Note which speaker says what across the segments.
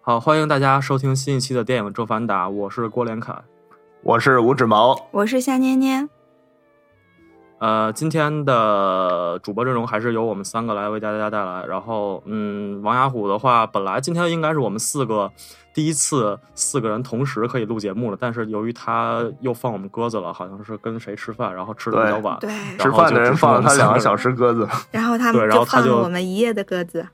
Speaker 1: 好，欢迎大家收听新一期的电影《正反打》，我是郭连凯。
Speaker 2: 我是五指毛，
Speaker 3: 我是夏捏捏，
Speaker 1: 呃，今天的主播阵容还是由我们三个来为大家带来。然后，嗯，王雅虎的话，本来今天应该是我们四个第一次四个人同时可以录节目了，但是由于他又放我们鸽子了，好像是跟谁吃饭，然后吃的比较晚，
Speaker 3: 对，
Speaker 1: 然
Speaker 2: 吃
Speaker 1: 后
Speaker 2: 饭
Speaker 1: 就
Speaker 2: 的人
Speaker 1: 只剩
Speaker 2: 放
Speaker 1: 我
Speaker 2: 了
Speaker 1: 们
Speaker 2: 他
Speaker 1: 三
Speaker 2: 两
Speaker 1: 个
Speaker 2: 个
Speaker 1: 人
Speaker 2: 小时鸽子，
Speaker 3: 然后他
Speaker 1: 对
Speaker 3: 们
Speaker 1: 然后
Speaker 3: 就
Speaker 1: 他
Speaker 3: 放
Speaker 1: 就
Speaker 3: 了我们一夜的鸽子，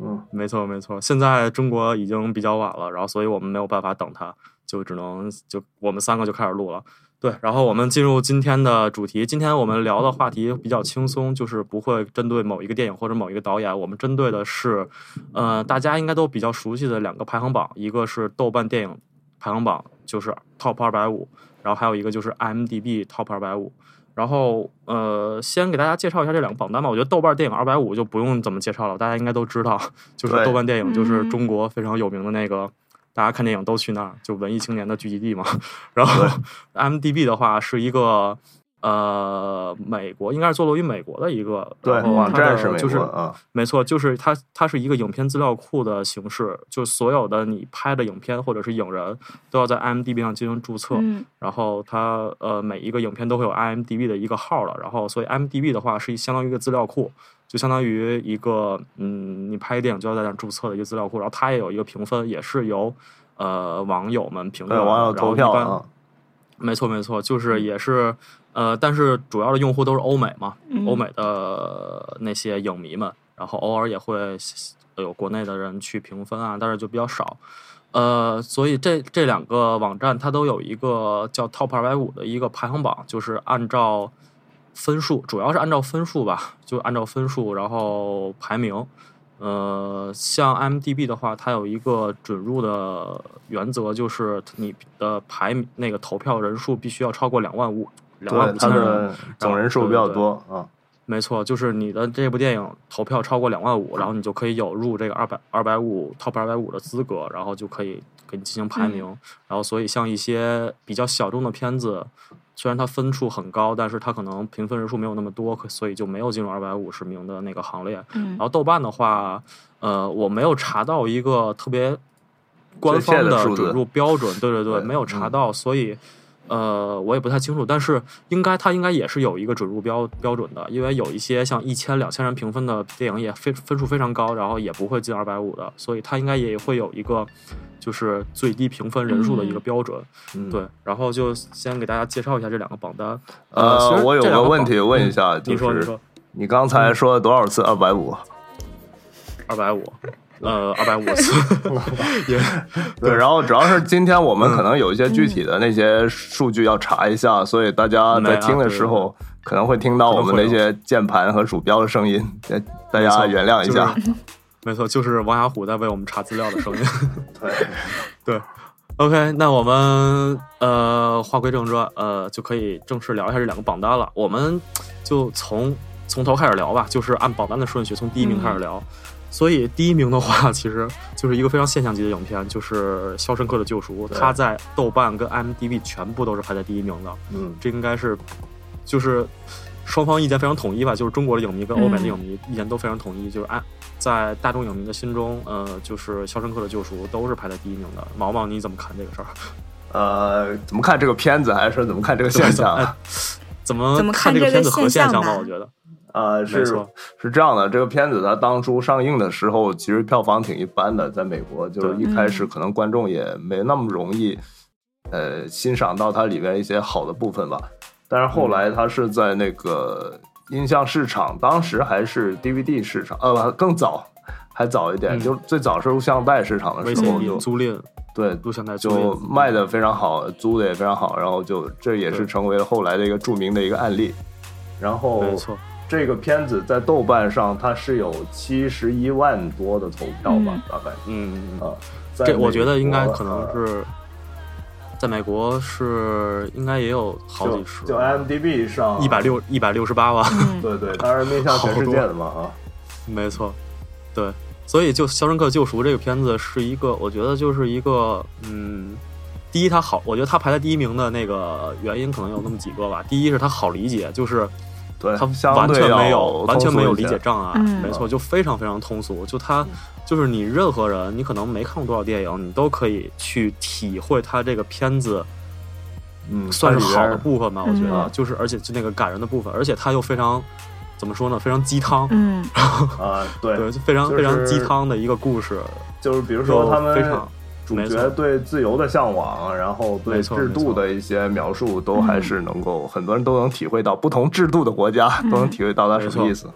Speaker 2: 嗯，
Speaker 1: 没错，没错。现在中国已经比较晚了，然后所以我们没有办法等他，就只能就我们三个就开始录了。对，然后我们进入今天的主题。今天我们聊的话题比较轻松，就是不会针对某一个电影或者某一个导演，我们针对的是，呃，大家应该都比较熟悉的两个排行榜，一个是豆瓣电影排行榜，就是 Top 二百五，然后还有一个就是 IMDB Top 二百五。然后呃，先给大家介绍一下这两个榜单吧。我觉得豆瓣电影二百五就不用怎么介绍了，大家应该都知道，就是
Speaker 2: 对
Speaker 1: 豆瓣电影就是
Speaker 3: 嗯
Speaker 1: 中国非常有名的那个，大家看电影都去那儿，就文艺青年的聚集地嘛。 然后 m d b 的话是一个。呃，美国应该是坐落于美国的一个，
Speaker 2: 对，
Speaker 1: 然后
Speaker 2: 网
Speaker 1: 它的
Speaker 2: 站是美
Speaker 1: 就是
Speaker 2: 国啊，
Speaker 1: 没错，就是它，它是一个影片资料库的形式，就是所有的你拍的影片或者是影人都要在 IMDB 上进行注册，
Speaker 3: 嗯，
Speaker 1: 然后它呃每一个影片都会有 IMDB 的一个号了，然后所以 IMDB 的话是一相当于一个资料库，就相当于一个嗯你拍电影就要在那儿注册的一个资料库，然后它也有一个评分，也是由呃网友们评
Speaker 2: 对，
Speaker 1: 论的，
Speaker 2: 网友
Speaker 1: 然后
Speaker 2: 投
Speaker 1: 一
Speaker 2: 票
Speaker 1: 般
Speaker 2: 啊，
Speaker 1: 没错，没错，就是也是，呃，但是主要的用户都是欧美嘛，
Speaker 3: 嗯
Speaker 1: 欧美的那些影迷们，然后偶尔也会有国内的人去评分啊，但是就比较少。呃，所以这这两个网站它都有一个叫 Top 二百五的一个排行榜，就是按照分数，主要是按照分数吧，就按照分数然后排名。呃，像 m d b 的话，它有一个准入的原则，就是你的排名那个投票人数必须要超过两万五，两万
Speaker 2: 对，
Speaker 1: 五
Speaker 2: 他
Speaker 1: 千人。
Speaker 2: 的 总人数比较多啊，
Speaker 1: 没错，就是你的这部电影投票超过两万五，然后你就可以有入这个二百二百五 top 二百五的资格，然后就可以给你进行排名。然后，所以像一些比较小众的片子，虽然它分数很高，但是它可能评分人数没有那么多，可所以就没有进入二百五十名的那个行列。
Speaker 3: 嗯
Speaker 1: 然后豆瓣的话，呃，我没有查到一个特别官
Speaker 2: 确切
Speaker 1: 方
Speaker 2: 的
Speaker 1: 的
Speaker 2: 数字
Speaker 1: 准入标准， 对对对，
Speaker 2: 对
Speaker 1: 没有查
Speaker 2: 嗯
Speaker 1: 到，所以呃，我也不太清楚，但是应该它应该也是有一个准入标标准的，因为有一些像一千、两千人评分的电影也非分数非常高，然后也不会进二百五的，所以它应该也会有一个就是最低评分人数的一个
Speaker 3: 嗯
Speaker 1: 标准。
Speaker 2: 嗯，
Speaker 1: 对，然后就先给大家介绍一下这两个榜单。其
Speaker 2: 呃，
Speaker 1: 实
Speaker 2: 我有
Speaker 1: 这两
Speaker 2: 个
Speaker 1: 个
Speaker 2: 问
Speaker 1: 榜
Speaker 2: 题问一
Speaker 1: 嗯
Speaker 2: 下，就
Speaker 1: 你说你说嗯
Speaker 2: 是。你刚才说了多少次二百五？
Speaker 1: 二百五，呃，二百五次， 也
Speaker 2: 对，然后主要是今天我
Speaker 1: 嗯
Speaker 2: 们可能有一些具体的那些数据要查一下，所以大
Speaker 1: 嗯
Speaker 2: 家
Speaker 1: 哎
Speaker 2: 在听的时候可能会听到我们的一些键盘和鼠标的声音，大
Speaker 1: 没
Speaker 2: 家
Speaker 1: 错
Speaker 2: 原谅一下。
Speaker 1: 就是没错，就是王雅虎在为我们查资料的声音。
Speaker 2: 对，
Speaker 1: 对，OK，那我们呃话归正传，呃就可以正式聊一下这两个榜单了。我们就从从头开始聊吧，就是按榜单的顺序，从第一名开始聊。所以第一名的话，其实就是一个非常现象级的影片，就是《肖申克的救赎》，
Speaker 2: 对
Speaker 1: 它在豆瓣跟 IMDB 全部都是排在第一名的。
Speaker 2: 嗯，
Speaker 1: 这应该是就是双方意见非常统一吧，就是中国的影迷跟欧美的
Speaker 3: 嗯
Speaker 1: 影迷意见都非常统一，就是按在大众影迷的心中，呃，就是《肖申克的救赎》都是排在第一名的。毛毛，你怎么看这个事儿？
Speaker 2: 呃，怎么看这个片子，还是怎么看这个现 象？啊
Speaker 1: 哎怎么
Speaker 3: 怎么
Speaker 1: 看
Speaker 3: 看
Speaker 1: 这个
Speaker 3: 这个
Speaker 1: 片子和
Speaker 3: 现
Speaker 1: 现
Speaker 3: 象
Speaker 1: 象吧？
Speaker 3: 吧
Speaker 1: 我觉得
Speaker 2: 呃，
Speaker 1: 没
Speaker 2: 是
Speaker 1: 错
Speaker 2: 是这样的，这个片子它当初上映的时候，其实票房挺一般的，在美国就是
Speaker 1: 对
Speaker 2: 一开始
Speaker 3: 嗯
Speaker 2: 可能观众也没那么容易，呃，欣赏到它里面一些好的部分吧。但是后
Speaker 1: 嗯
Speaker 2: 来它是在那个音像市场，当时还是 DVD 市场，呃，更早，还早一点，
Speaker 1: 嗯
Speaker 2: 就是最早是录像带市场的时候
Speaker 3: VCD
Speaker 2: 就，
Speaker 1: VCD 租赁
Speaker 2: 对，
Speaker 1: 录像带租
Speaker 2: 就
Speaker 1: 赁
Speaker 2: 卖的非常好，租的也非常好，然后就这也
Speaker 1: 对
Speaker 2: 是成为了后来的一个著名的一个案例。然后
Speaker 1: 没错，
Speaker 2: 这个片子在豆瓣上它是有七十一万多的投票吧，
Speaker 3: 嗯
Speaker 2: 大概
Speaker 1: 嗯，
Speaker 2: 啊。在
Speaker 1: 这我觉得应该
Speaker 2: 美国
Speaker 1: 可能
Speaker 2: 呃
Speaker 1: 是。在美国是应该也有好几十
Speaker 2: 就，就 IMDB 上
Speaker 1: 一百，六一百六十八吧，
Speaker 3: 嗯
Speaker 2: 对对，它是面向全世界的嘛啊。
Speaker 1: 没错，对，所以就《肖申克救赎》这个片子是一个，我觉得就是一个，嗯，第一它好，我觉得它排在第一名的那个原因可能有那么几个吧。第一是它好理解，就是
Speaker 2: 对，
Speaker 1: 他
Speaker 2: 相
Speaker 1: 完
Speaker 2: 对
Speaker 1: 全
Speaker 2: 要
Speaker 1: 没有完全没有
Speaker 2: 通俗一
Speaker 1: 理
Speaker 2: 些
Speaker 1: 解障碍，
Speaker 3: 嗯
Speaker 1: 没错，就非常非常通俗。就他就是你任何人，你可能没看过多少电影，你都可以去体会他这个片子
Speaker 2: 嗯，
Speaker 1: 算是
Speaker 2: 它里
Speaker 1: 好
Speaker 2: 边
Speaker 1: 的部分吧。我觉得
Speaker 2: 嗯
Speaker 1: 就是而且就那个感人的部分，而且他又非常怎么说呢，非常鸡汤，
Speaker 3: 嗯
Speaker 2: 啊，对，
Speaker 1: 对，就非常
Speaker 2: 就是
Speaker 1: 非常鸡汤的一个故事，
Speaker 2: 就是比如说
Speaker 1: 就
Speaker 2: 他们
Speaker 1: 非常
Speaker 2: 主
Speaker 1: 没
Speaker 2: 角
Speaker 1: 错
Speaker 2: 对自由的向往，然后对
Speaker 1: 没错
Speaker 2: 制
Speaker 1: 没
Speaker 2: 度
Speaker 1: 错
Speaker 2: 的一些描述，都还是能够很多人都能体会到，不同制度的国家
Speaker 3: 嗯
Speaker 2: 都能体会到它
Speaker 1: 没
Speaker 2: 什么
Speaker 1: 错
Speaker 2: 意思。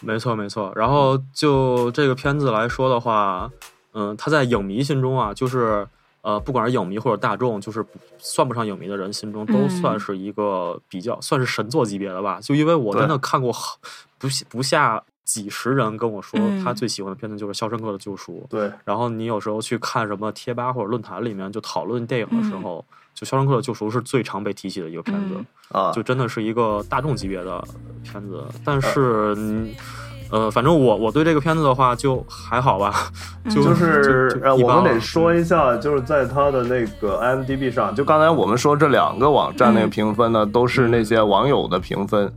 Speaker 1: 没错没错。然后就这个片子来说的话，嗯，他在影迷心中啊，就是呃，不管是影迷或者大众，就是不算不上影迷的人心中，都
Speaker 3: 嗯
Speaker 1: 算是一个比较、算是神作级别的吧。就因为我
Speaker 2: 对
Speaker 1: 真的看过很不不下几十人跟我说，
Speaker 3: 嗯
Speaker 1: 他最喜欢的片子就是《肖申克的救赎》。
Speaker 2: 对，
Speaker 1: 然后你有时候去看什么贴吧或者论坛里面就讨论电影的时候，就《肖申克的救赎》是最常被提起的一个片子。
Speaker 3: 嗯
Speaker 2: 啊，
Speaker 1: 就真的是一个大众级别的片子。但是，嗯呃，反正我我对这个片子的话就还好吧，就
Speaker 2: 就
Speaker 1: 就是
Speaker 2: 呃，
Speaker 1: 一
Speaker 2: 我
Speaker 1: 般
Speaker 2: 们
Speaker 1: 了
Speaker 2: 得说一下，就是在它的那个 IMDB 上，就刚才我们说这两个网站那个
Speaker 3: 嗯
Speaker 2: 评分呢，都是那些网友的评分，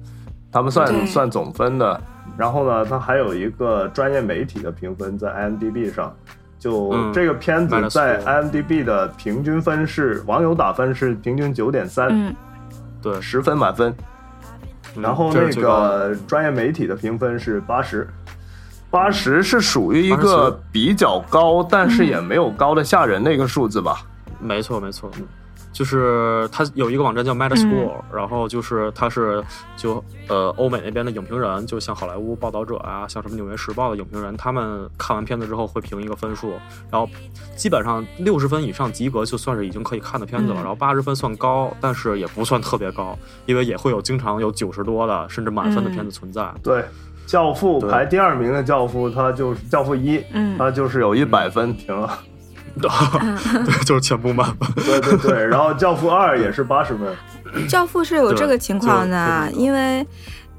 Speaker 2: 他们算
Speaker 3: 对
Speaker 2: 算总分的。然后呢，它还有一个专业媒体的评分在 IMDB 上。就
Speaker 1: 嗯
Speaker 2: 这个片子
Speaker 1: minus
Speaker 2: 在
Speaker 1: 4
Speaker 2: IMDB 的平均分是网友打分是平均九点三，
Speaker 3: 嗯
Speaker 1: 对。
Speaker 2: 十分满分。
Speaker 1: 嗯
Speaker 2: 然后
Speaker 1: 这
Speaker 2: 那
Speaker 1: 是最高的
Speaker 2: 个专业媒体的评分是八十，八十是属于一个比较高，但是也没有高的吓人的一个数字吧？
Speaker 1: 没错没错，就是它有一个网站
Speaker 3: 嗯
Speaker 1: 叫 Metascore，、然后就是它是就呃欧美那边的影评人，就像好莱坞报道者啊，像什么纽约时报的影评人，他们看完片子之后会评一个分数，然后基本上六十分以上及格就算是已经可以看的片子了，
Speaker 3: 嗯
Speaker 1: 然后八十分算高，但是也不算特别高，因为也会有经常有九十多的甚至满分的片子存在。
Speaker 3: 嗯
Speaker 2: 对，《教父》
Speaker 1: 对
Speaker 2: 排第二名的《教父》，它就是《教父一》，
Speaker 3: 嗯
Speaker 2: 它就是有一百分评了。
Speaker 1: 对， 就是全部满分。
Speaker 2: 对对 对，然后《教父二》也是八十分。
Speaker 3: 教父是有
Speaker 1: 对
Speaker 3: 这个情况的，
Speaker 1: 就就嗯
Speaker 3: 因为。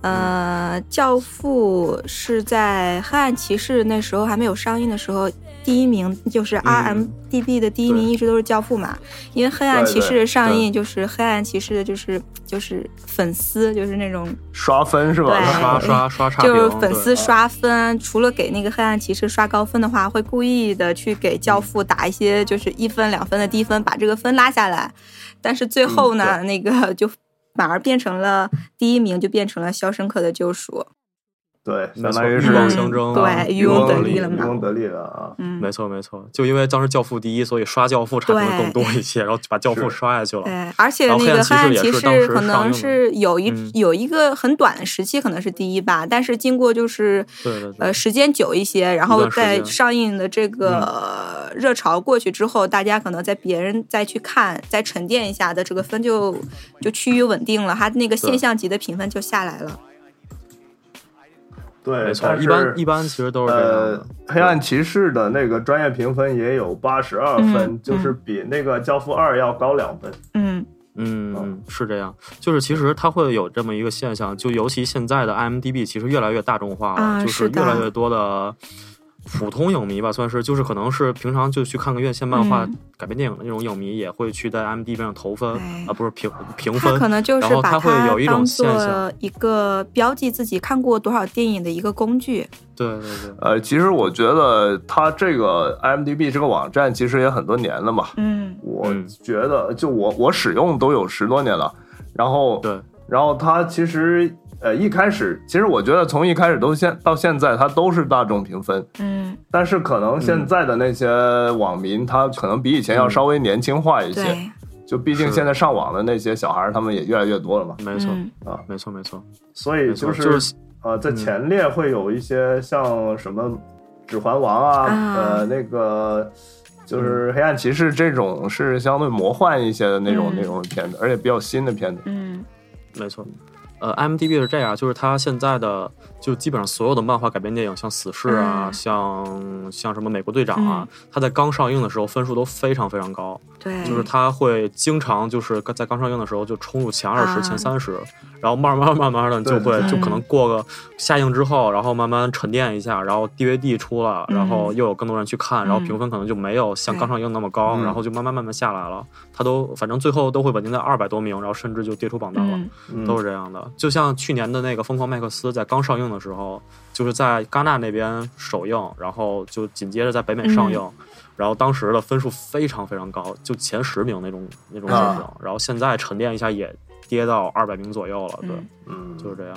Speaker 3: 呃，教父是在《黑暗骑士》那时候还没有上映的时候，第一名就是 RMDB 的第一名
Speaker 1: 嗯对
Speaker 3: 一直都是教父嘛。因为《黑暗骑
Speaker 2: 对
Speaker 3: 士
Speaker 2: 对》
Speaker 3: 上映，就是《黑暗骑士》的就是就是粉丝，就是那种
Speaker 2: 刷分是吧？
Speaker 3: 对
Speaker 1: 刷刷刷差评，
Speaker 3: 哎就是粉丝
Speaker 1: 对嗯
Speaker 3: 刷分，除了给那个黑暗骑士刷高分的话，会故意的去给教
Speaker 1: 嗯
Speaker 3: 父打一些就是一分两分的低分，把这个分拉下来。但是
Speaker 1: 嗯
Speaker 3: 最后呢，那个就反而变成了第一名，就变成了《肖申克的救赎》。
Speaker 2: 对，
Speaker 1: 没
Speaker 2: 相
Speaker 1: 错
Speaker 2: 当于
Speaker 1: 鹬
Speaker 2: 是
Speaker 1: 蚌相争
Speaker 3: 对
Speaker 2: 啊
Speaker 3: 渔
Speaker 2: 渔
Speaker 1: 嗯
Speaker 2: 翁
Speaker 1: 翁得
Speaker 2: 利
Speaker 1: 利
Speaker 3: 了嘛
Speaker 2: 渔翁得利了啊。
Speaker 3: 嗯，
Speaker 1: 没错没错，就因为当时《教父》第一，所以刷《教父》产生的
Speaker 3: 对
Speaker 1: 更多一些，然后就把《教父》
Speaker 2: 是
Speaker 1: 刷下去了。
Speaker 3: 对，而且
Speaker 1: 然
Speaker 3: 那
Speaker 1: 后
Speaker 3: 个
Speaker 1: 黑
Speaker 3: 黑
Speaker 1: 暗
Speaker 3: 暗
Speaker 1: 骑士也
Speaker 3: 骑
Speaker 1: 是当时
Speaker 3: 士可
Speaker 1: 上映
Speaker 3: 能
Speaker 1: 的
Speaker 3: 是有一
Speaker 1: 嗯
Speaker 3: 有一个很短的时期，可能是第一吧，但是经过就是
Speaker 1: 对对对
Speaker 3: 呃时间久一些，然后
Speaker 1: 一段时间嗯
Speaker 3: 在上映的这个呃热潮过去之后，大家可能在别人再去看、再沉淀一下的这个分就就趋于稳定了，它那个现象级的评分就下来了。
Speaker 2: 对，
Speaker 1: 没错，
Speaker 2: 但
Speaker 1: 一般
Speaker 2: 是
Speaker 1: 一般其实都是这样
Speaker 2: 呃
Speaker 1: 的。，
Speaker 2: 黑暗骑士的那个专业评分也有八十二分，
Speaker 3: 嗯
Speaker 2: 就是比那个教父二要高两分。
Speaker 3: 嗯
Speaker 1: 嗯，
Speaker 2: 嗯
Speaker 1: 嗯是这样，就是其实它会有这么一个现象，就尤其现在的 IMDB 其实越来越大众化了，
Speaker 3: 啊
Speaker 1: 就是越
Speaker 3: 的
Speaker 1: 来越多的普通影迷吧，算是就是可能是平常就去看个院线漫画、
Speaker 3: 嗯
Speaker 1: 改编电影的那种影迷，也会去在 IMDB 上投分
Speaker 3: 哎
Speaker 1: 啊，不是评评
Speaker 3: 他
Speaker 1: 分，
Speaker 3: 可能就是
Speaker 1: 然后
Speaker 3: 把
Speaker 1: 它会有一
Speaker 3: 当
Speaker 1: 种现象，
Speaker 3: 做一个标记自己看过多少电影的一个工具。
Speaker 1: 对对对，
Speaker 2: 呃，其实我觉得它这个 IMDB 这个网站其实也很多年了嘛，
Speaker 3: 嗯
Speaker 2: 我
Speaker 1: 嗯
Speaker 2: 觉得就我我使用都有十多年了，然后
Speaker 1: 对
Speaker 2: 然后它其实呃一开始，其实我觉得从一开始都现到现在，它都是大众评分，
Speaker 3: 嗯，
Speaker 2: 但是可能现在的那些网民，他可能比以前要
Speaker 1: 嗯
Speaker 2: 稍微年轻化一些，
Speaker 3: 对，
Speaker 2: 就毕竟
Speaker 1: 是
Speaker 2: 现在上网的那些小孩儿，他们也越来越多了嘛，
Speaker 1: 没错、
Speaker 3: 嗯
Speaker 1: 没错没错，
Speaker 2: 所以
Speaker 1: 没
Speaker 2: 就
Speaker 1: 错，
Speaker 2: 是、
Speaker 1: 就是
Speaker 2: 呃，在
Speaker 1: 嗯
Speaker 2: 前列会有一些像什么《指环王》啊，
Speaker 3: 啊
Speaker 2: 呃，那个就是《黑暗骑士》这种是相对魔幻一些的那种、
Speaker 3: 嗯
Speaker 2: 那种片子，而且比较新的片子。
Speaker 3: 嗯
Speaker 1: 没错。呃，MDB 是这样，就是它现在的就基本上所有的漫画改编电影，像《死侍》啊，
Speaker 3: 嗯
Speaker 1: 像像什么《美国队长》啊，它在刚上映的时候分数都非常非常高，
Speaker 3: 对，
Speaker 1: 就是它会经常就是在刚上映的时候就冲入前二十、
Speaker 3: 啊
Speaker 1: 前三十，然后慢慢慢慢的就会
Speaker 3: 对对
Speaker 1: 就可能过个下映之后，然后慢慢沉淀一下，然后 DVD 出了，
Speaker 3: 嗯
Speaker 1: 然后又有更多人去看，然后评分可能就没有像
Speaker 3: 对
Speaker 1: 刚上映那么高，
Speaker 2: 嗯
Speaker 1: 然后就慢慢慢慢下来了。它都反正最后都会稳定在二百多名，然后甚至就跌出榜单了。
Speaker 3: 嗯
Speaker 2: 嗯
Speaker 1: 都是这样的。就像去年的那个《疯狂麦克斯》在刚上映的时候，就是在戛纳那边首映，然后就紧接着在北美上
Speaker 3: 嗯
Speaker 1: 映，然后当时的分数非常非常高，就前十名那种那种水
Speaker 2: 啊
Speaker 1: 平。然后现在沉淀一下也跌到二百名左右了，对，
Speaker 3: 嗯
Speaker 2: 嗯，
Speaker 1: 就是这样。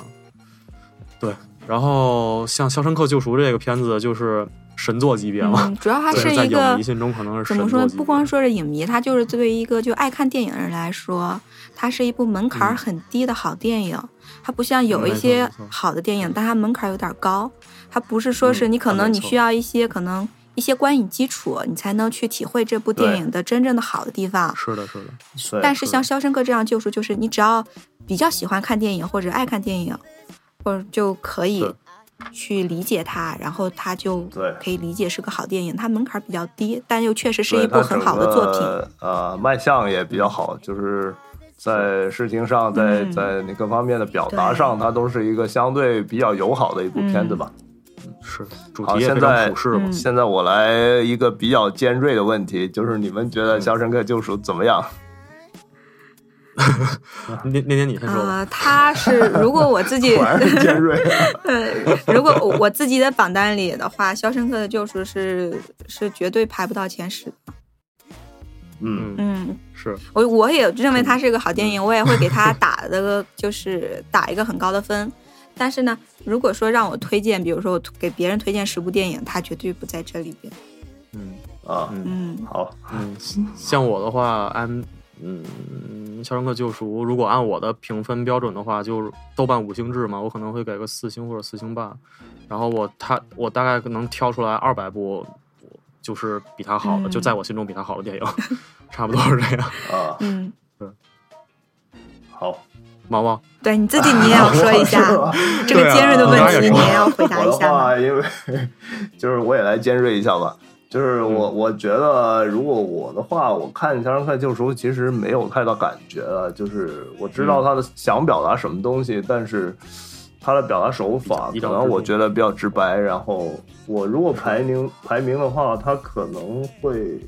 Speaker 1: 对，然后像《肖申克救赎》这个片子就是神作级别嘛，
Speaker 3: 嗯，主要它
Speaker 1: 对
Speaker 3: 是
Speaker 1: 在
Speaker 3: 一
Speaker 1: 影
Speaker 3: 个
Speaker 1: 迷心中可能是
Speaker 3: 怎
Speaker 1: 神
Speaker 3: 么
Speaker 1: 作级别。
Speaker 3: 说？不光说是影迷，它就是作为一个就爱看电影的人来说，它是一部门槛儿
Speaker 1: 嗯
Speaker 3: 很低的好电影。它不像有
Speaker 1: 嗯没
Speaker 3: 一
Speaker 1: 错
Speaker 3: 些
Speaker 1: 没错
Speaker 3: 好的电影，但它门槛儿有点高。它不是说是
Speaker 1: 嗯
Speaker 3: 你可
Speaker 1: 啊
Speaker 3: 能
Speaker 1: 没
Speaker 3: 你
Speaker 1: 错
Speaker 3: 需要一些可能一些观影基础，你才能去体会这部电
Speaker 2: 对
Speaker 3: 影的真正的好的地方。
Speaker 1: 是的，是的，
Speaker 2: 对
Speaker 3: 但是
Speaker 1: 是
Speaker 3: 像《肖申克》这样的救赎，就是你只要比较喜欢看电影或者爱看电影，或者就可以
Speaker 1: 对
Speaker 3: 去理解它，然后它就
Speaker 2: 对
Speaker 3: 可以理解是个好电影。它门槛比较低，但又确实是
Speaker 2: 对
Speaker 3: 一部很好的作。
Speaker 2: 它
Speaker 3: 品。
Speaker 2: 整个呃，卖相也比较好，就是在视听上，在、
Speaker 3: 嗯
Speaker 2: 在那各方面的表达
Speaker 3: 对
Speaker 2: 上，它都是一个相对比较友好的一部片子吧。
Speaker 1: 是主
Speaker 2: 好
Speaker 1: 题也
Speaker 2: 现
Speaker 1: 非常
Speaker 2: 在
Speaker 1: 普世嘛。
Speaker 3: 嗯
Speaker 2: 现在我来一个比较尖锐的问题，就是你们觉得《
Speaker 1: 嗯
Speaker 2: 肖申克救赎》怎么样？
Speaker 3: 嗯
Speaker 1: 那那年你先说吧。
Speaker 3: 呃，它是如果我自己
Speaker 2: 果然是尖 锐，
Speaker 3: 呃， 如果我我自己的榜单里的话，《肖申克的救赎》是是绝对排不到前十的。
Speaker 2: 嗯，
Speaker 1: 嗯，
Speaker 3: 嗯，
Speaker 1: 是
Speaker 3: 我我也认为它是一个好电影，我也会给它打的就是打一个很高的分。但是呢，如果说让我推荐，比如说我推给别人推荐十部电影，它绝对不在这里边。
Speaker 1: 嗯
Speaker 2: 啊，
Speaker 1: 嗯。
Speaker 3: 嗯
Speaker 2: 好，
Speaker 1: 嗯，像我的话，按嗯《肖申克救赎》，如果按我的评分标准的话，就是豆瓣五星制嘛，我可能会给个四星或者四星半。然后我他我大概能挑出来二百部，就是比他好的，
Speaker 3: 嗯
Speaker 1: 就在我心中比他好的电影， 差不多是这样。
Speaker 2: 啊，
Speaker 3: 嗯，
Speaker 2: 好，
Speaker 1: 毛毛，
Speaker 3: 对你自己你也要说一 下
Speaker 2: 是吧
Speaker 3: 这个尖锐的
Speaker 1: 对啊
Speaker 3: 问题，
Speaker 1: 我
Speaker 3: 你
Speaker 1: 刚
Speaker 3: 也要回答
Speaker 2: 我
Speaker 3: 一
Speaker 2: 的
Speaker 3: 下吗。
Speaker 2: 话，因为就是我也来尖锐一下吧。 就是我，我觉得如果我的话，我看《肖申克救赎》其实没有太大感觉了。就是我知道他的想表达什么东西，但是他的表达手法
Speaker 1: 比
Speaker 2: 可
Speaker 1: 较
Speaker 2: 能我觉得比较直白。然后我如果排名排名的话，他可能会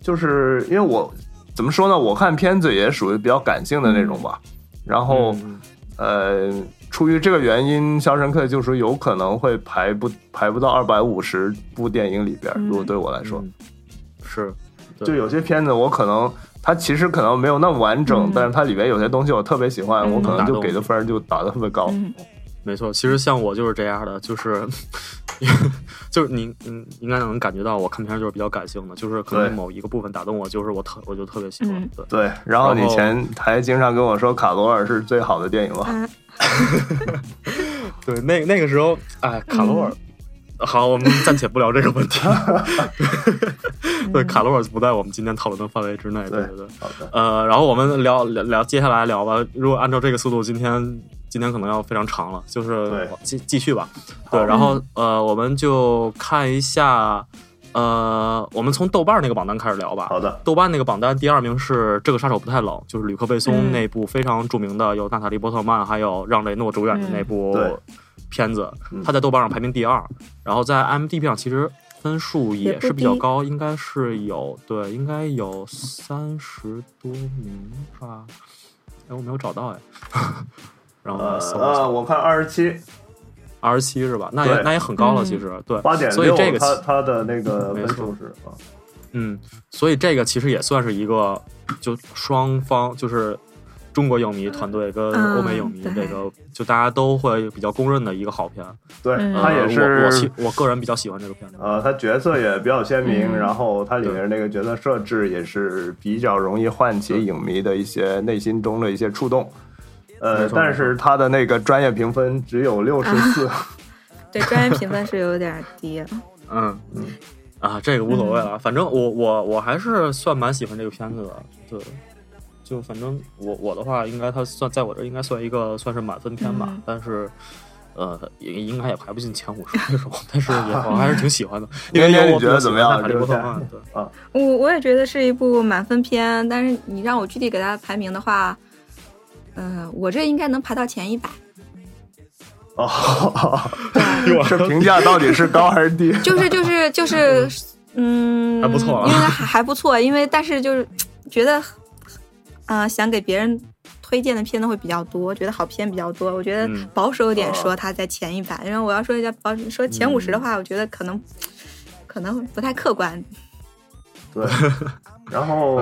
Speaker 2: 就是因为我怎么说呢？我看片子也属于比较感性的那种吧。然后、
Speaker 1: 嗯
Speaker 2: 呃，出于这个原因，《肖申克的救赎》有可能会排不排不到二百五十部电影里边儿。
Speaker 3: 嗯
Speaker 2: 如果对我来说，
Speaker 1: 嗯是对
Speaker 2: 就有些片子我可能它其实可能没有那么完整，
Speaker 3: 嗯
Speaker 2: 但是它里面有些东西我特别喜欢，
Speaker 3: 嗯
Speaker 2: 我可能
Speaker 1: 能打
Speaker 2: 就
Speaker 1: 动
Speaker 2: 给的分儿就打的特别高。
Speaker 3: 嗯
Speaker 1: 没错，其实像我就是这样的，就是 就是你嗯，应该能感觉到我看片儿就是比较感性的，就是可能
Speaker 2: 对
Speaker 1: 某一个部分打动我，就是我特我就特别喜欢。
Speaker 3: 嗯
Speaker 1: 对，
Speaker 2: 对，然后你
Speaker 1: 然后
Speaker 2: 前还经常跟我说《卡罗尔》是最好的电影吧？
Speaker 3: 嗯
Speaker 1: 对，那那个时候，哎，卡罗尔。好，我们暂且不聊这个 问题。对，卡罗尔不在我们今天讨论的范围之内。对
Speaker 2: 对
Speaker 1: 嗯对对。
Speaker 2: 好的，
Speaker 1: 呃，然后我们聊聊聊，接下来聊吧。如果按照这个速度，今天今天可能要非常长了，就是
Speaker 2: 对
Speaker 1: 继继续吧。对，然后呃，我们就看一下，呃，我们从豆瓣那个榜单开始聊吧。
Speaker 2: 好的，
Speaker 1: 豆瓣那个榜单第二名是《这个杀手不太冷》，就是吕克·贝松
Speaker 3: 嗯
Speaker 1: 那部非常著名的由娜塔莉·波特曼还有让雷诺主演的那部
Speaker 2: 嗯
Speaker 1: 片子
Speaker 2: 嗯，
Speaker 1: 它在豆瓣上排名第二，然后在 IMDB 上其实分数也是比较高，应该是有对，应该有三十多名吧，哎，我没有找到哎， 然后我来
Speaker 2: 呃
Speaker 1: 嗯搜一
Speaker 2: 呃，
Speaker 1: 下，
Speaker 2: 我看二十七
Speaker 1: 二十七是吧？那也
Speaker 2: 对
Speaker 1: 那也很高了，
Speaker 3: 嗯
Speaker 1: 其实对
Speaker 2: 八点
Speaker 1: 所以
Speaker 2: 六
Speaker 1: 这，个
Speaker 2: 它它的那个
Speaker 1: 没
Speaker 2: 分
Speaker 1: 错
Speaker 2: 数是啊，
Speaker 1: 嗯，所以这个其实也算是一个，就双方就是中国影迷团队跟
Speaker 3: 嗯
Speaker 1: 欧美影迷
Speaker 3: 对
Speaker 1: 这个，就大家都会比较公认的一个好片。
Speaker 2: 对，
Speaker 3: 嗯
Speaker 2: 它也
Speaker 1: 呃
Speaker 2: 是
Speaker 1: 我我喜我个人比较喜欢这个片子。
Speaker 2: 呃，它角色也比较鲜明，
Speaker 3: 嗯
Speaker 2: 然后它里面那个角色设置也是比较容易唤起影迷的一些内心中的一些触动。呃
Speaker 1: 没，错
Speaker 2: 但是它的那个专业评分只 有六十
Speaker 3: 啊
Speaker 2: 四，
Speaker 3: 对专业评分是有点低。
Speaker 1: 嗯嗯啊，这个无所谓
Speaker 3: 嗯
Speaker 1: 了，反正我我我还是算蛮喜欢这个片子的。对，就反正我我的话，应该它算在我这儿应该算一个算是满分片吧，
Speaker 3: 嗯
Speaker 1: 但是。呃，也应该也排不进前五十那种，但 是也我还是挺喜欢的，因为
Speaker 2: 年
Speaker 1: 有
Speaker 2: 年
Speaker 1: 我
Speaker 2: 你觉
Speaker 1: 比较
Speaker 2: 得
Speaker 1: 喜
Speaker 2: 怎么
Speaker 1: 欢
Speaker 2: 样
Speaker 1: 的哈利波特
Speaker 2: 这个
Speaker 1: 嘛对，
Speaker 3: 我我也觉得是一部满分片，但是你让我具体给它排名的话，呃，我这应该能排到前一百。
Speaker 2: 哦，
Speaker 3: 对，
Speaker 2: 这评价到底是高还是 低？
Speaker 3: 就是就是就是，嗯，
Speaker 1: 还不错啊
Speaker 3: 因为还还不错，因为但是就是觉得，呃，想给别人推荐的片子会比较多，觉得好片比较多。我觉得
Speaker 1: 嗯
Speaker 3: 保守一点说
Speaker 2: 哦
Speaker 3: 它在前一百，因为我要说一下保说前五十的
Speaker 1: 嗯
Speaker 3: 话，我觉得可能可能不太客观。
Speaker 2: 对，然后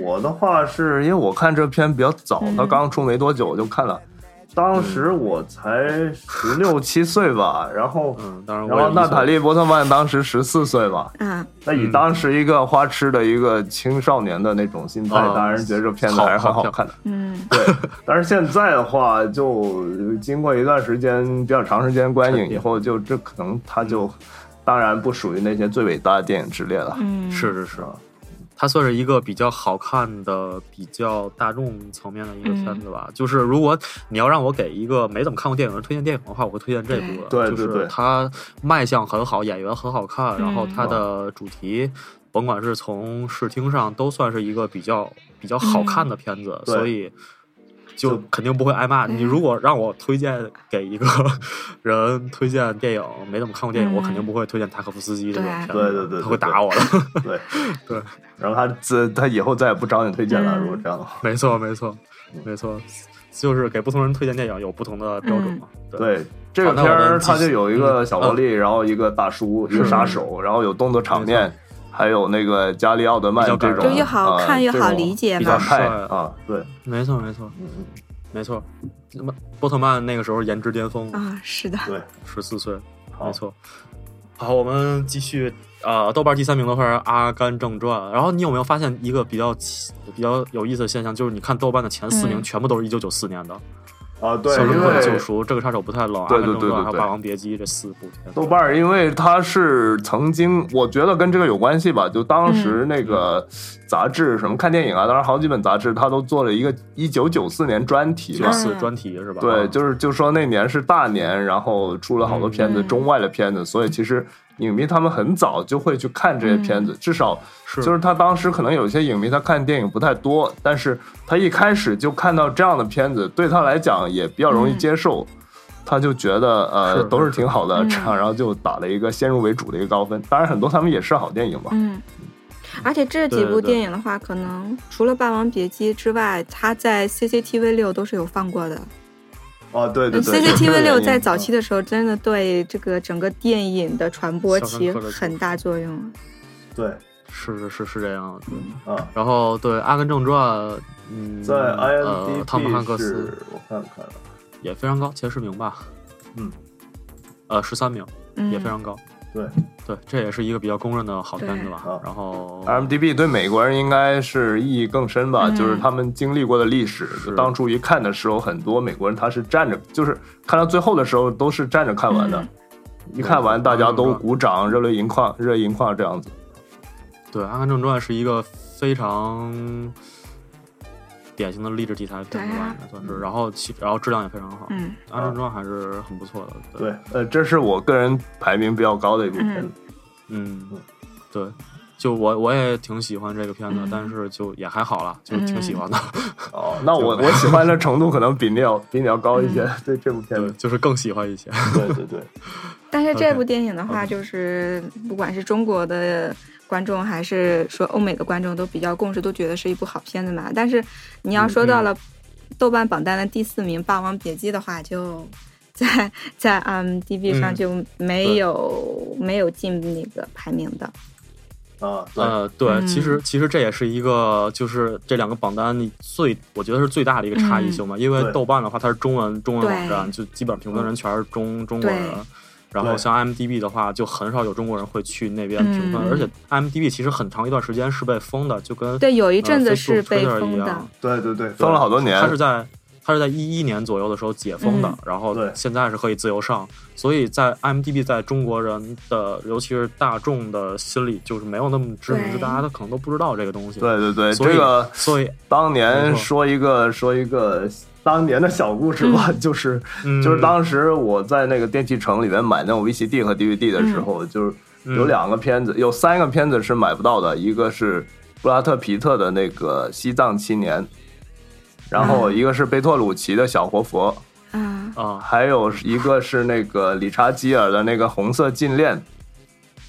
Speaker 2: 我的话是因为我看这片比较早，它
Speaker 3: 嗯
Speaker 2: 刚出没多久我就看了，当时我才十六七岁吧，然后。
Speaker 1: 嗯，当然
Speaker 2: 然
Speaker 1: 我
Speaker 2: 后
Speaker 1: 也
Speaker 2: 娜
Speaker 1: 理解
Speaker 2: 塔莉波特曼当时十四岁吧，
Speaker 3: 嗯，
Speaker 2: 那以当时一个花痴的一个青少年的那种心态，
Speaker 1: 啊
Speaker 2: 当然觉得这片子还是很好看的。
Speaker 3: 嗯，
Speaker 2: 对，但是现在的话，就经过一段时间比较长时间观影以后，就这可能它
Speaker 1: 嗯
Speaker 2: 就当然不属于那些最伟大的电影之列了。
Speaker 3: 嗯，
Speaker 1: 是是是
Speaker 2: 啊，
Speaker 1: 它算是一个比较好看的、比较大众层面的一个片子吧。
Speaker 3: 嗯
Speaker 1: 就是如果你要让我给一个没怎么看过电影的人推荐电影的话，我会推荐这部的。
Speaker 2: 对
Speaker 1: 就
Speaker 2: 对
Speaker 1: 是
Speaker 2: 对
Speaker 1: 它卖相很好，演员很好看，然后
Speaker 3: 嗯
Speaker 1: 它的主题，甭管是从视听上，都算是一个比较比较好看的片子，
Speaker 2: 嗯对
Speaker 1: 所以。就
Speaker 2: 就
Speaker 1: 肯定不会挨骂。
Speaker 3: 嗯
Speaker 1: 你如果让我推荐给一个人推荐电影，没怎么看过电影，
Speaker 3: 嗯
Speaker 1: 我肯定不会推荐塔可夫斯基这种
Speaker 3: 对
Speaker 1: 片子，
Speaker 2: 对对对对
Speaker 1: 他会
Speaker 2: 对
Speaker 1: 打我的。
Speaker 2: 对
Speaker 1: 对。
Speaker 2: 然后他自他以后再也不找你推荐了，
Speaker 3: 嗯
Speaker 2: 如果这样的话。
Speaker 1: 没错，没错，没错，就是给不同人推荐电影有不同的标准嘛。对，
Speaker 2: 对，这个
Speaker 1: 好那
Speaker 2: 片
Speaker 1: 我们
Speaker 2: 儿
Speaker 1: 继
Speaker 2: 它就
Speaker 1: 续嗯
Speaker 2: 有一个小萝莉，然后一个大叔，一个杀手，然后有动作场面，还有那个加里奥德曼
Speaker 1: 比较
Speaker 2: 这
Speaker 1: 感人
Speaker 2: 种，
Speaker 3: 就又好
Speaker 2: 呃
Speaker 3: 看又好理。解
Speaker 1: 比
Speaker 2: 这
Speaker 1: 较
Speaker 2: 种
Speaker 3: 嘛。
Speaker 2: 反派
Speaker 1: 帅
Speaker 2: 啊，对，
Speaker 1: 没错，没错，
Speaker 2: 嗯嗯，
Speaker 1: 没错。那么波特曼那个时候颜值巅峰，
Speaker 3: 啊，是的，
Speaker 2: 对，
Speaker 1: 十四岁，
Speaker 2: 好
Speaker 1: 没错。好，我们继续。啊，豆瓣第三名的话是《阿甘正传》，然后你有没有发现一个比较奇比较有意思的现象，就是你看豆瓣的前四名
Speaker 3: 嗯
Speaker 1: 全部都是一九九四年的，
Speaker 2: 啊对，
Speaker 1: 《肖申
Speaker 2: 因
Speaker 1: 克的救
Speaker 2: 为
Speaker 1: 赎》《这个杀手不太冷》《
Speaker 2: 对
Speaker 1: 阿甘
Speaker 2: 对
Speaker 1: 正
Speaker 2: 对
Speaker 1: 传》
Speaker 2: 对
Speaker 1: 还有《
Speaker 2: 对
Speaker 1: 霸王别姬》这四部片子。
Speaker 2: 豆瓣儿，因为它是曾经，我觉得跟这个有关系吧。就当时那个杂志，什么看电影啊，当然好几本杂志，它都做了一个一九九四年专题
Speaker 1: 九
Speaker 2: 嘛。
Speaker 1: 四专题是吧？啊
Speaker 2: 对，就是就说那年是大年，然后出了好多片子，
Speaker 3: 嗯
Speaker 2: 中外的片子，所以其实影迷他们很早就会去看这些片子，至少
Speaker 1: 是
Speaker 2: 就是他当时可能有些影迷他看电影不太多，但是他一开始就看到这样的片子，对他来讲也比较容易接受，嗯他就觉得呃
Speaker 1: 是
Speaker 2: 都是挺好的，
Speaker 3: 嗯
Speaker 2: 这样然后就打了一个先入为主的一个高分。当然很多他们也是好电影吧，
Speaker 3: 嗯，而且这几
Speaker 1: 对
Speaker 3: 部
Speaker 1: 对
Speaker 3: 电影的话，可能除了《霸王别姬》之外，它在 CCTV 六都是有放过的。
Speaker 2: 啊
Speaker 3: 嗯
Speaker 2: 对
Speaker 3: CCTV 六在早期的时候，真的对这个整个电影的传播起很大作用。
Speaker 2: 对
Speaker 1: 是是是是这样。对
Speaker 2: 啊。
Speaker 1: 然后对《阿甘正传》，嗯，
Speaker 2: 在 IMDB
Speaker 1: 呃、汤姆汉克斯
Speaker 2: 是，我看看，
Speaker 1: 也非常高，前十名吧，
Speaker 2: 嗯，
Speaker 1: 呃，十三名
Speaker 3: 嗯，
Speaker 1: 也非常高。
Speaker 2: 对
Speaker 1: 对，这也是一个比较公认的好片子
Speaker 2: 对
Speaker 1: 吧。然后
Speaker 2: IMDB 对美国人应该是意义更深吧，
Speaker 3: 嗯
Speaker 2: 就是他们经历过的历史。
Speaker 1: 是
Speaker 2: 就当初一看的时候，很多美国人他是站着，就是看到最后的时候都是站着看完的。
Speaker 3: 嗯
Speaker 2: 一看完，大家都
Speaker 1: 嗯
Speaker 2: 鼓掌，热泪盈眶，热泪盈眶这样子。
Speaker 1: 对《阿甘正传》是一个非常典型的励志题材片子
Speaker 3: 对
Speaker 1: 吧
Speaker 3: 啊，
Speaker 1: 应该算是。然后其然后质量也非常好，
Speaker 3: 嗯
Speaker 1: 阿甘正传》还是很不错的。对，
Speaker 2: 对，呃，这是我个人排名比较高的一部片子。
Speaker 1: 嗯，对。就我我也挺喜欢这个片子，
Speaker 3: 嗯
Speaker 1: 但是就也还好啦，就是挺喜欢的。
Speaker 2: 哦，那我我喜欢的程度可能比你要比你要高一些。
Speaker 3: 嗯
Speaker 2: 对这部片
Speaker 1: 对
Speaker 2: 子，，
Speaker 1: 就是更喜欢一些。
Speaker 2: 对对对，
Speaker 3: 但是这
Speaker 1: OK，
Speaker 3: 部电影的话，就是不管是中国的观众还是说欧美的观众，都比较共识，都觉得是一部好片子
Speaker 1: 嗯
Speaker 3: 嘛。但是你要说到了豆瓣榜单的第四名《霸王别姬》的话，就在 在 IMDB 上
Speaker 1: 嗯
Speaker 3: 就没有、没有进那个排名的。
Speaker 2: 啊，对，
Speaker 1: 呃，对，其
Speaker 3: 嗯
Speaker 1: 实其实这也是一个，就是这两个榜单里最，我觉得是最大的一个差异性吧。因为
Speaker 2: 对
Speaker 1: 豆瓣的话，它是中文中文网
Speaker 3: 嗯对
Speaker 1: 站，就基本上评论人全是中中国人
Speaker 3: 对。
Speaker 1: 然后
Speaker 2: 对
Speaker 1: 像 m d b 的话，就很少有中国人会去那边评分，
Speaker 3: 嗯
Speaker 1: 而且 m d b 其实很长一段时间是被封的，就跟
Speaker 3: 对，有一
Speaker 1: 一
Speaker 3: 阵子是被
Speaker 1: 一
Speaker 3: 封的。
Speaker 1: 样，
Speaker 2: 对对对，封了好多年
Speaker 1: 它。是在它是在一一年左右的时候解封的，
Speaker 3: 嗯
Speaker 1: 然后
Speaker 2: 对
Speaker 1: 现在是可以自由上，所以在 IMDB 在中国人的，尤其是大众的心里就是没有那么知名，
Speaker 3: 对
Speaker 1: 就大家都可能都不知道这个东西。
Speaker 2: 对对对，
Speaker 1: 所以
Speaker 2: 这个
Speaker 1: 所以
Speaker 2: 当年
Speaker 1: 没错
Speaker 2: 说一个说一个当年的小故事吧，就是
Speaker 1: 嗯
Speaker 2: 就是当时我在那个电器城里面买那种 VCD 和 DVD 的时候，就是有两个片子，有三个片子是买不到的，一个是布拉特皮特的那个《西藏七年》，然后一个是贝托鲁奇的《小活佛》，
Speaker 3: 啊，
Speaker 1: 啊，
Speaker 2: 还有一个是那个理查基尔的那个《红色禁恋》。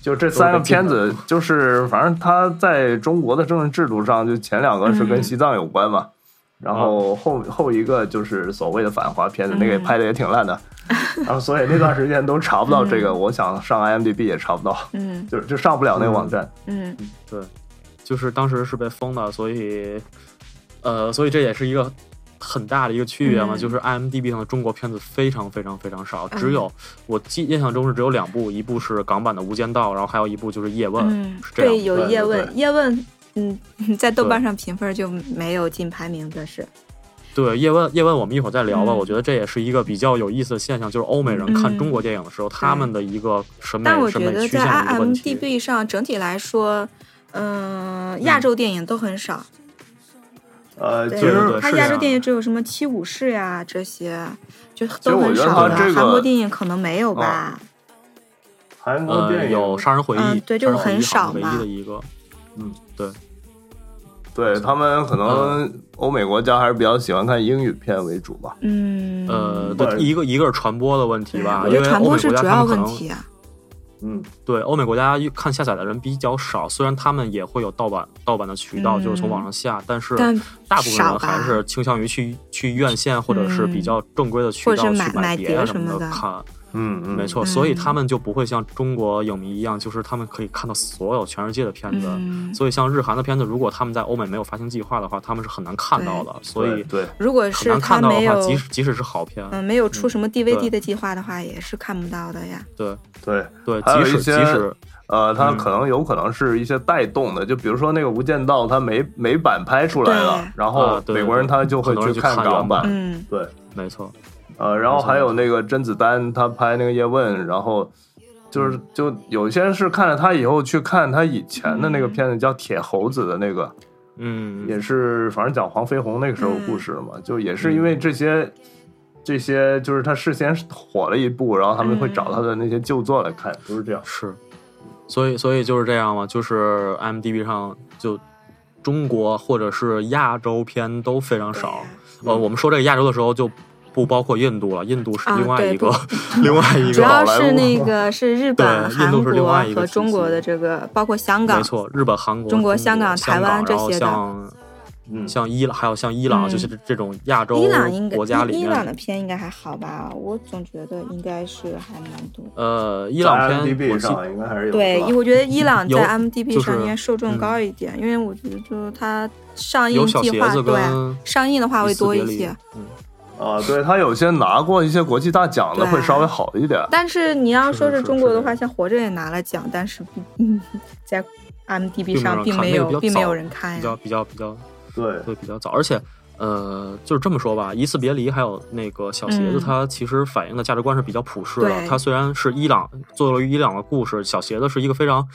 Speaker 2: 就这三个片子，就是反正他在中国的政治制度上，就前两个是跟西藏有关嘛，然后后后一个就是所谓的反华片子，那个也拍的也挺烂的，然后所以那段时间都查不到这个，我想上 IMDB 也查不到，
Speaker 3: 嗯
Speaker 2: 就就上不了那个网站。
Speaker 3: 嗯
Speaker 1: 对，就是当时是被封的，所以呃，所以这也是一个很大的一个区别嘛，
Speaker 3: 嗯
Speaker 1: 就是 IMDB 上的中国片子非常非常非常少，
Speaker 3: 嗯
Speaker 1: 只有我记印象中是只有两部，一部是港版的《无间道》，然后还有一部就是《叶问》
Speaker 3: 嗯
Speaker 1: 是，这样
Speaker 3: 对，有叶
Speaker 2: 对对
Speaker 3: 问，叶问，嗯，在豆瓣
Speaker 1: 对
Speaker 3: 上评分就没有进排名的是，
Speaker 1: 对，叶问，叶问，我们一会儿再聊吧。
Speaker 3: 嗯
Speaker 1: 我觉得这也是一个比较有意思的现象，就是欧美人看
Speaker 3: 嗯
Speaker 1: 中国电影的时候，他们的一个审美
Speaker 3: 但我
Speaker 1: 审
Speaker 3: 觉
Speaker 1: 美
Speaker 3: 得
Speaker 1: 趋
Speaker 3: 在
Speaker 1: 向的一个问题。
Speaker 3: IMDB 上整体来说，嗯、亚洲电影都很少。嗯
Speaker 2: 呃，其
Speaker 1: 对对
Speaker 2: 实
Speaker 1: 对
Speaker 3: 它
Speaker 1: 是
Speaker 3: 亚
Speaker 1: 这
Speaker 3: 洲
Speaker 1: 样
Speaker 3: 电影只有什么七武士呀这些，就
Speaker 2: 实
Speaker 3: 都
Speaker 2: 我
Speaker 3: 很
Speaker 2: 觉得
Speaker 3: 少
Speaker 1: 它啊
Speaker 3: 的。
Speaker 2: 这个
Speaker 3: 韩国电影可能没有吧？
Speaker 2: 韩国
Speaker 1: 呃，
Speaker 2: 电
Speaker 1: 有《
Speaker 2: 影
Speaker 1: 杀人回忆》
Speaker 3: 嗯对就
Speaker 1: 杀人回忆
Speaker 3: 很少
Speaker 1: 好像唯
Speaker 3: 嘛
Speaker 1: 一的一个，嗯，对，
Speaker 2: 对他们可能欧美国家还是比较喜欢看英语片为主吧。
Speaker 3: 嗯，
Speaker 1: 呃，
Speaker 2: 或者
Speaker 1: 对，一个一个是传播的问题
Speaker 3: 对
Speaker 1: 吧，
Speaker 3: 我
Speaker 1: 因
Speaker 3: 觉
Speaker 1: 为
Speaker 3: 得传
Speaker 1: 欧
Speaker 3: 播
Speaker 1: 美
Speaker 3: 是
Speaker 1: 国家
Speaker 3: 主
Speaker 1: 他
Speaker 3: 要
Speaker 1: 们可
Speaker 3: 问
Speaker 1: 能
Speaker 3: 题啊。
Speaker 2: 嗯，
Speaker 1: 对欧美国家看下载的人比较少，虽然他们也会有盗版盗版的渠道，
Speaker 3: 嗯
Speaker 1: 就是从网上下，但是
Speaker 3: 但
Speaker 1: 大部分
Speaker 3: 少
Speaker 1: 人
Speaker 3: 吧
Speaker 1: 还是倾向于去去院线或者是比
Speaker 3: 嗯
Speaker 1: 较正规的渠
Speaker 3: 或者
Speaker 1: 道
Speaker 3: 是
Speaker 1: 去
Speaker 3: 买买
Speaker 1: 碟
Speaker 3: 碟
Speaker 1: 啊
Speaker 3: 什
Speaker 1: 么的
Speaker 3: 么的
Speaker 1: 看。
Speaker 2: 嗯嗯，
Speaker 1: 没错，所以
Speaker 3: 嗯
Speaker 1: 他们就不会像中国影迷一样，就是他们可以看到所有全世界的片子。
Speaker 3: 嗯，
Speaker 1: 所以像日韩的片子，如果他们在欧美没有发行计划的话，他们是很难看到的。所
Speaker 2: 对
Speaker 1: 以
Speaker 2: 对，
Speaker 3: 如果
Speaker 1: 很
Speaker 3: 是
Speaker 1: 难
Speaker 3: 它
Speaker 1: 看到
Speaker 3: 没
Speaker 1: 的话，即
Speaker 3: 有
Speaker 1: 使即使是好片，
Speaker 3: 嗯没有出什么 DVD
Speaker 1: 对
Speaker 3: 的计划的话，也是看不到的呀。
Speaker 1: 对
Speaker 2: 对，
Speaker 1: 对，
Speaker 2: 还有
Speaker 1: 即
Speaker 2: 一
Speaker 1: 使
Speaker 2: 些
Speaker 1: 即使
Speaker 2: 呃，它
Speaker 1: 嗯
Speaker 2: 可能有可能是一些带动的，就比如说那个《无间道》，它美美版拍出来了
Speaker 3: 对，
Speaker 2: 然后
Speaker 1: 啊对对
Speaker 2: 美国人他就
Speaker 1: 很
Speaker 2: 会
Speaker 1: 多人去
Speaker 2: 看
Speaker 1: 看
Speaker 2: 港
Speaker 1: 原版
Speaker 2: 版，
Speaker 3: 嗯
Speaker 2: 对，
Speaker 1: 没错，
Speaker 2: 呃，然后
Speaker 1: 没错
Speaker 2: 还有那个甄子丹他拍那个叶问，然后就是
Speaker 1: 嗯
Speaker 2: 就有些人是看了他以后去看他以前的那个
Speaker 3: 嗯
Speaker 2: 片子叫《铁猴子》的那个，
Speaker 1: 嗯，
Speaker 2: 也是反正讲黄飞鸿那个时候
Speaker 3: 嗯
Speaker 2: 故事了嘛，就也是因为这些。这些就是他事先火了一部，然后他们
Speaker 3: 嗯
Speaker 2: 会找他的那些旧作来看，都是这样。
Speaker 1: 是。所以所以就是这样嘛，就是 m d b 上就中国或者是亚洲片都非常少。呃，我们说这个亚洲的时候就不包括印度了，印度是
Speaker 3: 啊
Speaker 1: 另外
Speaker 3: 对
Speaker 1: 一
Speaker 3: 不
Speaker 1: 个、另外一
Speaker 3: 主
Speaker 1: 个
Speaker 3: 要
Speaker 2: 好莱
Speaker 3: 是
Speaker 2: 坞
Speaker 3: 那个是日本、
Speaker 1: 啊对印
Speaker 3: 韩
Speaker 1: 度是另
Speaker 3: 国
Speaker 1: 外一个
Speaker 3: 和
Speaker 1: 体
Speaker 3: 中国
Speaker 1: 系
Speaker 3: 的这个，包括香港
Speaker 1: 没，错，日本、韩国、
Speaker 3: 中国
Speaker 1: 香
Speaker 3: 香港台湾这
Speaker 1: 然后
Speaker 3: 些的
Speaker 1: 像
Speaker 2: 嗯，
Speaker 1: 像伊朗，还有像伊朗，
Speaker 3: 嗯
Speaker 1: 就是这这种亚洲
Speaker 3: 伊朗应该
Speaker 1: 国家里
Speaker 3: 伊伊朗
Speaker 1: 面，
Speaker 3: 的片应该还好吧？我总觉得应该是还蛮多。
Speaker 1: 呃，伊朗
Speaker 2: 在
Speaker 1: 片
Speaker 2: IMDB
Speaker 1: 我记
Speaker 2: 上应该还是有
Speaker 3: 对，
Speaker 2: 是吧
Speaker 3: 我觉得伊朗
Speaker 1: 有
Speaker 3: 在 m d b
Speaker 1: 就是嗯
Speaker 3: 上应该受众高一点，因为我觉得就是它上映
Speaker 1: 有小
Speaker 3: 计
Speaker 1: 鞋
Speaker 3: 划
Speaker 1: 子
Speaker 3: 对
Speaker 1: 跟
Speaker 3: 上映的话会
Speaker 1: 以斯
Speaker 3: 多
Speaker 1: 别
Speaker 3: 一
Speaker 1: 利
Speaker 3: 些。，
Speaker 1: 嗯，
Speaker 2: 啊，对他有些拿过一些国际大奖的
Speaker 3: 对
Speaker 2: 会稍微好一点。
Speaker 3: 但是你要说
Speaker 1: 是
Speaker 3: 是
Speaker 1: 是
Speaker 3: 中国
Speaker 1: 是
Speaker 3: 的
Speaker 1: 的
Speaker 3: 话，像《活着》也拿了奖，但是嗯，在 m d b
Speaker 1: 并没有
Speaker 3: 上
Speaker 1: 人
Speaker 3: 并
Speaker 1: 看
Speaker 3: 没
Speaker 1: 那个
Speaker 3: 有
Speaker 1: 比较
Speaker 3: 并没
Speaker 1: 早
Speaker 3: 有人看
Speaker 1: 比
Speaker 3: 呀
Speaker 1: 较。比较比较
Speaker 2: 对，
Speaker 1: 对比较早，而且呃，就是这么说吧，《一次别离》还有那个小鞋子，
Speaker 3: 嗯
Speaker 1: 它其实反映的价值观是比较普世的
Speaker 3: 对。
Speaker 1: 它虽然是伊朗坐落于伊朗的故事，小鞋子是一个非常，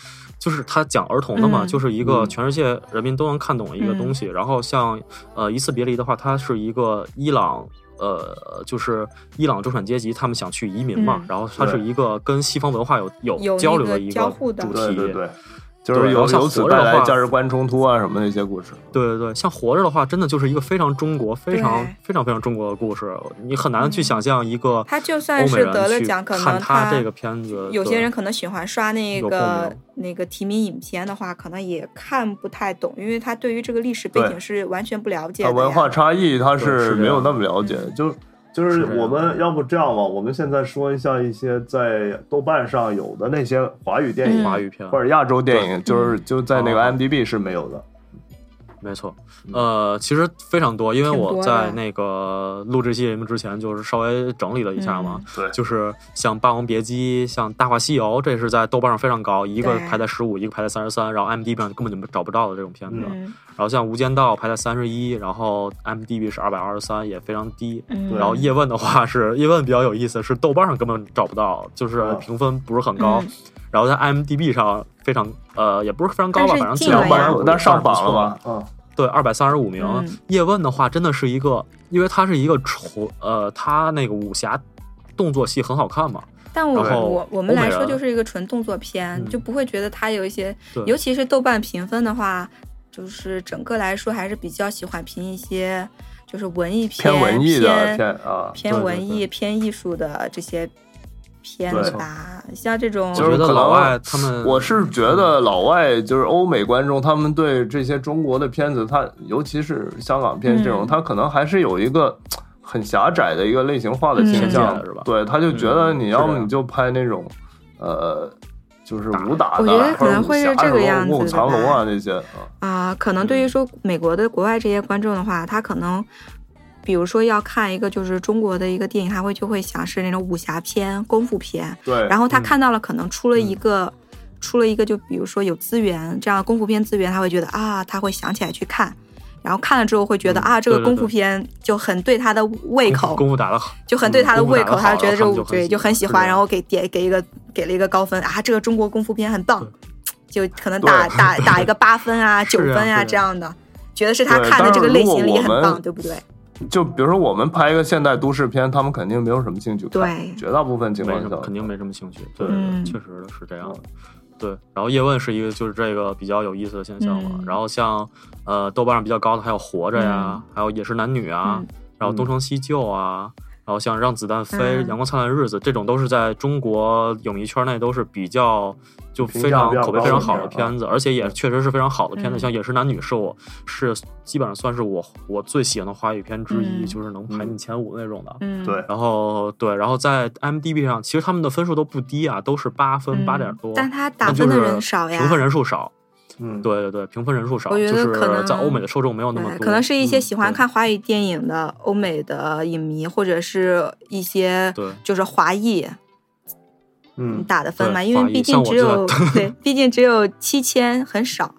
Speaker 1: 就是它讲儿童的嘛，
Speaker 3: 嗯
Speaker 1: 就是一个
Speaker 2: 嗯
Speaker 1: 全世界人民都能看懂的一个东西。然后像呃《一次别离》的话，它是一个伊朗。呃，就是伊朗中产阶级，他们想去移民嘛，
Speaker 3: 嗯
Speaker 1: 然后它是
Speaker 2: 对
Speaker 1: 一个跟西方文化有
Speaker 3: 有
Speaker 1: 有交流
Speaker 3: 那个
Speaker 1: 的一
Speaker 3: 交
Speaker 1: 个
Speaker 3: 互的
Speaker 1: 主题，
Speaker 2: 对对对，就
Speaker 1: 对
Speaker 2: 是
Speaker 1: 然
Speaker 2: 由
Speaker 1: 后像
Speaker 2: 由此
Speaker 1: 活着
Speaker 2: 带
Speaker 1: 的
Speaker 2: 来
Speaker 1: 话
Speaker 2: 价值观冲突啊什么的一些故事。
Speaker 1: 对对对，像活着的话，真的就是一个非常中国、非常
Speaker 3: 对嗯
Speaker 1: 非常非常中国的故事，你很难去想象一个
Speaker 3: 他就算
Speaker 1: 欧美
Speaker 3: 是得了
Speaker 1: 人去
Speaker 3: 奖，可
Speaker 1: 看
Speaker 3: 能
Speaker 1: 他这个片子，
Speaker 3: 有些
Speaker 1: 对
Speaker 3: 人可能喜欢刷那
Speaker 1: 有共
Speaker 3: 个
Speaker 1: 鸣
Speaker 3: 那个提名影片的话，可能也看不太懂，因为他对于这个历史背
Speaker 2: 对
Speaker 3: 景是完全不了解
Speaker 2: 它
Speaker 3: 的
Speaker 2: 文
Speaker 3: 呀
Speaker 2: 化差异它
Speaker 1: 对是
Speaker 2: 是
Speaker 1: 这
Speaker 2: 没有
Speaker 1: 样
Speaker 2: 那么了解
Speaker 3: 嗯，
Speaker 2: 就。就是是
Speaker 1: 这样
Speaker 2: 我们要不这样吧，我们现在说一下一些在豆瓣上有的那些华语电
Speaker 3: 嗯
Speaker 2: 影
Speaker 1: 华语片，啊
Speaker 2: 或者亚洲电影，就是就在那个
Speaker 1: 好
Speaker 2: IMDB 是没有的。
Speaker 1: 没错。呃，其实非常多，因为
Speaker 3: 挺
Speaker 1: 我
Speaker 3: 多
Speaker 1: 在
Speaker 3: 的
Speaker 1: 那个录这期节目之前，就是稍微整理了一下嘛，
Speaker 3: 嗯
Speaker 2: 对
Speaker 1: 就是像《霸王别姬》、像《大话西游》，这是在豆瓣上非常高，一个
Speaker 3: 对
Speaker 1: 排在十五，一个排在三十三，然后 m d b 上根本就找不到的这种片子。
Speaker 3: 嗯
Speaker 1: 然后像《无间道》排在三十一，然后 m d b 是二百二十三，也非常低。
Speaker 3: 嗯，
Speaker 2: 对
Speaker 1: 然后叶问的话是叶问比较有意思，是豆瓣上根本找不到，就是
Speaker 2: 嗯
Speaker 1: 评分不是很高，
Speaker 3: 嗯
Speaker 1: 然后在 IMDB 上非常呃也不是非常高吧，
Speaker 3: 但是
Speaker 1: 反正
Speaker 3: 进
Speaker 1: 基
Speaker 3: 了
Speaker 1: 本
Speaker 2: 两
Speaker 3: 呀
Speaker 1: 上
Speaker 2: 百，那上榜了吧？嗯，
Speaker 1: 对，二百三十五名。
Speaker 3: 嗯
Speaker 1: 叶问的话，真的是一个，因为他是一个纯呃，他那个武侠动作戏很好看嘛。
Speaker 3: 但我
Speaker 1: 然后
Speaker 3: 我我们
Speaker 1: 欧美
Speaker 3: 来
Speaker 1: 人
Speaker 3: 说就是一个纯动作片，
Speaker 1: 嗯
Speaker 3: 就不会觉得它有一些
Speaker 1: 对，
Speaker 3: 尤其是豆瓣评分的话，就是整个来说还是比较喜欢评一些就是文艺片、
Speaker 2: 偏文艺的
Speaker 3: 偏
Speaker 2: 偏啊，
Speaker 1: 对
Speaker 3: 偏
Speaker 1: 对
Speaker 3: 文艺、
Speaker 1: 对
Speaker 3: 偏艺术的这些片
Speaker 2: 对
Speaker 3: 吧。像这种
Speaker 1: 我
Speaker 2: 就是
Speaker 1: 觉得
Speaker 2: 可
Speaker 1: 老
Speaker 2: 能
Speaker 1: 外他
Speaker 3: 嗯
Speaker 1: 们，
Speaker 2: 我是觉得老外就是欧美观众，他们对这些中国的片子，他尤其是香港片这种，
Speaker 3: 嗯
Speaker 2: 他可能还是有一个嘖很狭窄的一个类型化的倾向，
Speaker 1: 嗯偏见的是吧
Speaker 2: 对，他就觉得
Speaker 1: 嗯
Speaker 2: 你要么
Speaker 1: 是
Speaker 2: 你就拍那种，呃，就是武打
Speaker 3: 我
Speaker 2: 的，
Speaker 3: 觉得可能
Speaker 2: 或者
Speaker 3: 会是
Speaker 2: 武侠
Speaker 3: 这
Speaker 2: 什
Speaker 3: 个
Speaker 2: 么
Speaker 3: 样子
Speaker 2: 卧虎
Speaker 3: 的
Speaker 2: 藏龙
Speaker 3: 吧
Speaker 2: 啊那些，啊
Speaker 3: 啊、可能
Speaker 1: 嗯
Speaker 3: 对于说美国的国外这些观众的话，他可能。比如说要看一个就是中国的一个电影，他会就会想是那种武侠片、功夫片，
Speaker 2: 对，
Speaker 3: 然后他
Speaker 1: 嗯
Speaker 3: 看到了，可能出了一个，出了一个，就比如说有资源这样的功夫片资源，他会觉得啊，他会想起来去看，然后看了之后会觉
Speaker 1: 嗯
Speaker 3: 得、啊，这个
Speaker 1: 对对
Speaker 3: 功夫片就很对他的胃口，
Speaker 1: 功夫打得好，
Speaker 3: 就很对他的胃
Speaker 1: 嗯
Speaker 3: 口，
Speaker 1: 功夫打
Speaker 3: 他
Speaker 1: 得好
Speaker 3: 就觉得这
Speaker 1: 然
Speaker 3: 个
Speaker 1: 后他们就很
Speaker 3: 对
Speaker 1: 喜欢
Speaker 3: 就很喜
Speaker 1: 是
Speaker 3: 欢，
Speaker 1: 的
Speaker 3: 然后给点给一个给了一个高分啊，这个中国功夫片很棒，就可能
Speaker 2: 对
Speaker 3: 打打打一个八分啊、九分
Speaker 1: 是啊
Speaker 3: 这样的，觉得是他
Speaker 2: 对
Speaker 3: 看的
Speaker 2: 但是
Speaker 3: 这个
Speaker 2: 如
Speaker 3: 类
Speaker 2: 果
Speaker 3: 型
Speaker 2: 我
Speaker 3: 里很
Speaker 2: 们
Speaker 3: 棒，对不对？
Speaker 2: 就比如说我们拍一个现代都市片，他们肯定没有什么兴趣看，
Speaker 3: 对
Speaker 2: 绝大部分情
Speaker 1: 没
Speaker 2: 况
Speaker 1: 什
Speaker 2: 下
Speaker 1: 么，肯定没什么兴趣。对对对，
Speaker 3: 嗯
Speaker 1: 确实的是这样的。对，然后叶问是一个就是这个比较有意思的现象了。
Speaker 3: 嗯
Speaker 1: 然后像呃豆瓣上比较高的还有《活着》呀，还有《也是男女》啊，
Speaker 3: 嗯
Speaker 1: 然后《东成西就》啊，然后像《让子弹飞》
Speaker 3: 嗯
Speaker 1: 阳光灿烂的日子》这种都是在中国影艺圈内都是比较就非
Speaker 2: 评价
Speaker 1: 常
Speaker 2: 比较
Speaker 1: 口碑
Speaker 2: 高
Speaker 1: 非常
Speaker 2: 的
Speaker 1: 好的
Speaker 2: 片儿啊
Speaker 1: 片子，而且也确实是非常好的片子。
Speaker 3: 嗯
Speaker 1: 像《也是男女》是我是基本上算是我我最喜欢的华语片之一，
Speaker 3: 嗯
Speaker 1: 就是能排进前五的那种的。
Speaker 3: 嗯，
Speaker 2: 对，
Speaker 1: 然后对，然后在 m d b 上，其实他们的分数都不低啊，都是八分
Speaker 3: 嗯
Speaker 1: 八点多，
Speaker 3: 但他打
Speaker 1: 但就
Speaker 3: 分的
Speaker 1: 是
Speaker 3: 人少呀，
Speaker 1: 评分人数少。
Speaker 2: 嗯，
Speaker 1: 对对对，评分人数少，
Speaker 3: 我觉
Speaker 1: 就
Speaker 3: 得可
Speaker 1: 是在
Speaker 3: 能
Speaker 1: 欧美的受众没有那么
Speaker 3: 对，
Speaker 1: 多，
Speaker 3: 可能是一些
Speaker 1: 嗯
Speaker 3: 喜欢
Speaker 1: 对
Speaker 3: 看华语电影的欧美的影迷，或者是一些
Speaker 1: 对
Speaker 3: 就是华裔
Speaker 2: 嗯，
Speaker 3: 打的分嘛，
Speaker 1: 对
Speaker 3: 因
Speaker 1: 华
Speaker 3: 为
Speaker 1: 裔
Speaker 3: 毕竟
Speaker 1: 像我
Speaker 3: 只
Speaker 1: 这啊
Speaker 3: 有对，毕竟只有七千，很少。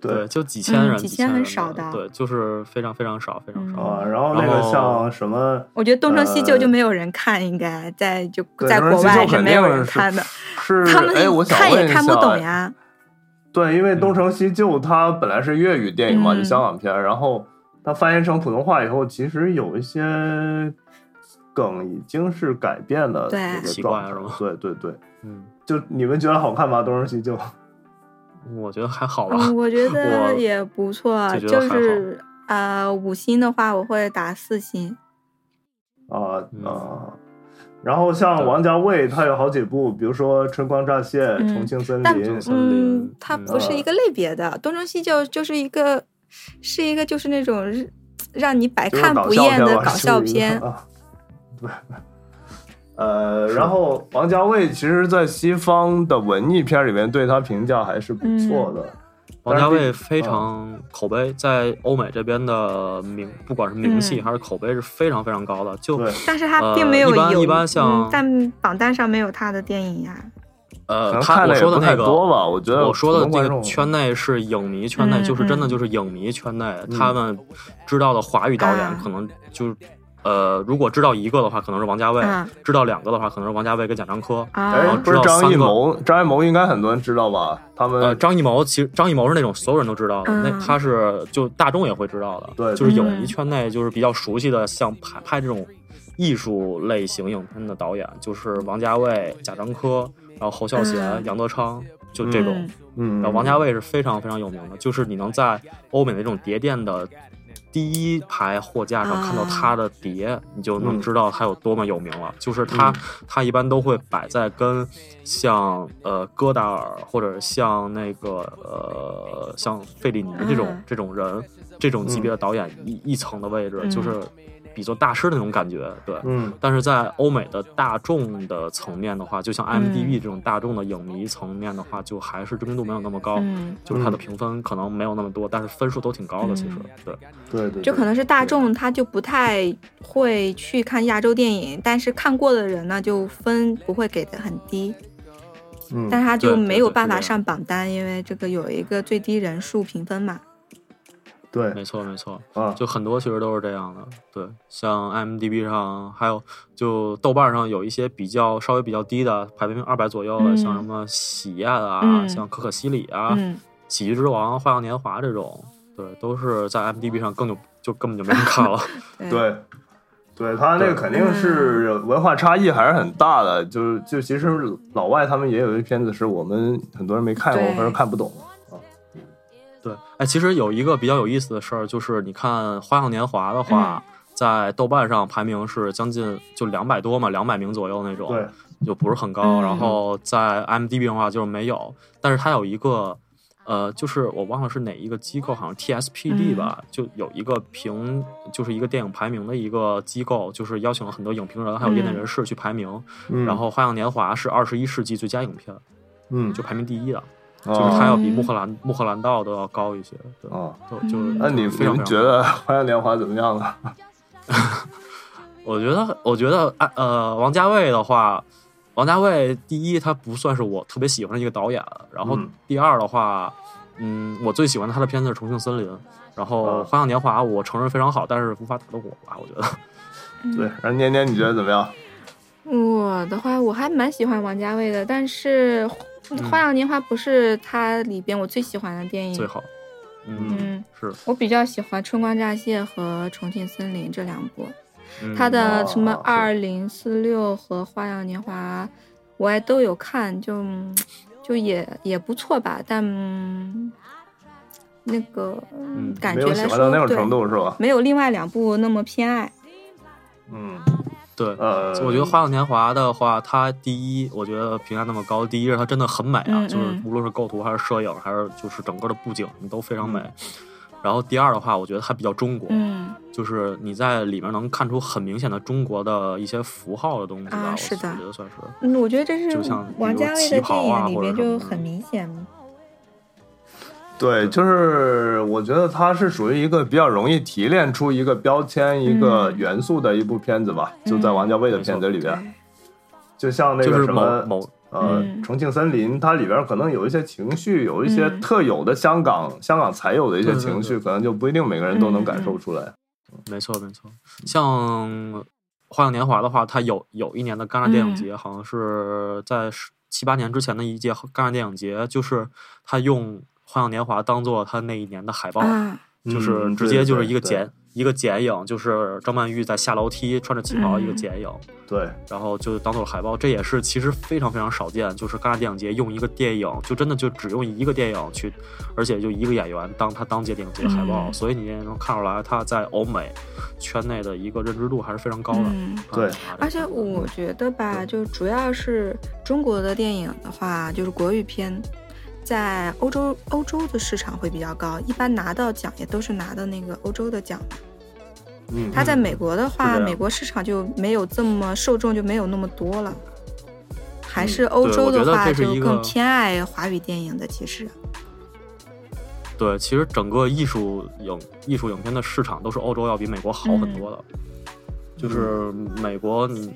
Speaker 1: 对，
Speaker 2: 对。
Speaker 1: 就几千人，
Speaker 3: 嗯几
Speaker 1: 千
Speaker 3: 千
Speaker 1: 人
Speaker 3: 很少的
Speaker 1: 对，就是非常非常少，非
Speaker 3: 嗯
Speaker 1: 常少。
Speaker 2: 啊，然后那
Speaker 1: 然
Speaker 2: 个
Speaker 1: 后
Speaker 2: 像什么
Speaker 3: 我觉得《东成西就》
Speaker 2: 呃
Speaker 3: 就没有人看，应该在就
Speaker 2: 对
Speaker 3: 在
Speaker 2: 东
Speaker 3: 国
Speaker 2: 成西
Speaker 3: 外
Speaker 2: 就是肯
Speaker 3: 没有
Speaker 2: 定
Speaker 3: 人
Speaker 2: 是
Speaker 3: 看的，
Speaker 2: 是
Speaker 3: 他们
Speaker 2: 哎，我想
Speaker 3: 看
Speaker 2: 问
Speaker 3: 也
Speaker 2: 一
Speaker 3: 看不
Speaker 2: 下哎
Speaker 3: 懂。呀。
Speaker 2: 对，因为《东成西就》它本来是粤语电影嘛，
Speaker 3: 嗯
Speaker 2: 就香港片儿，然后它翻译成普通话以后，其实有一些梗已经是改变了
Speaker 3: 对
Speaker 2: 这
Speaker 1: 习
Speaker 2: 个
Speaker 1: 惯
Speaker 2: 状
Speaker 1: 是吗
Speaker 2: 态。对对对，
Speaker 1: 嗯，
Speaker 2: 就你们觉得好看吗？《东成西就》
Speaker 1: 我觉得还好吧。
Speaker 3: 嗯，我觉
Speaker 1: 我
Speaker 3: 得也不错，
Speaker 1: 就觉
Speaker 3: 就
Speaker 1: 得还好
Speaker 3: 是呃五星的话，我会打四星。
Speaker 2: 啊啊、
Speaker 1: 嗯
Speaker 2: 然后像
Speaker 1: 对
Speaker 2: 王家卫，他有好几部，比如说《春光乍泄》
Speaker 3: 嗯
Speaker 2: 重庆森
Speaker 3: 但
Speaker 2: 林》
Speaker 1: 森林
Speaker 3: 嗯，它
Speaker 1: 嗯
Speaker 3: 不是一个类别的，东成西就就是一个，是一个就是那种日让你百
Speaker 2: 就是
Speaker 3: 看
Speaker 2: 搞
Speaker 3: 不
Speaker 2: 笑
Speaker 3: 厌
Speaker 2: 片
Speaker 3: 的
Speaker 2: 吧
Speaker 3: 搞笑
Speaker 2: 属于
Speaker 3: 片。
Speaker 2: 啊。对。呃，然后王家卫其实，在西方的文艺片里面，对他评价还是不
Speaker 3: 嗯
Speaker 2: 错的。
Speaker 1: 王家
Speaker 2: 但是
Speaker 1: 卫非
Speaker 2: 啊
Speaker 1: 常口碑在欧美这边的名，不管是名气
Speaker 3: 嗯
Speaker 1: 还是口碑是非常非常高的。就
Speaker 2: 对，
Speaker 3: 但是它
Speaker 1: 呃
Speaker 3: 并没有
Speaker 1: 一般
Speaker 3: 有，
Speaker 1: 一般像
Speaker 3: 嗯，但榜单上没有他的电影呀。啊
Speaker 2: 可
Speaker 1: 呃，
Speaker 2: 能
Speaker 1: 他
Speaker 2: 看
Speaker 1: 我
Speaker 2: 的也
Speaker 1: 说的
Speaker 2: 不
Speaker 1: 那
Speaker 2: 太
Speaker 1: 个
Speaker 2: 多吧。我觉得
Speaker 1: 我说的
Speaker 2: 普通
Speaker 1: 这
Speaker 2: 观
Speaker 1: 个
Speaker 2: 众
Speaker 1: 圈内是影迷圈内，
Speaker 3: 嗯
Speaker 1: 就是真的
Speaker 3: 嗯
Speaker 1: 就是影迷圈内，
Speaker 2: 嗯
Speaker 1: 他们知道的华语导演
Speaker 3: 啊
Speaker 1: 可能就是，呃，如果知道一个的话，可能是王家卫；
Speaker 3: 啊
Speaker 1: 知道两个的话，可能是王家卫跟贾樟柯。然
Speaker 2: 哎
Speaker 1: 后，
Speaker 3: 啊
Speaker 2: 不
Speaker 1: 知
Speaker 2: 是
Speaker 1: 道
Speaker 2: 张艺
Speaker 1: 三个
Speaker 2: 谋，张艺谋应该很多人知道吧？他们、
Speaker 1: 呃，张艺谋其实张艺谋是那种所有人都知道的，
Speaker 3: 嗯
Speaker 1: 那他是就大众也会知道的，
Speaker 2: 对
Speaker 1: 就是影
Speaker 3: 嗯
Speaker 1: 迷圈内就是比较熟悉的，像拍拍这种艺术类型影片的导演，就是王家卫、贾樟柯，然后侯孝贤、
Speaker 3: 嗯
Speaker 1: 杨德昌，就这种。
Speaker 3: 嗯
Speaker 2: 嗯，
Speaker 1: 然后呃王家卫是非常非常有名的，就是你能在欧美那种碟店的第一排货架上看到他的碟，你就
Speaker 2: 嗯
Speaker 1: 能知道他有多么有名了。就是他，他一般都会摆在跟像呃戈达尔或者像那个呃像费里尼这种、
Speaker 3: 嗯
Speaker 1: 这种人这种
Speaker 2: 嗯
Speaker 1: 级别的导演一、一层的位置，
Speaker 3: 嗯
Speaker 1: 就是比作大师的那种感觉，对。
Speaker 2: 嗯，
Speaker 1: 但是在欧美的大众的层面的话，就
Speaker 3: 嗯
Speaker 1: 像 IMDB 这种大众的影迷层面的话，就还是知名度没有那么
Speaker 2: 哦
Speaker 1: 高，
Speaker 3: 嗯，
Speaker 1: 就是它的评分可能没有那么多，但是分数都挺高的。
Speaker 3: 嗯
Speaker 1: 其实，对，
Speaker 2: 对对，
Speaker 3: 就可能是大
Speaker 1: 对
Speaker 3: 众他就不太会去看亚洲电影，但是看过的人呢，就分不会给的很低，
Speaker 2: 嗯，
Speaker 3: 但是他就
Speaker 1: 对对
Speaker 3: 没有
Speaker 1: 对
Speaker 3: 办
Speaker 1: 是
Speaker 3: 法
Speaker 1: 这样
Speaker 3: 上榜单，因为这个有一个最低人数评分嘛。
Speaker 2: 对
Speaker 1: 没错没错，
Speaker 2: 啊，
Speaker 1: 就很多其实都是这样的。对，像 IMDB 上，还有就豆瓣上有一些比较稍微比较低的，排名二百左右的，
Speaker 3: 嗯
Speaker 1: 像什么《喜宴》啊，
Speaker 3: 嗯
Speaker 1: 像《可可西里》啊，
Speaker 3: 嗯
Speaker 1: 喜剧之王》《花样年华》这种，对，都是在 m d b 上更就就根本就没人看了。
Speaker 2: 对，对他那个肯定是
Speaker 3: 嗯
Speaker 2: 文化差异还是很大的，就是就其实老外他们也有一片子是我们很多人没看过
Speaker 3: 对
Speaker 2: 或者看不懂啊，
Speaker 1: 对，哎，其实有一个比较有意思的事儿，就是你看《花样年华》的话，
Speaker 3: 嗯
Speaker 1: 在豆瓣上排名是将近就两百多嘛，两百名左右那种。
Speaker 2: 对，
Speaker 1: 就不是很高。
Speaker 3: 嗯
Speaker 1: 然后在 MDB 的话就是没有，但是它有一个，呃，就是我忘了是哪一个机构，好像
Speaker 3: 嗯
Speaker 1: TSPD 吧，就有一个评，就是一个电影排名的一个机构，就是邀请了很多影评人还有业内人士去排名。
Speaker 2: 嗯
Speaker 1: 然后《花样年华》是二十一世纪最佳影片，
Speaker 2: 嗯，
Speaker 1: 就排名第一的，
Speaker 3: 哦
Speaker 2: 就
Speaker 1: 就是它
Speaker 3: 他
Speaker 1: 要比穆赫兰穆赫兰道都要高一些。对，
Speaker 2: 啊，
Speaker 1: 都就是
Speaker 3: 嗯
Speaker 2: 那你
Speaker 1: 非
Speaker 2: 你
Speaker 1: 常
Speaker 2: 们觉得《花样年华》怎么 样呢？
Speaker 1: 我觉得，我觉得，啊呃，王家卫的话，王家卫第一，他不算是我特别喜欢的一个导演，然后
Speaker 2: 嗯
Speaker 1: 第二的话，嗯，我最喜欢他的片子是《重庆森林》，然后《
Speaker 2: 啊
Speaker 1: 花样年华》，我承认非常好，但是无法打动我吧，我觉得。
Speaker 2: 对，然后年年你觉得怎么样？
Speaker 3: 我的话，我还蛮喜欢王家卫的，但是
Speaker 1: 嗯
Speaker 3: 《花样年华》不是他里边我最喜欢的电影。
Speaker 1: 最好，嗯，
Speaker 3: 嗯，
Speaker 1: 是
Speaker 3: 我比较喜欢《春光乍泄》和《重庆森林》这两部，
Speaker 1: 嗯
Speaker 3: 他的什么
Speaker 2: 哦
Speaker 3: 《二零四六》和《花样年华》，我也都有看，就嗯就也也不错吧，但嗯那个嗯
Speaker 1: 嗯
Speaker 3: 感
Speaker 2: 没
Speaker 3: 觉
Speaker 2: 有
Speaker 3: 来
Speaker 2: 喜
Speaker 3: 说，
Speaker 2: 欢到那种
Speaker 3: 对
Speaker 2: 程度是吧？
Speaker 3: 没有另外两部那么偏爱。
Speaker 2: 嗯，
Speaker 1: 对。
Speaker 2: 呃，
Speaker 1: 我觉得《花样年华》的话，它第一，我觉得评价那么高，第一是它真的很美啊，
Speaker 3: 嗯嗯
Speaker 1: 就是无论是构图还是摄影，还是就是整个的布景都非常美。然后第二的话，我觉得它比较中国，
Speaker 3: 嗯，
Speaker 1: 就是你在里面能看出很明显的中国的一些符号的东西吧，
Speaker 3: 啊
Speaker 1: 我
Speaker 3: 是的
Speaker 1: 我觉得算是。
Speaker 3: 嗯我觉得这是
Speaker 1: 就像比
Speaker 3: 王
Speaker 1: 如
Speaker 3: 家卫
Speaker 1: 旗
Speaker 3: 的
Speaker 1: 袍
Speaker 3: 电
Speaker 1: 啊
Speaker 3: 影里
Speaker 1: 或者
Speaker 3: 边
Speaker 1: 什么
Speaker 3: 就
Speaker 1: 的
Speaker 3: 很明显嘛。
Speaker 2: 对，就是我觉得它是属于一个比较容易提炼出一个标签、一个
Speaker 3: 嗯
Speaker 2: 元素的一部片子吧，就在王家卫的片子里
Speaker 1: 啊
Speaker 2: 边，就像那
Speaker 1: 就
Speaker 2: 个
Speaker 1: 是
Speaker 2: 什
Speaker 1: 某
Speaker 2: 么。
Speaker 1: 某
Speaker 2: 呃，
Speaker 3: 嗯
Speaker 2: 重庆森林它里边可能有一些情绪，有一些
Speaker 3: 嗯
Speaker 2: 特有的香港、香港才有的一些
Speaker 1: 对对
Speaker 2: 情绪，
Speaker 1: 对
Speaker 2: 可能就不一定每个人都能
Speaker 3: 嗯
Speaker 2: 感
Speaker 3: 嗯
Speaker 2: 受出来。
Speaker 1: 没错没错，像《花样年华》的话，它有有一年的戛纳
Speaker 3: 嗯
Speaker 1: 电影节，好像是在十七八年之前的一届戛纳电影节，就是他用《花样年华》当做他那一年的海报，
Speaker 3: 啊，
Speaker 1: 就是
Speaker 2: 嗯
Speaker 1: 直接就是
Speaker 2: 对
Speaker 1: 一个
Speaker 2: 对
Speaker 1: 剪一个剪影，就是张曼玉在下楼梯穿着旗袍一个
Speaker 3: 嗯
Speaker 1: 剪影，
Speaker 2: 对，
Speaker 1: 然后就当做了海报，这也是其实非常非常少见，就是戛纳电影节用一个电影，就真的就只用一个电影去，而且就一个演员当他当届电影节的海报，
Speaker 3: 嗯
Speaker 1: 所以你也能看出来他在欧美圈内的一个认知度还是非常高的。
Speaker 3: 嗯，
Speaker 2: 对
Speaker 1: 啊
Speaker 3: 而且我觉得吧，就主要是中国的电影的话，就是国语片，在欧洲欧洲的市场会比较高，一般拿到奖也都是拿的那个欧洲的奖。
Speaker 2: 嗯，
Speaker 3: 它在美国的
Speaker 2: 是这
Speaker 3: 话，
Speaker 2: 样
Speaker 3: 美国市场就没有这么受众就没有那么多了，还是欧
Speaker 1: 嗯对
Speaker 3: 洲
Speaker 1: 我
Speaker 3: 的
Speaker 1: 觉得
Speaker 3: 话
Speaker 1: 这是
Speaker 3: 就
Speaker 1: 一个
Speaker 3: 更偏爱华语电影的。其实，
Speaker 1: 对，其实整个艺术影艺术影片的市场都是欧洲要比美国好
Speaker 3: 嗯
Speaker 1: 很多的，就是美国你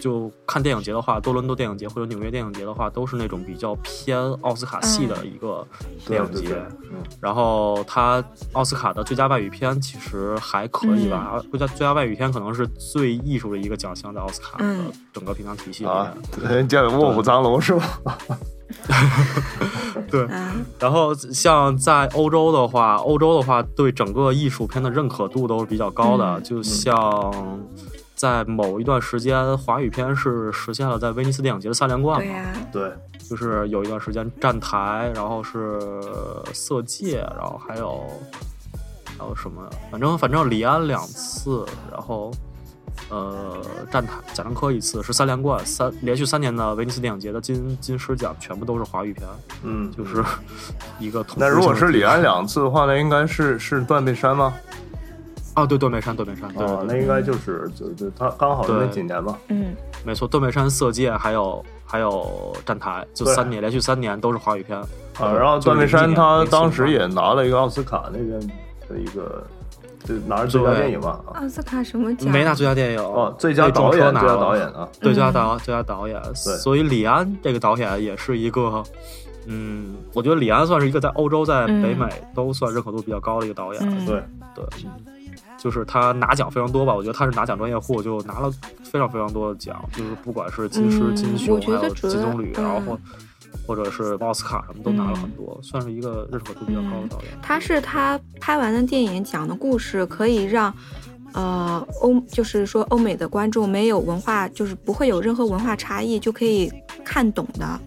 Speaker 1: 就看电影节的话，多伦多电影节或者纽约电影节的话，都是那种比较偏奥斯卡
Speaker 3: 嗯
Speaker 1: 系的一个
Speaker 2: 对
Speaker 1: 电影
Speaker 2: 对
Speaker 1: 节。
Speaker 2: 对，嗯，
Speaker 1: 然后它奥斯卡的最佳外语片其实还可以吧，
Speaker 3: 嗯
Speaker 1: 最佳最佳外语片可能是最艺术的一个奖项，在奥斯卡的
Speaker 3: 嗯
Speaker 1: 整个评奖体系里面。
Speaker 2: 啊，对叫卧虎藏龙是吧？
Speaker 1: 对，
Speaker 3: 嗯，
Speaker 1: 然后像在欧洲的话，欧洲的话对整个艺术片的认可度都是比较高的，
Speaker 3: 嗯
Speaker 1: 就像。在某一段时间，华语片是实现了在威尼斯电影节的三连冠
Speaker 3: 对
Speaker 1: 嘛？
Speaker 3: 呀、
Speaker 2: 对，
Speaker 1: 就是有一段时间站台，然后是色戒，然后还有还有什么呀？反正反正李安两次，然后呃站台贾樟柯一次，是三连冠，三连续三年的威尼斯电影节的金金狮奖全部都是华语片，
Speaker 2: 嗯，
Speaker 1: 就是一个统。
Speaker 2: 那如果是李安两次的话，那应该是是断背山吗？
Speaker 1: 啊，对，断背山，断背山，对对
Speaker 2: 哦，那
Speaker 1: 对，
Speaker 2: 应该就是就就他刚好是那
Speaker 1: 对
Speaker 2: 几年吧。
Speaker 3: 嗯，
Speaker 1: 没错，断背山、色戒，还有还有站台，就
Speaker 2: 对
Speaker 1: 三年连续三年都是华语片。
Speaker 2: 啊，然后
Speaker 1: 就是
Speaker 2: 断背
Speaker 1: 零几
Speaker 2: 山
Speaker 1: 年
Speaker 2: 他
Speaker 1: 零四
Speaker 2: 当时
Speaker 1: 年
Speaker 2: 也拿了一个奥斯卡那边的一个，就拿着最佳
Speaker 1: 对
Speaker 2: 电影吧。啊
Speaker 3: 奥斯卡什么奖？
Speaker 1: 没拿最佳电影
Speaker 2: 哦，最佳
Speaker 1: 被撞
Speaker 2: 导
Speaker 1: 车
Speaker 2: 演，
Speaker 1: 拿
Speaker 2: 最佳
Speaker 1: 了
Speaker 2: 导演啊，
Speaker 1: 对，最佳
Speaker 3: 嗯
Speaker 1: 导最佳导演，所以李安这个导演也是一个，嗯，我觉得李安算是一个在欧洲、在北
Speaker 3: 嗯
Speaker 1: 美都算认可度比较高的一个导演，
Speaker 3: 嗯，
Speaker 2: 对，
Speaker 1: 对，就是他拿奖非常多吧，我觉得他是拿奖专业户，就拿了非常非常多的奖，就是不管是金狮、
Speaker 3: 嗯
Speaker 1: 金熊，
Speaker 3: 我觉
Speaker 1: 还
Speaker 3: 得
Speaker 1: 有
Speaker 3: 主
Speaker 1: 金
Speaker 3: 要
Speaker 1: 棕榈，然后啊
Speaker 3: 嗯
Speaker 1: 或或者是奥斯卡什么都拿了很多，算是一个认可度比较高的导演。
Speaker 3: 嗯他是他拍完的电影讲的故事，可以让呃欧就是说欧美的观众没有文化，就是不会有任何文化差异就可以看懂的。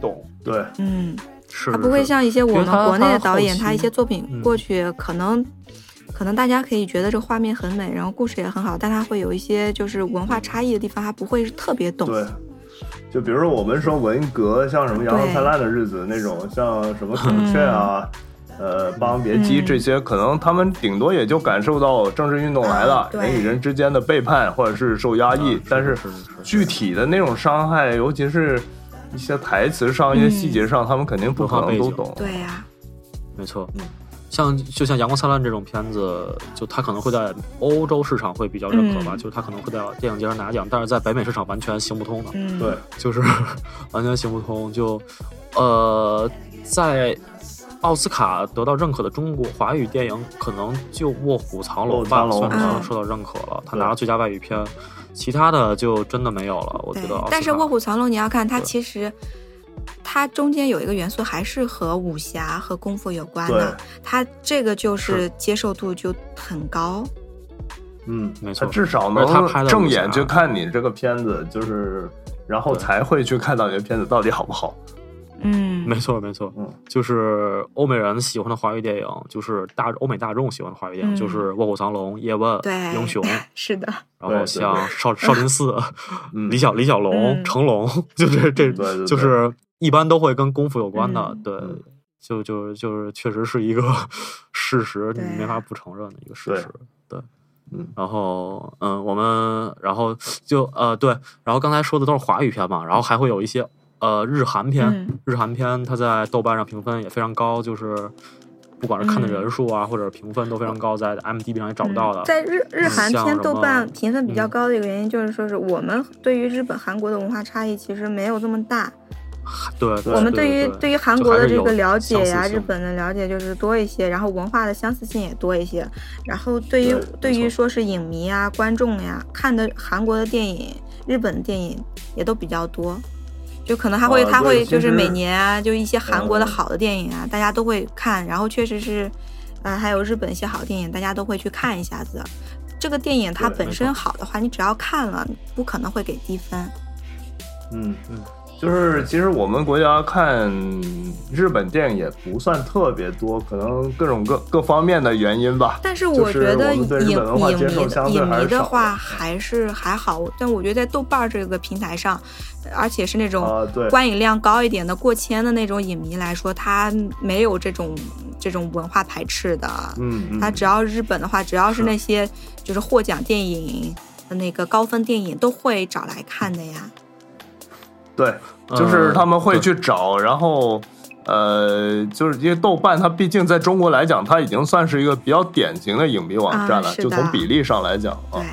Speaker 2: 懂对，
Speaker 3: 嗯，
Speaker 1: 是
Speaker 3: 他不会
Speaker 1: 是
Speaker 3: 像一些我
Speaker 1: 因为
Speaker 3: 们
Speaker 1: 他
Speaker 3: 国内的
Speaker 1: 他
Speaker 3: 导
Speaker 1: 后
Speaker 3: 演，他一
Speaker 1: 期
Speaker 3: 些作品
Speaker 1: 嗯
Speaker 3: 过去可能。可能大家可以觉得这画面很美，然后故事也很好，但他会有一些就是文化差异的地方，他不会特别懂。
Speaker 2: 对，就比如说我们说文革，像什么《阳光
Speaker 3: 对
Speaker 2: 灿烂的日子》那种，像什么《孔雀》啊。呃，《霸王别姬》
Speaker 3: 嗯
Speaker 2: 这些，可能他们顶多也就感受到政治运动来了
Speaker 3: 啊，对
Speaker 2: 人与人之间的背叛或者是受压抑，但是
Speaker 1: 嗯是是
Speaker 2: 具体的那种伤害，尤其是一些台词上、一些细
Speaker 3: 嗯
Speaker 2: 节上，他们肯定不可能都懂。
Speaker 3: 对呀、
Speaker 1: 没错，
Speaker 3: 嗯
Speaker 1: 像就像《阳光灿烂》这种片子，就它可能会在欧洲市场会比较认可吧，
Speaker 3: 嗯
Speaker 1: 就是它可能会在电影节上拿奖，但是在北美市场完全行不通的，
Speaker 3: 嗯，
Speaker 2: 对，
Speaker 1: 就是 完全行不通。就呃，在奥斯卡得到认可的中国华语电影，可能就《卧虎藏龙》吧，
Speaker 2: 卧虎藏龙
Speaker 1: 算是
Speaker 3: 嗯
Speaker 1: 受到认可了，他
Speaker 2: 对
Speaker 1: 拿了最佳外语片，其他的就真的没有了。我觉
Speaker 3: 对
Speaker 1: 得奥斯卡，
Speaker 3: 但是《卧虎藏龙》，你要看它
Speaker 1: 对
Speaker 3: 其实，它中间有一个元素还是和武侠和功夫有关的，它这个就是接受度就很高。
Speaker 2: 嗯，
Speaker 1: 没错
Speaker 2: 他至少
Speaker 1: 而且他
Speaker 2: 能
Speaker 1: 拍的
Speaker 2: 正
Speaker 1: 武侠
Speaker 2: 眼去看你这个片子，就是然后
Speaker 1: 啊对
Speaker 2: 才会去看到你的片子到底好不好。
Speaker 3: 嗯，
Speaker 1: 没错，没错，
Speaker 2: 嗯
Speaker 1: 就是欧美人喜欢的华语电影，就是大欧美大众喜欢的华语电影，
Speaker 3: 嗯
Speaker 1: 就是《卧虎藏龙》《叶问》
Speaker 3: 对
Speaker 1: 《英 雄》，
Speaker 3: 是的，
Speaker 1: 然
Speaker 2: 对
Speaker 1: 后
Speaker 2: 对
Speaker 1: 像
Speaker 2: 对
Speaker 1: 少少林寺、
Speaker 2: 嗯，
Speaker 1: 李小李小龙、
Speaker 3: 嗯
Speaker 1: 成龙， 就是这
Speaker 2: 对对，
Speaker 1: 就是一般都会跟功夫有关的，
Speaker 3: 嗯
Speaker 1: 对
Speaker 2: 嗯，
Speaker 1: 就就就是确实是一个 事实，你
Speaker 3: 对
Speaker 1: 没法不承认的一个事
Speaker 2: 对
Speaker 1: 实。对
Speaker 2: 嗯，
Speaker 1: 然后嗯，我们然后就呃对，然后刚才说的都是华语片嘛，然后还会有一些呃日韩片，
Speaker 3: 嗯
Speaker 1: 日韩片它在豆瓣上评分也非常高，就是不管是看的
Speaker 3: 嗯
Speaker 1: 人数啊，或者评分都非常高，在 m d b 上也找不到的。
Speaker 3: 在日日韩
Speaker 1: 像什
Speaker 3: 片
Speaker 1: 么
Speaker 3: 豆瓣评分比较
Speaker 1: 嗯
Speaker 3: 高的一个原因，就是说是我们对于日本、韩国的文化差异其实没有这么大。
Speaker 1: 对，
Speaker 3: 我们
Speaker 1: 对
Speaker 3: 于
Speaker 1: 对
Speaker 3: 对于韩国的这个了解
Speaker 1: 就还
Speaker 3: 呀、
Speaker 1: 是有相似性
Speaker 3: 日本的了解就是多一些，然后文化的相似性也多一些。然后对于
Speaker 1: 对
Speaker 3: 对
Speaker 1: 没
Speaker 3: 于
Speaker 1: 错
Speaker 3: 说是影迷啊、观众呀、看的韩国的电影、日本的电影也都比较多。就可能他会，
Speaker 2: 啊
Speaker 3: 他
Speaker 2: 对
Speaker 3: 会
Speaker 2: 其
Speaker 3: 就是
Speaker 2: 实
Speaker 3: 每年啊，就一些韩国的
Speaker 2: 嗯
Speaker 3: 好的电影啊，大家都会看。然后确实是，呃，还有日本一些好电影，大家都会去看一下子。这个电影它
Speaker 2: 对
Speaker 1: 没
Speaker 3: 本
Speaker 1: 错
Speaker 3: 身好的话，你只要看了，不可能会给低分。
Speaker 2: 嗯嗯，就是其实我们国家看日本电影也不算特别多，可能各种各各方面的原因吧。
Speaker 3: 但是我觉得影
Speaker 2: 就是我们对日本文化
Speaker 3: 影
Speaker 2: 接受
Speaker 3: 迷
Speaker 2: 相
Speaker 3: 的
Speaker 2: 对
Speaker 3: 影
Speaker 2: 还
Speaker 3: 迷
Speaker 2: 是少
Speaker 3: 的
Speaker 2: 的
Speaker 3: 话还是还好，但我觉得在豆瓣儿这个平台上，呃而且是那种
Speaker 2: 啊，对，
Speaker 3: 观影量高一点的过千的那种影迷来说，他没有这种这种文化排斥的。
Speaker 2: 嗯嗯，
Speaker 3: 他只要日本的话，只要是那些就是获奖电影。那个高分电影都会找来看的呀，
Speaker 2: 对，就是他们会去找，然后呃，就是因为豆瓣它毕竟在中国来讲，它已经算是一个比较典型的影迷网站了，
Speaker 3: 啊是
Speaker 2: 就
Speaker 3: 的
Speaker 2: 从比例上来讲
Speaker 3: 对
Speaker 2: 啊，，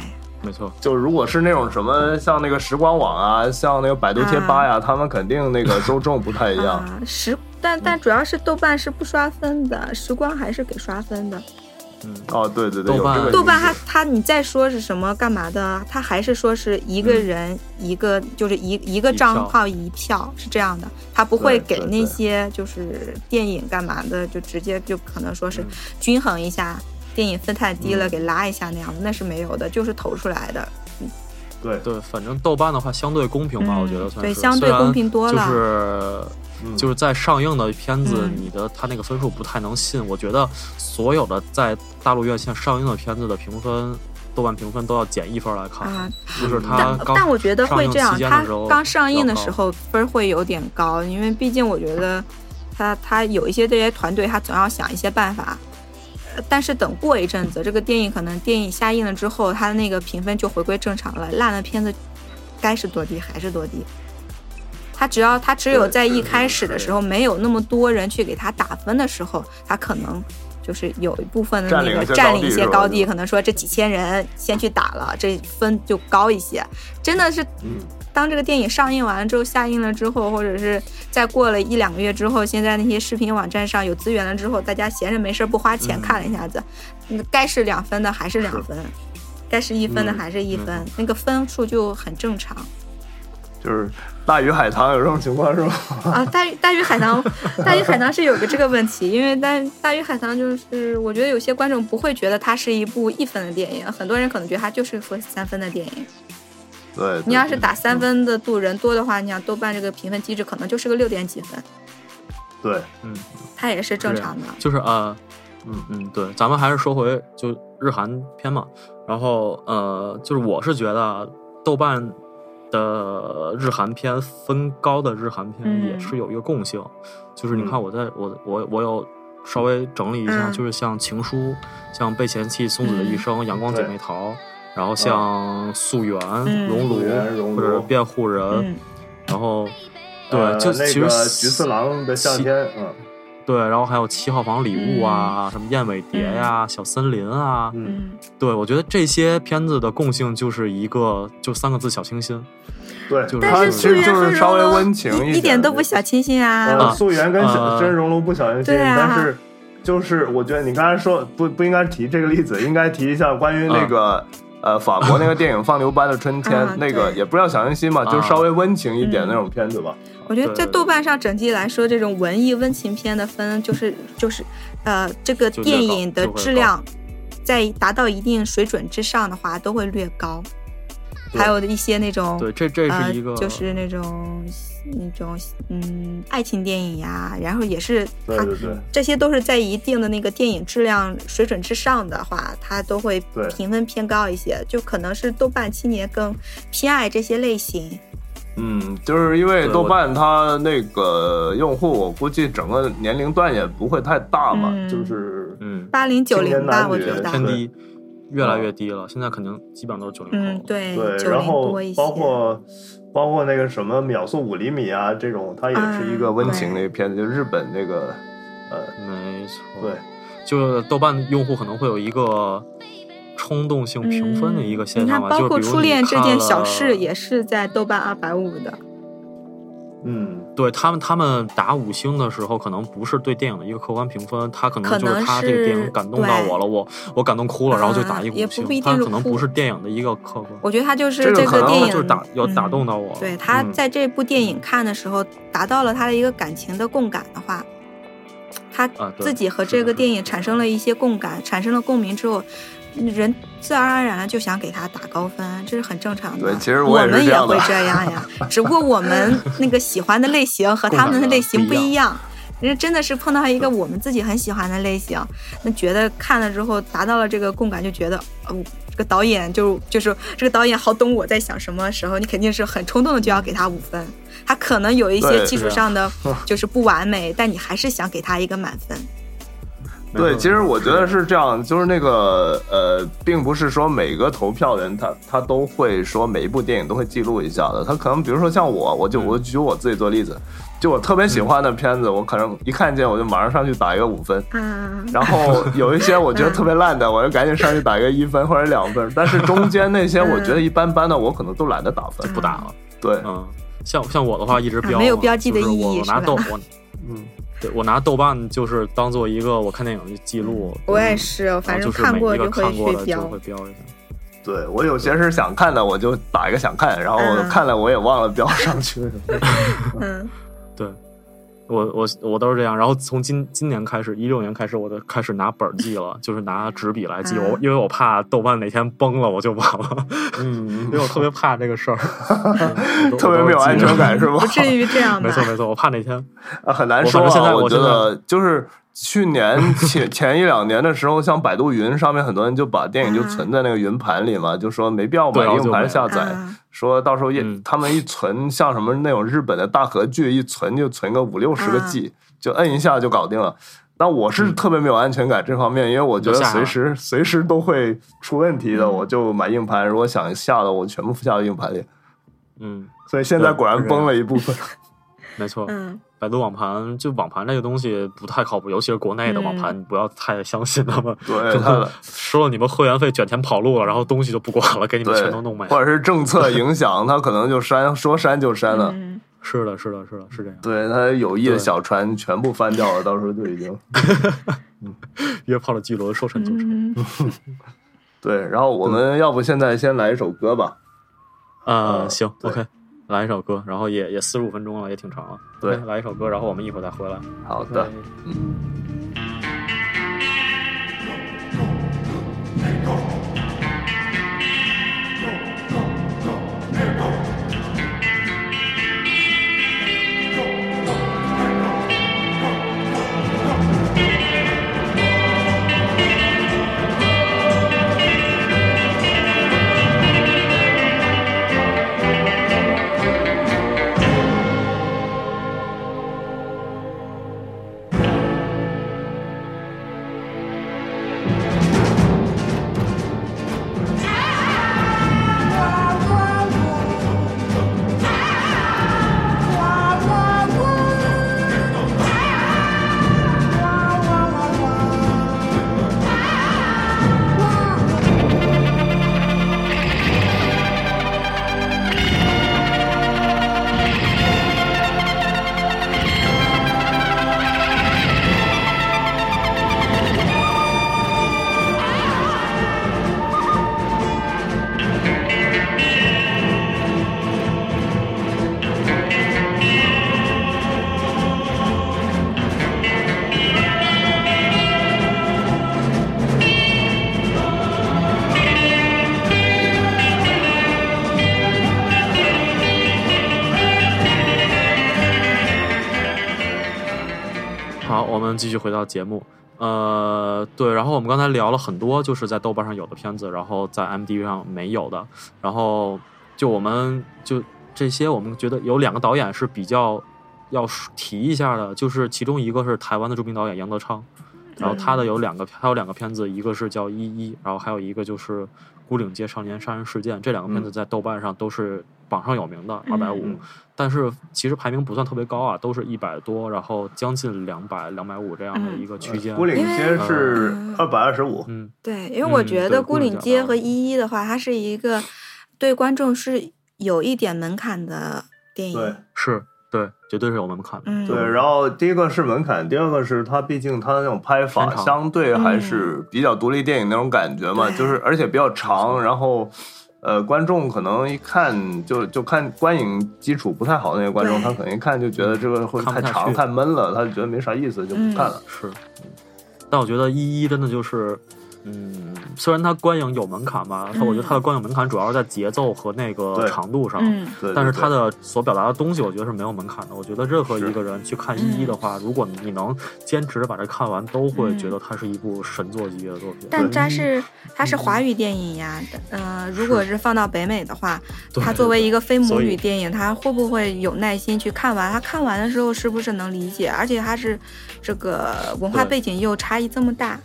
Speaker 1: 没错，
Speaker 2: 就如果是那种什么像那个时光网啊，像那个百度贴吧呀，他们肯定那个受众不太一样。
Speaker 3: 啊，时但但主要是豆瓣是不刷分的，时光还是给刷分的。
Speaker 1: 嗯，
Speaker 2: 哦，对对对，
Speaker 1: 豆
Speaker 2: 有
Speaker 1: 瓣
Speaker 2: 这个
Speaker 3: 豆瓣
Speaker 2: 意思
Speaker 3: 它它你再说是什么干嘛的，它还是说是一个人、一个就是一一个账号一票是这样的，它不会
Speaker 2: 对
Speaker 3: 给
Speaker 2: 对
Speaker 3: 那些就是电影干嘛的就直接就可能说是
Speaker 1: 嗯
Speaker 3: 均衡一下，电影分太低了
Speaker 2: 嗯
Speaker 3: 给拉一下那样的，那是没有的，就是投出来的。
Speaker 2: 对，
Speaker 1: 对，反正豆瓣的话相对公平吧，
Speaker 3: 嗯
Speaker 1: 我觉得算是
Speaker 3: 对相
Speaker 1: 虽
Speaker 3: 对
Speaker 1: 然
Speaker 3: 公平多了
Speaker 1: 就是
Speaker 2: 嗯
Speaker 1: 就是在上映的片子，
Speaker 3: 嗯
Speaker 1: 你的它那个分数不太能信。我觉得所有的在大陆院线上映的片子的评分，豆瓣评分都要减一分来看，
Speaker 3: 啊，
Speaker 1: 就是它
Speaker 3: 但
Speaker 1: 刚。
Speaker 3: 但我觉得会这样
Speaker 1: 上映期，间
Speaker 3: 它
Speaker 1: 的时候
Speaker 3: 刚上映的
Speaker 1: 比较
Speaker 3: 时
Speaker 1: 高
Speaker 3: 候分儿会有点高，因为毕竟我觉得它它有一些这些团队，它总要想一些办法。呃但是等过一阵子，这个电影可能电影下映了之后，它的那个评分就回归正常了。烂的片子该是多低还是多低，它只要它只有
Speaker 2: 对
Speaker 3: 在
Speaker 2: 是
Speaker 3: 一开始的时候没有那么多人去给它打分的时候，它可能就是有一部分的
Speaker 2: 占
Speaker 3: 那
Speaker 2: 领
Speaker 3: 个
Speaker 2: 一些
Speaker 3: 占
Speaker 2: 高
Speaker 3: 领一
Speaker 2: 地
Speaker 3: 些
Speaker 2: 是吧
Speaker 3: 高
Speaker 2: 就
Speaker 3: 地，可能说这几千人先去打了，这分就高一些。真的是，
Speaker 2: 嗯
Speaker 3: 当这个电影上映完了之后，下映了之后，或者是再过了一两个月之后，现在那些视频网站上有资源了之后，大家闲着没事儿不花钱
Speaker 1: 嗯
Speaker 3: 看了一下子，那该是两分的还是两分，该是一分的
Speaker 2: 嗯
Speaker 3: 还是一分
Speaker 1: 嗯，
Speaker 3: 那个分数就很正常。
Speaker 2: 就是大鱼海棠有这种情况是吧？
Speaker 3: 啊，大鱼大鱼海棠，大鱼海棠是有个这个问题，因为大大鱼海棠就是我觉得有些观众不会觉得它是一部一分的电影，很多人可能觉得它就是说三分的电影。
Speaker 2: 对，
Speaker 3: 你要是
Speaker 2: 对
Speaker 3: 打三分的度人多的话，你想豆瓣这个评分机制可能就是个六点几分，
Speaker 2: 对，
Speaker 1: 嗯，
Speaker 3: 它也是正常的。
Speaker 1: 就是呃，
Speaker 2: 嗯
Speaker 1: 嗯，对，咱们还是说回就日韩片嘛。然后呃，就是我是觉得啊豆瓣的日韩片分高的日韩片
Speaker 3: 嗯
Speaker 1: 也是有一个共性，就是你看
Speaker 2: 嗯
Speaker 1: 我在我我我有稍微整理一下，
Speaker 3: 嗯
Speaker 1: 就是像《情书》、像《被嫌弃》、《松子的一生》、阳光姐妹淘》，然后像《溯源》
Speaker 3: 嗯
Speaker 1: 熔炉
Speaker 2: 溯源》嗯熔
Speaker 1: 或者是
Speaker 2: 炉
Speaker 1: 《辩护人》
Speaker 3: 嗯，
Speaker 1: 然后。
Speaker 2: 呃
Speaker 1: 对，就
Speaker 2: 那
Speaker 1: 其实
Speaker 2: 个菊次郎的夏
Speaker 1: 其
Speaker 2: 天，嗯
Speaker 1: 对，然后还有七号房礼物啊，什么燕尾蝶呀、小森林啊，
Speaker 2: 嗯，
Speaker 3: 嗯，
Speaker 1: 对我觉得这些片子的共性就是一个就三个字小清新。
Speaker 3: 哦
Speaker 2: 对，
Speaker 1: 就是
Speaker 2: 它
Speaker 3: 但是
Speaker 2: 其
Speaker 3: 素
Speaker 2: 实
Speaker 3: 媛
Speaker 2: 就
Speaker 3: 和
Speaker 2: 是稍微
Speaker 3: 柔柔
Speaker 2: 温情
Speaker 3: 一
Speaker 2: 点
Speaker 3: 点
Speaker 2: 的
Speaker 3: 都不小清新
Speaker 2: 呃，
Speaker 3: 啊。
Speaker 2: 素媛跟小
Speaker 1: 呃
Speaker 2: 真熔炉不小心心，
Speaker 3: 对啊
Speaker 2: 但是就是我觉得你刚才说不不应该提这个例子，应该提一下关于那个。呃，法国那个电影《放牛班的春天》，
Speaker 3: 啊
Speaker 2: 那个
Speaker 3: 对
Speaker 2: 也不叫小清新嘛，
Speaker 1: 啊
Speaker 2: 就稍微温情一点
Speaker 3: 嗯
Speaker 2: 那种片子吧。
Speaker 3: 我觉得在
Speaker 1: 对
Speaker 3: 豆瓣上整体来说，这种文艺温情片的分就是就是，呃，这个
Speaker 1: 就略
Speaker 3: 电
Speaker 1: 高
Speaker 3: 影的
Speaker 1: 就会
Speaker 3: 质
Speaker 1: 高
Speaker 3: 量在达到一定水准之上的话，都会略高。还有一些那种
Speaker 1: 对，这这
Speaker 3: 呃
Speaker 1: 是一个、，
Speaker 3: 就是那种那种嗯爱情电影呀，然后也是
Speaker 2: 对
Speaker 3: 它
Speaker 2: 对对
Speaker 3: 这些都是在一定的那个电影质量水准之上的话，它都会
Speaker 2: 对
Speaker 3: 评分偏高一些，就可能是豆瓣青年更偏爱这些类型。
Speaker 2: 嗯，就是因为
Speaker 1: 对
Speaker 2: 豆
Speaker 1: 我
Speaker 2: 瓣它那个用户，我估计整个年龄段也不会太大嘛，
Speaker 3: 嗯
Speaker 2: 就是
Speaker 1: 嗯，
Speaker 3: 八零九零吧，
Speaker 2: 男
Speaker 3: 我
Speaker 2: 女
Speaker 3: 觉得，
Speaker 1: 偏低，越来越低了。现在肯定基本上都是九零
Speaker 3: 哦嗯，
Speaker 1: 后。
Speaker 3: 对
Speaker 2: 对，，
Speaker 3: 九
Speaker 2: 然
Speaker 3: 零
Speaker 2: 后
Speaker 3: 多一些，
Speaker 2: 包括包括那个什么秒速五厘米啊这种，它也是一个
Speaker 3: 啊
Speaker 2: 温情
Speaker 3: 对
Speaker 2: 的片子，就日本那个呃，
Speaker 1: 没错。
Speaker 2: 对，
Speaker 1: 就是豆瓣用户可能会有一个冲动性评分的一个现
Speaker 3: 嗯你
Speaker 1: 象
Speaker 3: 看，
Speaker 1: 吧，
Speaker 3: 包
Speaker 1: 就
Speaker 3: 括
Speaker 1: 是比如
Speaker 3: 初
Speaker 1: 你
Speaker 3: 恋这
Speaker 1: 看
Speaker 3: 件小
Speaker 1: 了
Speaker 3: 事也是在豆瓣二百五的，
Speaker 2: 嗯，
Speaker 1: 对他们，他们打五星的时候，可能不是对电影的一个客观评分，他可
Speaker 3: 可
Speaker 1: 能就是
Speaker 3: 能
Speaker 1: 他这个
Speaker 3: 是
Speaker 1: 电影感动到我了，我我感动哭了，
Speaker 3: 啊
Speaker 1: 然后就打一个
Speaker 3: 也
Speaker 1: 五
Speaker 3: 不
Speaker 1: 星
Speaker 3: 必，定
Speaker 1: 他
Speaker 3: 是
Speaker 1: 可能
Speaker 3: 哭
Speaker 1: 不是电影的一个客观，
Speaker 3: 我觉得它就是
Speaker 2: 这个可
Speaker 3: 个
Speaker 2: 能
Speaker 3: 电影
Speaker 1: 就是打有打
Speaker 3: 嗯
Speaker 1: 动到我了，
Speaker 3: 对他
Speaker 2: 嗯
Speaker 3: 在这部电影看的时候，达到了他的一个感情的共感的话，他
Speaker 1: 啊对
Speaker 3: 自己和
Speaker 1: 是
Speaker 3: 这
Speaker 1: 的
Speaker 3: 个
Speaker 1: 是的
Speaker 3: 电影产生了一些共感，产生了共鸣之后，人自然而然就想给他打高分，这是很正常的。
Speaker 2: 对其实
Speaker 3: 我
Speaker 2: 我也是
Speaker 3: 们
Speaker 2: 这
Speaker 3: 也
Speaker 2: 样的
Speaker 3: 会这样呀，只不过我们那个喜欢的类型和他们的类型不一样。人家真的是碰到一个我们自己很喜欢的类型，那觉得看了之后达到了这个共感，就觉得哦，这个导演就就是这个导演好懂我在想什么时候，你肯定是很冲动的就要给他五分，他可能有一些
Speaker 2: 对
Speaker 1: 啊
Speaker 3: 技术 上的就是不完美，但你还是想给他一个满分。
Speaker 1: 没
Speaker 2: 对，
Speaker 1: 错
Speaker 2: 其实我觉得是这样，就是那个呃，并不是说每个投票人他他都会说每一部电影都会记录一下的，他可能比如说像我，我
Speaker 1: 嗯
Speaker 2: 就我举我自己做例子，就我特别喜欢的片子，我可能一看见我就马上上去打一个五分，
Speaker 3: 啊，
Speaker 2: 然后有一些我觉得特别烂的，我就赶紧上去打一个一分或者两分，但是中间那些我觉得一般般的，我可能都懒得打分。
Speaker 1: 不打了，
Speaker 2: 对，
Speaker 1: 嗯，像像我的话一直
Speaker 3: 啊
Speaker 1: 标嘛、
Speaker 3: 没有标记的
Speaker 1: 就是
Speaker 3: 意
Speaker 1: 我
Speaker 3: 义
Speaker 1: 我
Speaker 3: 是
Speaker 1: 拿
Speaker 3: 吧
Speaker 1: 豆我
Speaker 2: 嗯，
Speaker 1: 对我拿豆瓣就是当做一个我看电影的记录，
Speaker 3: 我也
Speaker 1: 嗯
Speaker 3: 是，
Speaker 1: 然
Speaker 3: 反
Speaker 1: 后
Speaker 3: 正
Speaker 1: 就是
Speaker 3: 看
Speaker 1: 每
Speaker 3: 过
Speaker 1: 一个
Speaker 3: 就会
Speaker 1: 看过
Speaker 3: 去
Speaker 1: 的就
Speaker 3: 标
Speaker 1: 会。标一下。
Speaker 2: 对我有些是想看的，我就打一个想看，然后
Speaker 3: 嗯
Speaker 2: 看了我也忘了标上去。
Speaker 3: 嗯，
Speaker 1: 对，我我我都是这样。然后从今今年开始，一六年开始，我就开始拿本儿记了，就是拿纸笔来记。我
Speaker 3: 啊
Speaker 1: 因为我怕豆瓣哪天崩了，我就忘了，
Speaker 2: 嗯
Speaker 1: 因为我特别怕这个 事儿，嗯我都
Speaker 2: 特别没有安全。感是吧
Speaker 3: 不？至于这样
Speaker 1: 我都记着没
Speaker 3: 吧？
Speaker 1: 错没错，我怕哪天
Speaker 2: 啊，很难
Speaker 1: 我
Speaker 2: 说、
Speaker 1: 反
Speaker 2: 啊。
Speaker 1: 正现在我
Speaker 2: 觉
Speaker 1: 现在
Speaker 2: 得就是去年前前一两年的时候，像百度云上面很多人就把电影就
Speaker 3: 啊
Speaker 2: 存在那个云盘里嘛，就说没必要
Speaker 1: 对
Speaker 2: 买
Speaker 1: 然后
Speaker 2: 硬
Speaker 1: 就没
Speaker 2: 盘
Speaker 1: 了
Speaker 2: 下载，
Speaker 3: 啊
Speaker 2: 说到时候一、
Speaker 1: 嗯
Speaker 2: 他们一存，像什么那种日本的大合剧，一存就存个五六十个
Speaker 3: 啊
Speaker 2: G，、就摁一下就搞定了。那我是特别没有安全感这方面，因为我觉得
Speaker 1: 嗯你就下了
Speaker 2: 随时随时都会出问题的，
Speaker 3: 嗯
Speaker 2: 我就买硬盘。如果想下的，我全部下到硬盘里。
Speaker 1: 嗯。
Speaker 2: 所以现在
Speaker 1: 对
Speaker 2: 果
Speaker 1: 是
Speaker 2: 然
Speaker 1: 这样
Speaker 2: 崩了一 部分。
Speaker 1: 没错，
Speaker 3: 嗯，
Speaker 1: 百度网盘就网盘这个东西不太靠谱，尤其是国内的网
Speaker 3: 嗯
Speaker 1: 盘，你不要太相信他们。
Speaker 2: 对，他 的
Speaker 1: 收了你们会员费，卷钱跑路了，然后东西就不管了，给你们
Speaker 2: 对，
Speaker 1: 全都弄没了。
Speaker 2: 或者是政策影响，他可能就删，说删就删了。
Speaker 3: 嗯
Speaker 1: 是的，是的，是的，是这样。
Speaker 2: 对他有意的
Speaker 1: 对
Speaker 2: 小船全部翻掉了，到时候就已经
Speaker 1: 约炮的巨轮说沉就沉。
Speaker 3: 嗯，
Speaker 2: 对。然后我们要不现在先来一首歌吧？
Speaker 1: 啊、
Speaker 2: 呃
Speaker 1: 行
Speaker 2: 对
Speaker 1: ，OK，来一首歌，然后也也四十五分钟了，也挺长了。
Speaker 2: 对
Speaker 1: OK，来一首歌，然后我们一会儿再回来。哎
Speaker 2: 好的，
Speaker 1: 好，我们继续回到节目。呃，对，然后我们刚才聊了很多，就是在豆瓣上有的片子，然后在 MDB 上没有的。然后就我们就这些，我们觉得有两个导演是比较要提一下的，就是其中一个是台湾的著名导演杨德昌，然后他的有两个，还有两个片子，一个是叫《一一》，然后还有一个就是《孤岭街少年杀人事件》，这两个片子在豆瓣上都是榜上有名的，二百五
Speaker 2: 嗯。
Speaker 1: 但是其实排名不算特别高啊，都是一百多，然后将近两百、两百五这样的
Speaker 3: 嗯
Speaker 1: 一个区间。
Speaker 2: 孤岭街是
Speaker 3: 因为
Speaker 2: 二百二十五，
Speaker 1: 嗯，
Speaker 3: 对，因为我
Speaker 1: 嗯对
Speaker 3: 觉得
Speaker 1: 孤
Speaker 3: 孤
Speaker 1: 岭
Speaker 3: 岭
Speaker 1: 街
Speaker 3: 街
Speaker 1: 啊
Speaker 3: 和一一的话，它是一个对观众是有一点门槛的电
Speaker 2: 对
Speaker 3: 影。
Speaker 1: 是对，绝对是有门槛的。
Speaker 3: 嗯，
Speaker 2: 对。然后第一个是门槛，第二个是它毕竟它那种拍
Speaker 1: 全
Speaker 2: 法
Speaker 1: 长
Speaker 2: 相对还是比较独立电影那种感觉嘛，
Speaker 3: 嗯对
Speaker 2: 就是而且比较长，然后。呃，观众可能一看就就看观影基础不太好的那些观众，
Speaker 3: 对
Speaker 2: 他可能一看就觉得这个会
Speaker 1: 看不
Speaker 2: 太
Speaker 1: 下
Speaker 2: 长、
Speaker 1: 去
Speaker 2: 太闷了，他就觉得没啥意思，就不看了。
Speaker 1: 是，但我觉得一一真的就是，嗯，虽然它观影有门槛吧，但我觉得它的观影门槛主要是在节奏和那个
Speaker 2: 对
Speaker 1: 长度上。
Speaker 3: 嗯，
Speaker 2: 对，
Speaker 1: 但是
Speaker 2: 对
Speaker 1: 它的所表达的东西，我觉得是没有门槛的。我觉得任何一个人去
Speaker 3: 嗯
Speaker 1: 看一一的话，如果你能坚持地把这看完，都会
Speaker 3: 嗯
Speaker 1: 觉得它是一部神作级别的作品。
Speaker 3: 但
Speaker 1: 对嗯
Speaker 3: 它是它是华语电影呀，呃，如果是放到北美的话，
Speaker 1: 对
Speaker 3: 它作为一个非母
Speaker 1: 所以
Speaker 3: 语电影，它会不会有耐心去看完？它看完的时候是不是能理解？而且它是这个文化
Speaker 1: 对
Speaker 3: 背景又差异这么大，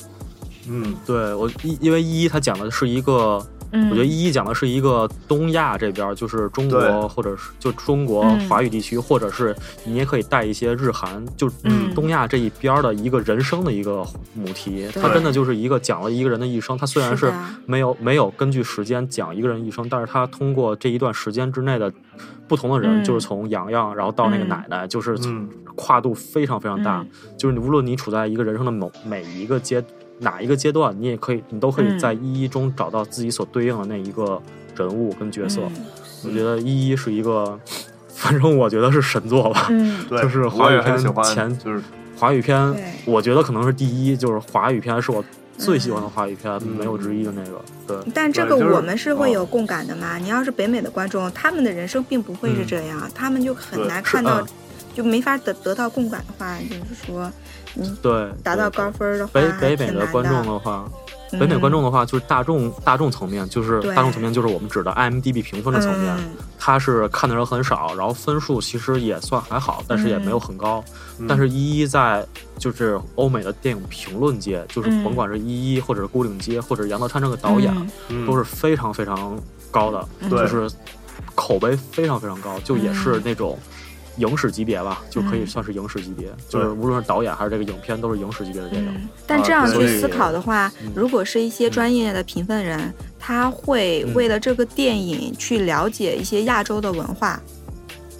Speaker 2: 嗯，
Speaker 1: 对我一因为一一它讲的是一个
Speaker 3: 嗯，
Speaker 1: 我觉得一一讲的是一个东亚这边儿，就是中
Speaker 2: 对
Speaker 1: 国或者是就中国
Speaker 3: 嗯
Speaker 1: 华语地区，或者是你也可以带一些日韩，就
Speaker 3: 嗯
Speaker 1: 东亚这一边儿的一个人生的一个母题。
Speaker 3: 对
Speaker 1: 它真的就是一个讲了一个人的一生，它虽然是
Speaker 3: 是的
Speaker 1: 没有没有根据时间讲一个人一生，但是它通过这一段时间之内的不同的人，
Speaker 3: 嗯
Speaker 1: 就是从洋洋，然后到那个
Speaker 3: 嗯
Speaker 1: 奶奶，就是从
Speaker 2: 嗯
Speaker 1: 跨度非常非常大。
Speaker 3: 嗯
Speaker 1: 就是你无论你处在一个人生的某每一个阶哪一个阶段，你也可以，你都可以
Speaker 3: 嗯
Speaker 1: 在一一中找到自己所对应的那一个人物跟角色。
Speaker 3: 嗯
Speaker 1: 我觉得一一是一个， 反正我觉得是神作吧。
Speaker 3: 嗯，
Speaker 2: 对，
Speaker 1: 就是华
Speaker 2: 我也
Speaker 1: 语
Speaker 2: 很
Speaker 1: 片
Speaker 2: 喜欢，
Speaker 1: 前
Speaker 2: 就是
Speaker 1: 华语片
Speaker 3: 对，
Speaker 1: 我觉得可能是第一，就是华语片是我最喜
Speaker 3: 嗯
Speaker 1: 欢的华语片，没有之一的那个。对，嗯
Speaker 3: 但这
Speaker 2: 对
Speaker 3: 个
Speaker 2: 就是
Speaker 3: 我们是会有共感的嘛？你要是北美的观众，他们的人生并不会是这样，他们就很
Speaker 2: 对
Speaker 3: 难
Speaker 2: 是
Speaker 3: 看到
Speaker 1: 嗯，
Speaker 3: 就没法得得到共感的话，就是说
Speaker 1: 对，
Speaker 3: 达到
Speaker 1: 对
Speaker 3: 高分的话，
Speaker 1: 北
Speaker 3: 还
Speaker 1: 北
Speaker 3: 挺
Speaker 1: 美
Speaker 3: 难
Speaker 1: 的
Speaker 3: 的
Speaker 1: 观众的话，北美观众
Speaker 3: 嗯
Speaker 1: 的话就是大众大众层面，就是
Speaker 3: 对
Speaker 1: 大众层面就是我们指的 IMDB 评分的层面，
Speaker 3: 嗯
Speaker 1: 它是看的人很少，然后分数其实也算还好，但是也没有很高。
Speaker 2: 嗯
Speaker 1: 但是一一在就是欧美的电影评论界，就是
Speaker 3: 嗯
Speaker 1: 甭管是一一或者是孤岭街或者是杨德昌这个导演，
Speaker 3: 嗯
Speaker 1: 都是非常非常高的，
Speaker 3: 嗯
Speaker 2: 对嗯
Speaker 1: 就是口碑非常非常高，就也是那种影史级别吧，就可以算是影史级别，就是无论是导演还是这个影片，都是影史级别的电影。
Speaker 3: 嗯，但这样
Speaker 1: 啊所
Speaker 3: 去
Speaker 1: 以
Speaker 3: 思考的话
Speaker 1: 嗯，
Speaker 3: 如果是一些专业的评分人，他会
Speaker 1: 嗯
Speaker 3: 为了这个电影去了解一些亚洲的文化，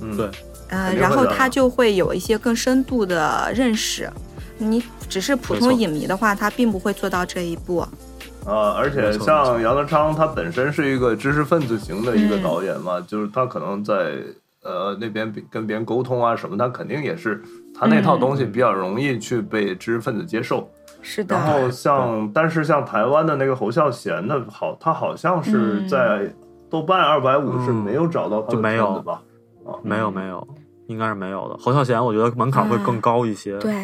Speaker 2: 嗯
Speaker 1: 对
Speaker 3: 呃，
Speaker 2: 肯定会
Speaker 3: 然后
Speaker 2: 的
Speaker 3: 他就会有一些更深度的认识。你只是普通
Speaker 1: 没错
Speaker 3: 影迷的话，他并不会做到这一步。
Speaker 2: 啊，而且
Speaker 1: 没错没
Speaker 3: 嗯
Speaker 2: 像杨德昌，他本身是一个知识分子型的一个导演嘛，就是他可能在呃那边比跟别人沟通啊什么，他肯定也是他那
Speaker 3: 嗯
Speaker 2: 套东西比较容易去被知识分子接受。
Speaker 3: 是的
Speaker 2: 然，后像，但是像台湾的那个侯孝贤的，好，他好像是
Speaker 3: 嗯
Speaker 2: 在豆瓣二百五是
Speaker 1: 嗯
Speaker 2: 没有找到他
Speaker 1: 就
Speaker 2: 的
Speaker 1: 没有
Speaker 2: 片子吧？啊
Speaker 1: 没有没有，应该是没有的。侯孝贤，我觉得门槛会
Speaker 2: 嗯
Speaker 1: 更高一些。
Speaker 3: 对，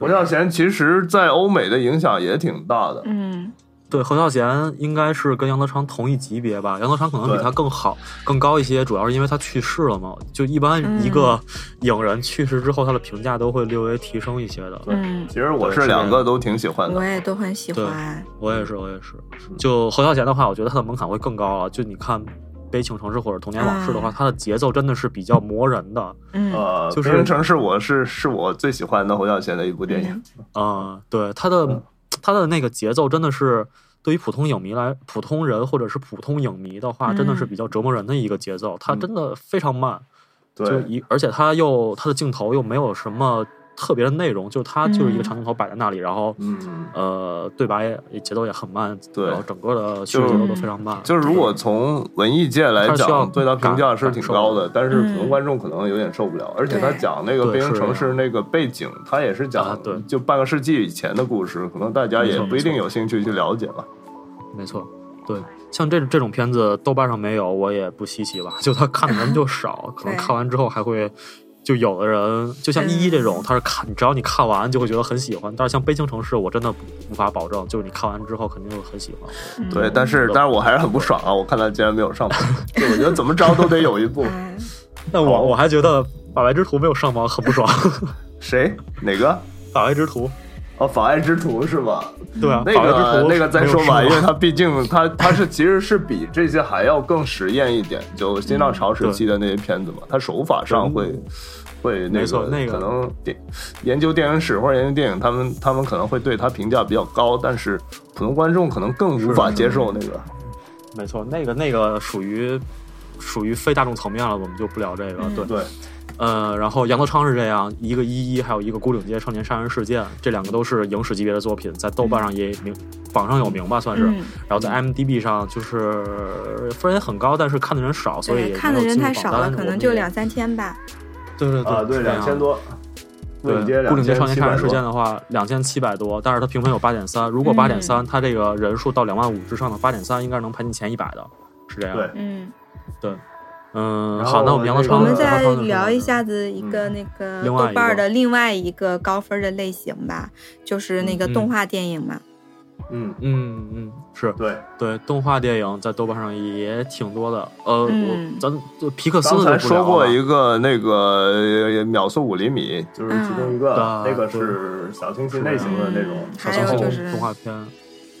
Speaker 2: 侯孝贤其实在欧美的影响也挺大的，
Speaker 3: 嗯，
Speaker 1: 对，侯孝贤应该是跟杨德昌同一级别吧？杨德昌可能比
Speaker 2: 对
Speaker 1: 他更好、更高一些，主要是因为他去世了嘛。就一般一个影人去世之后，他的评价都会略微提升一些的。
Speaker 3: 嗯
Speaker 2: 其，实我
Speaker 1: 对
Speaker 2: 是
Speaker 1: 是
Speaker 2: 两
Speaker 1: 这
Speaker 2: 个
Speaker 1: 样
Speaker 2: 都挺喜欢
Speaker 3: 我
Speaker 2: 的。
Speaker 3: 也都很喜
Speaker 1: 对啊
Speaker 3: 欢。
Speaker 1: 我也是，我也是。就侯孝贤的话，我觉得他的门槛会更高了。就你看《悲情城市》或者《童年往事》的话，
Speaker 3: 啊
Speaker 1: 他的节奏真的是比较磨人的。
Speaker 3: 嗯
Speaker 2: 呃，
Speaker 1: 就是
Speaker 2: 《冰城》是我是是我最喜欢的侯孝贤的一部电影
Speaker 3: 嗯。
Speaker 1: 啊、对他的他的那个节奏真的是对于普通影迷来，普通人或者是普通影迷的话，真的是
Speaker 3: 嗯
Speaker 1: 比较折磨人的一个节奏。他
Speaker 2: 嗯
Speaker 1: 真的非常慢，就
Speaker 2: 对，
Speaker 1: 一而且他又他的镜头又没有什么特别的内容，就是他就是一个
Speaker 3: 嗯
Speaker 1: 长镜头摆在那里，然后
Speaker 2: 嗯，
Speaker 1: 呃对白也节奏也很慢，
Speaker 2: 对
Speaker 1: 然后整个的叙事节奏都非常慢。
Speaker 2: 就是如果从文艺界来
Speaker 1: 它是需要
Speaker 2: 讲，对他评价是挺高的，但是
Speaker 3: 嗯
Speaker 2: 普通观众可能有点受不了。而且他讲那个《
Speaker 1: 对
Speaker 2: 北京
Speaker 1: 是
Speaker 2: 城市》那个背景，他也是
Speaker 1: 啊
Speaker 2: 讲
Speaker 1: 对
Speaker 2: 就半个世纪以前的故事，可能大家
Speaker 1: 没
Speaker 2: 也
Speaker 1: 错
Speaker 2: 不一定有兴趣去了解了。
Speaker 1: 没错，对，像这这种片子豆瓣上没有，我也不稀奇吧。就他看的人就 少，可能看完之后还会，就有的人就像一一这
Speaker 2: 嗯
Speaker 1: 种，他是看，只要你看完就会觉得很喜欢。但是像《悲情城市》，我真的不无法保证，就是你看完之后肯定会很喜欢。
Speaker 2: 对，但是
Speaker 1: 嗯
Speaker 2: 但是我还是很不爽啊！我看他竟然没有上 榜，就我觉得怎么着都得有一部。
Speaker 3: 哎
Speaker 1: 但
Speaker 2: 哦
Speaker 1: 我我还觉得《法外之徒》没有上榜，很不爽。 《
Speaker 2: 谁哪个？
Speaker 1: 法外之徒
Speaker 2: 哦，《法外之徒》是吧？》
Speaker 1: 对啊，
Speaker 2: 嗯那
Speaker 1: 法外之
Speaker 2: 个
Speaker 1: 徒》
Speaker 2: 那个再说吧，
Speaker 1: 吧，
Speaker 2: 因为它毕竟它它是其实是比这些还要更实验一点，就新
Speaker 1: 嗯
Speaker 2: 浪潮时期的那些片子嘛，它手法上会会那
Speaker 1: 没
Speaker 2: 个
Speaker 1: 错那个
Speaker 2: 可能电研究电影史或者研究电影，他们他们可能会对它评价比较高，但是普通观众可能更无法接受那个。
Speaker 1: 没错，那个那个属于属于非大众层面了，我们就不聊这个。
Speaker 3: 嗯
Speaker 1: 对，
Speaker 2: 对，
Speaker 1: 呃，然后杨德昌是这样，一个一一，还有一个《孤岭街少年杀人事件》，这两个都是影史级别的作品，在豆瓣上也名榜上有名吧，算是。
Speaker 3: 嗯，
Speaker 1: 然后在 m d b 上就是分儿也很高，但是看的人少，所以
Speaker 3: 对，看的人太少了，可能就两
Speaker 1: 三。
Speaker 3: 三千吧。
Speaker 1: 对对对，
Speaker 2: 啊，对，
Speaker 1: 是这
Speaker 2: 两
Speaker 1: 样
Speaker 2: 千。多，
Speaker 1: 对，
Speaker 2: 对，街
Speaker 1: 《孤岭街少年
Speaker 2: 七
Speaker 1: 杀
Speaker 2: 百
Speaker 1: 人事
Speaker 2: 多
Speaker 1: 件》的话，两千七百多，但是它评分有八点三。如果
Speaker 3: 嗯
Speaker 1: 八点三，它这个人数到两万五之上的八点三，应该是能排进前一百的，是这样。
Speaker 2: 对，
Speaker 3: 嗯，
Speaker 1: 嗯，
Speaker 2: 然
Speaker 1: 好，
Speaker 2: 后
Speaker 1: 那我们杨德
Speaker 2: 那
Speaker 1: 昌
Speaker 3: 我
Speaker 2: 个
Speaker 1: 呃呢，杨德
Speaker 3: 们再
Speaker 1: 昌的
Speaker 3: 聊
Speaker 1: 是
Speaker 3: 一
Speaker 1: 吗
Speaker 3: 下子一个那个
Speaker 1: 另
Speaker 3: 豆
Speaker 1: 外一个
Speaker 3: 瓣儿的另外一个高分的类型吧，就是那个
Speaker 1: 嗯
Speaker 3: 动画电影嘛。
Speaker 2: 嗯，
Speaker 1: 嗯嗯，是
Speaker 2: 对。
Speaker 1: 对，动画电影在豆瓣上也挺多的。呃，
Speaker 3: 嗯
Speaker 1: 我咱就皮克斯
Speaker 2: 刚
Speaker 1: 的
Speaker 2: 才
Speaker 1: 就不聊
Speaker 2: 说过
Speaker 1: 了
Speaker 2: 一个那个呃秒速五厘米，就是其中一个，
Speaker 1: 嗯
Speaker 2: 那个是小清新类型的那种
Speaker 3: 嗯
Speaker 1: 小
Speaker 2: 小
Speaker 3: 还有
Speaker 1: 清新
Speaker 2: 清新，
Speaker 3: 就是嗯
Speaker 1: 动画片，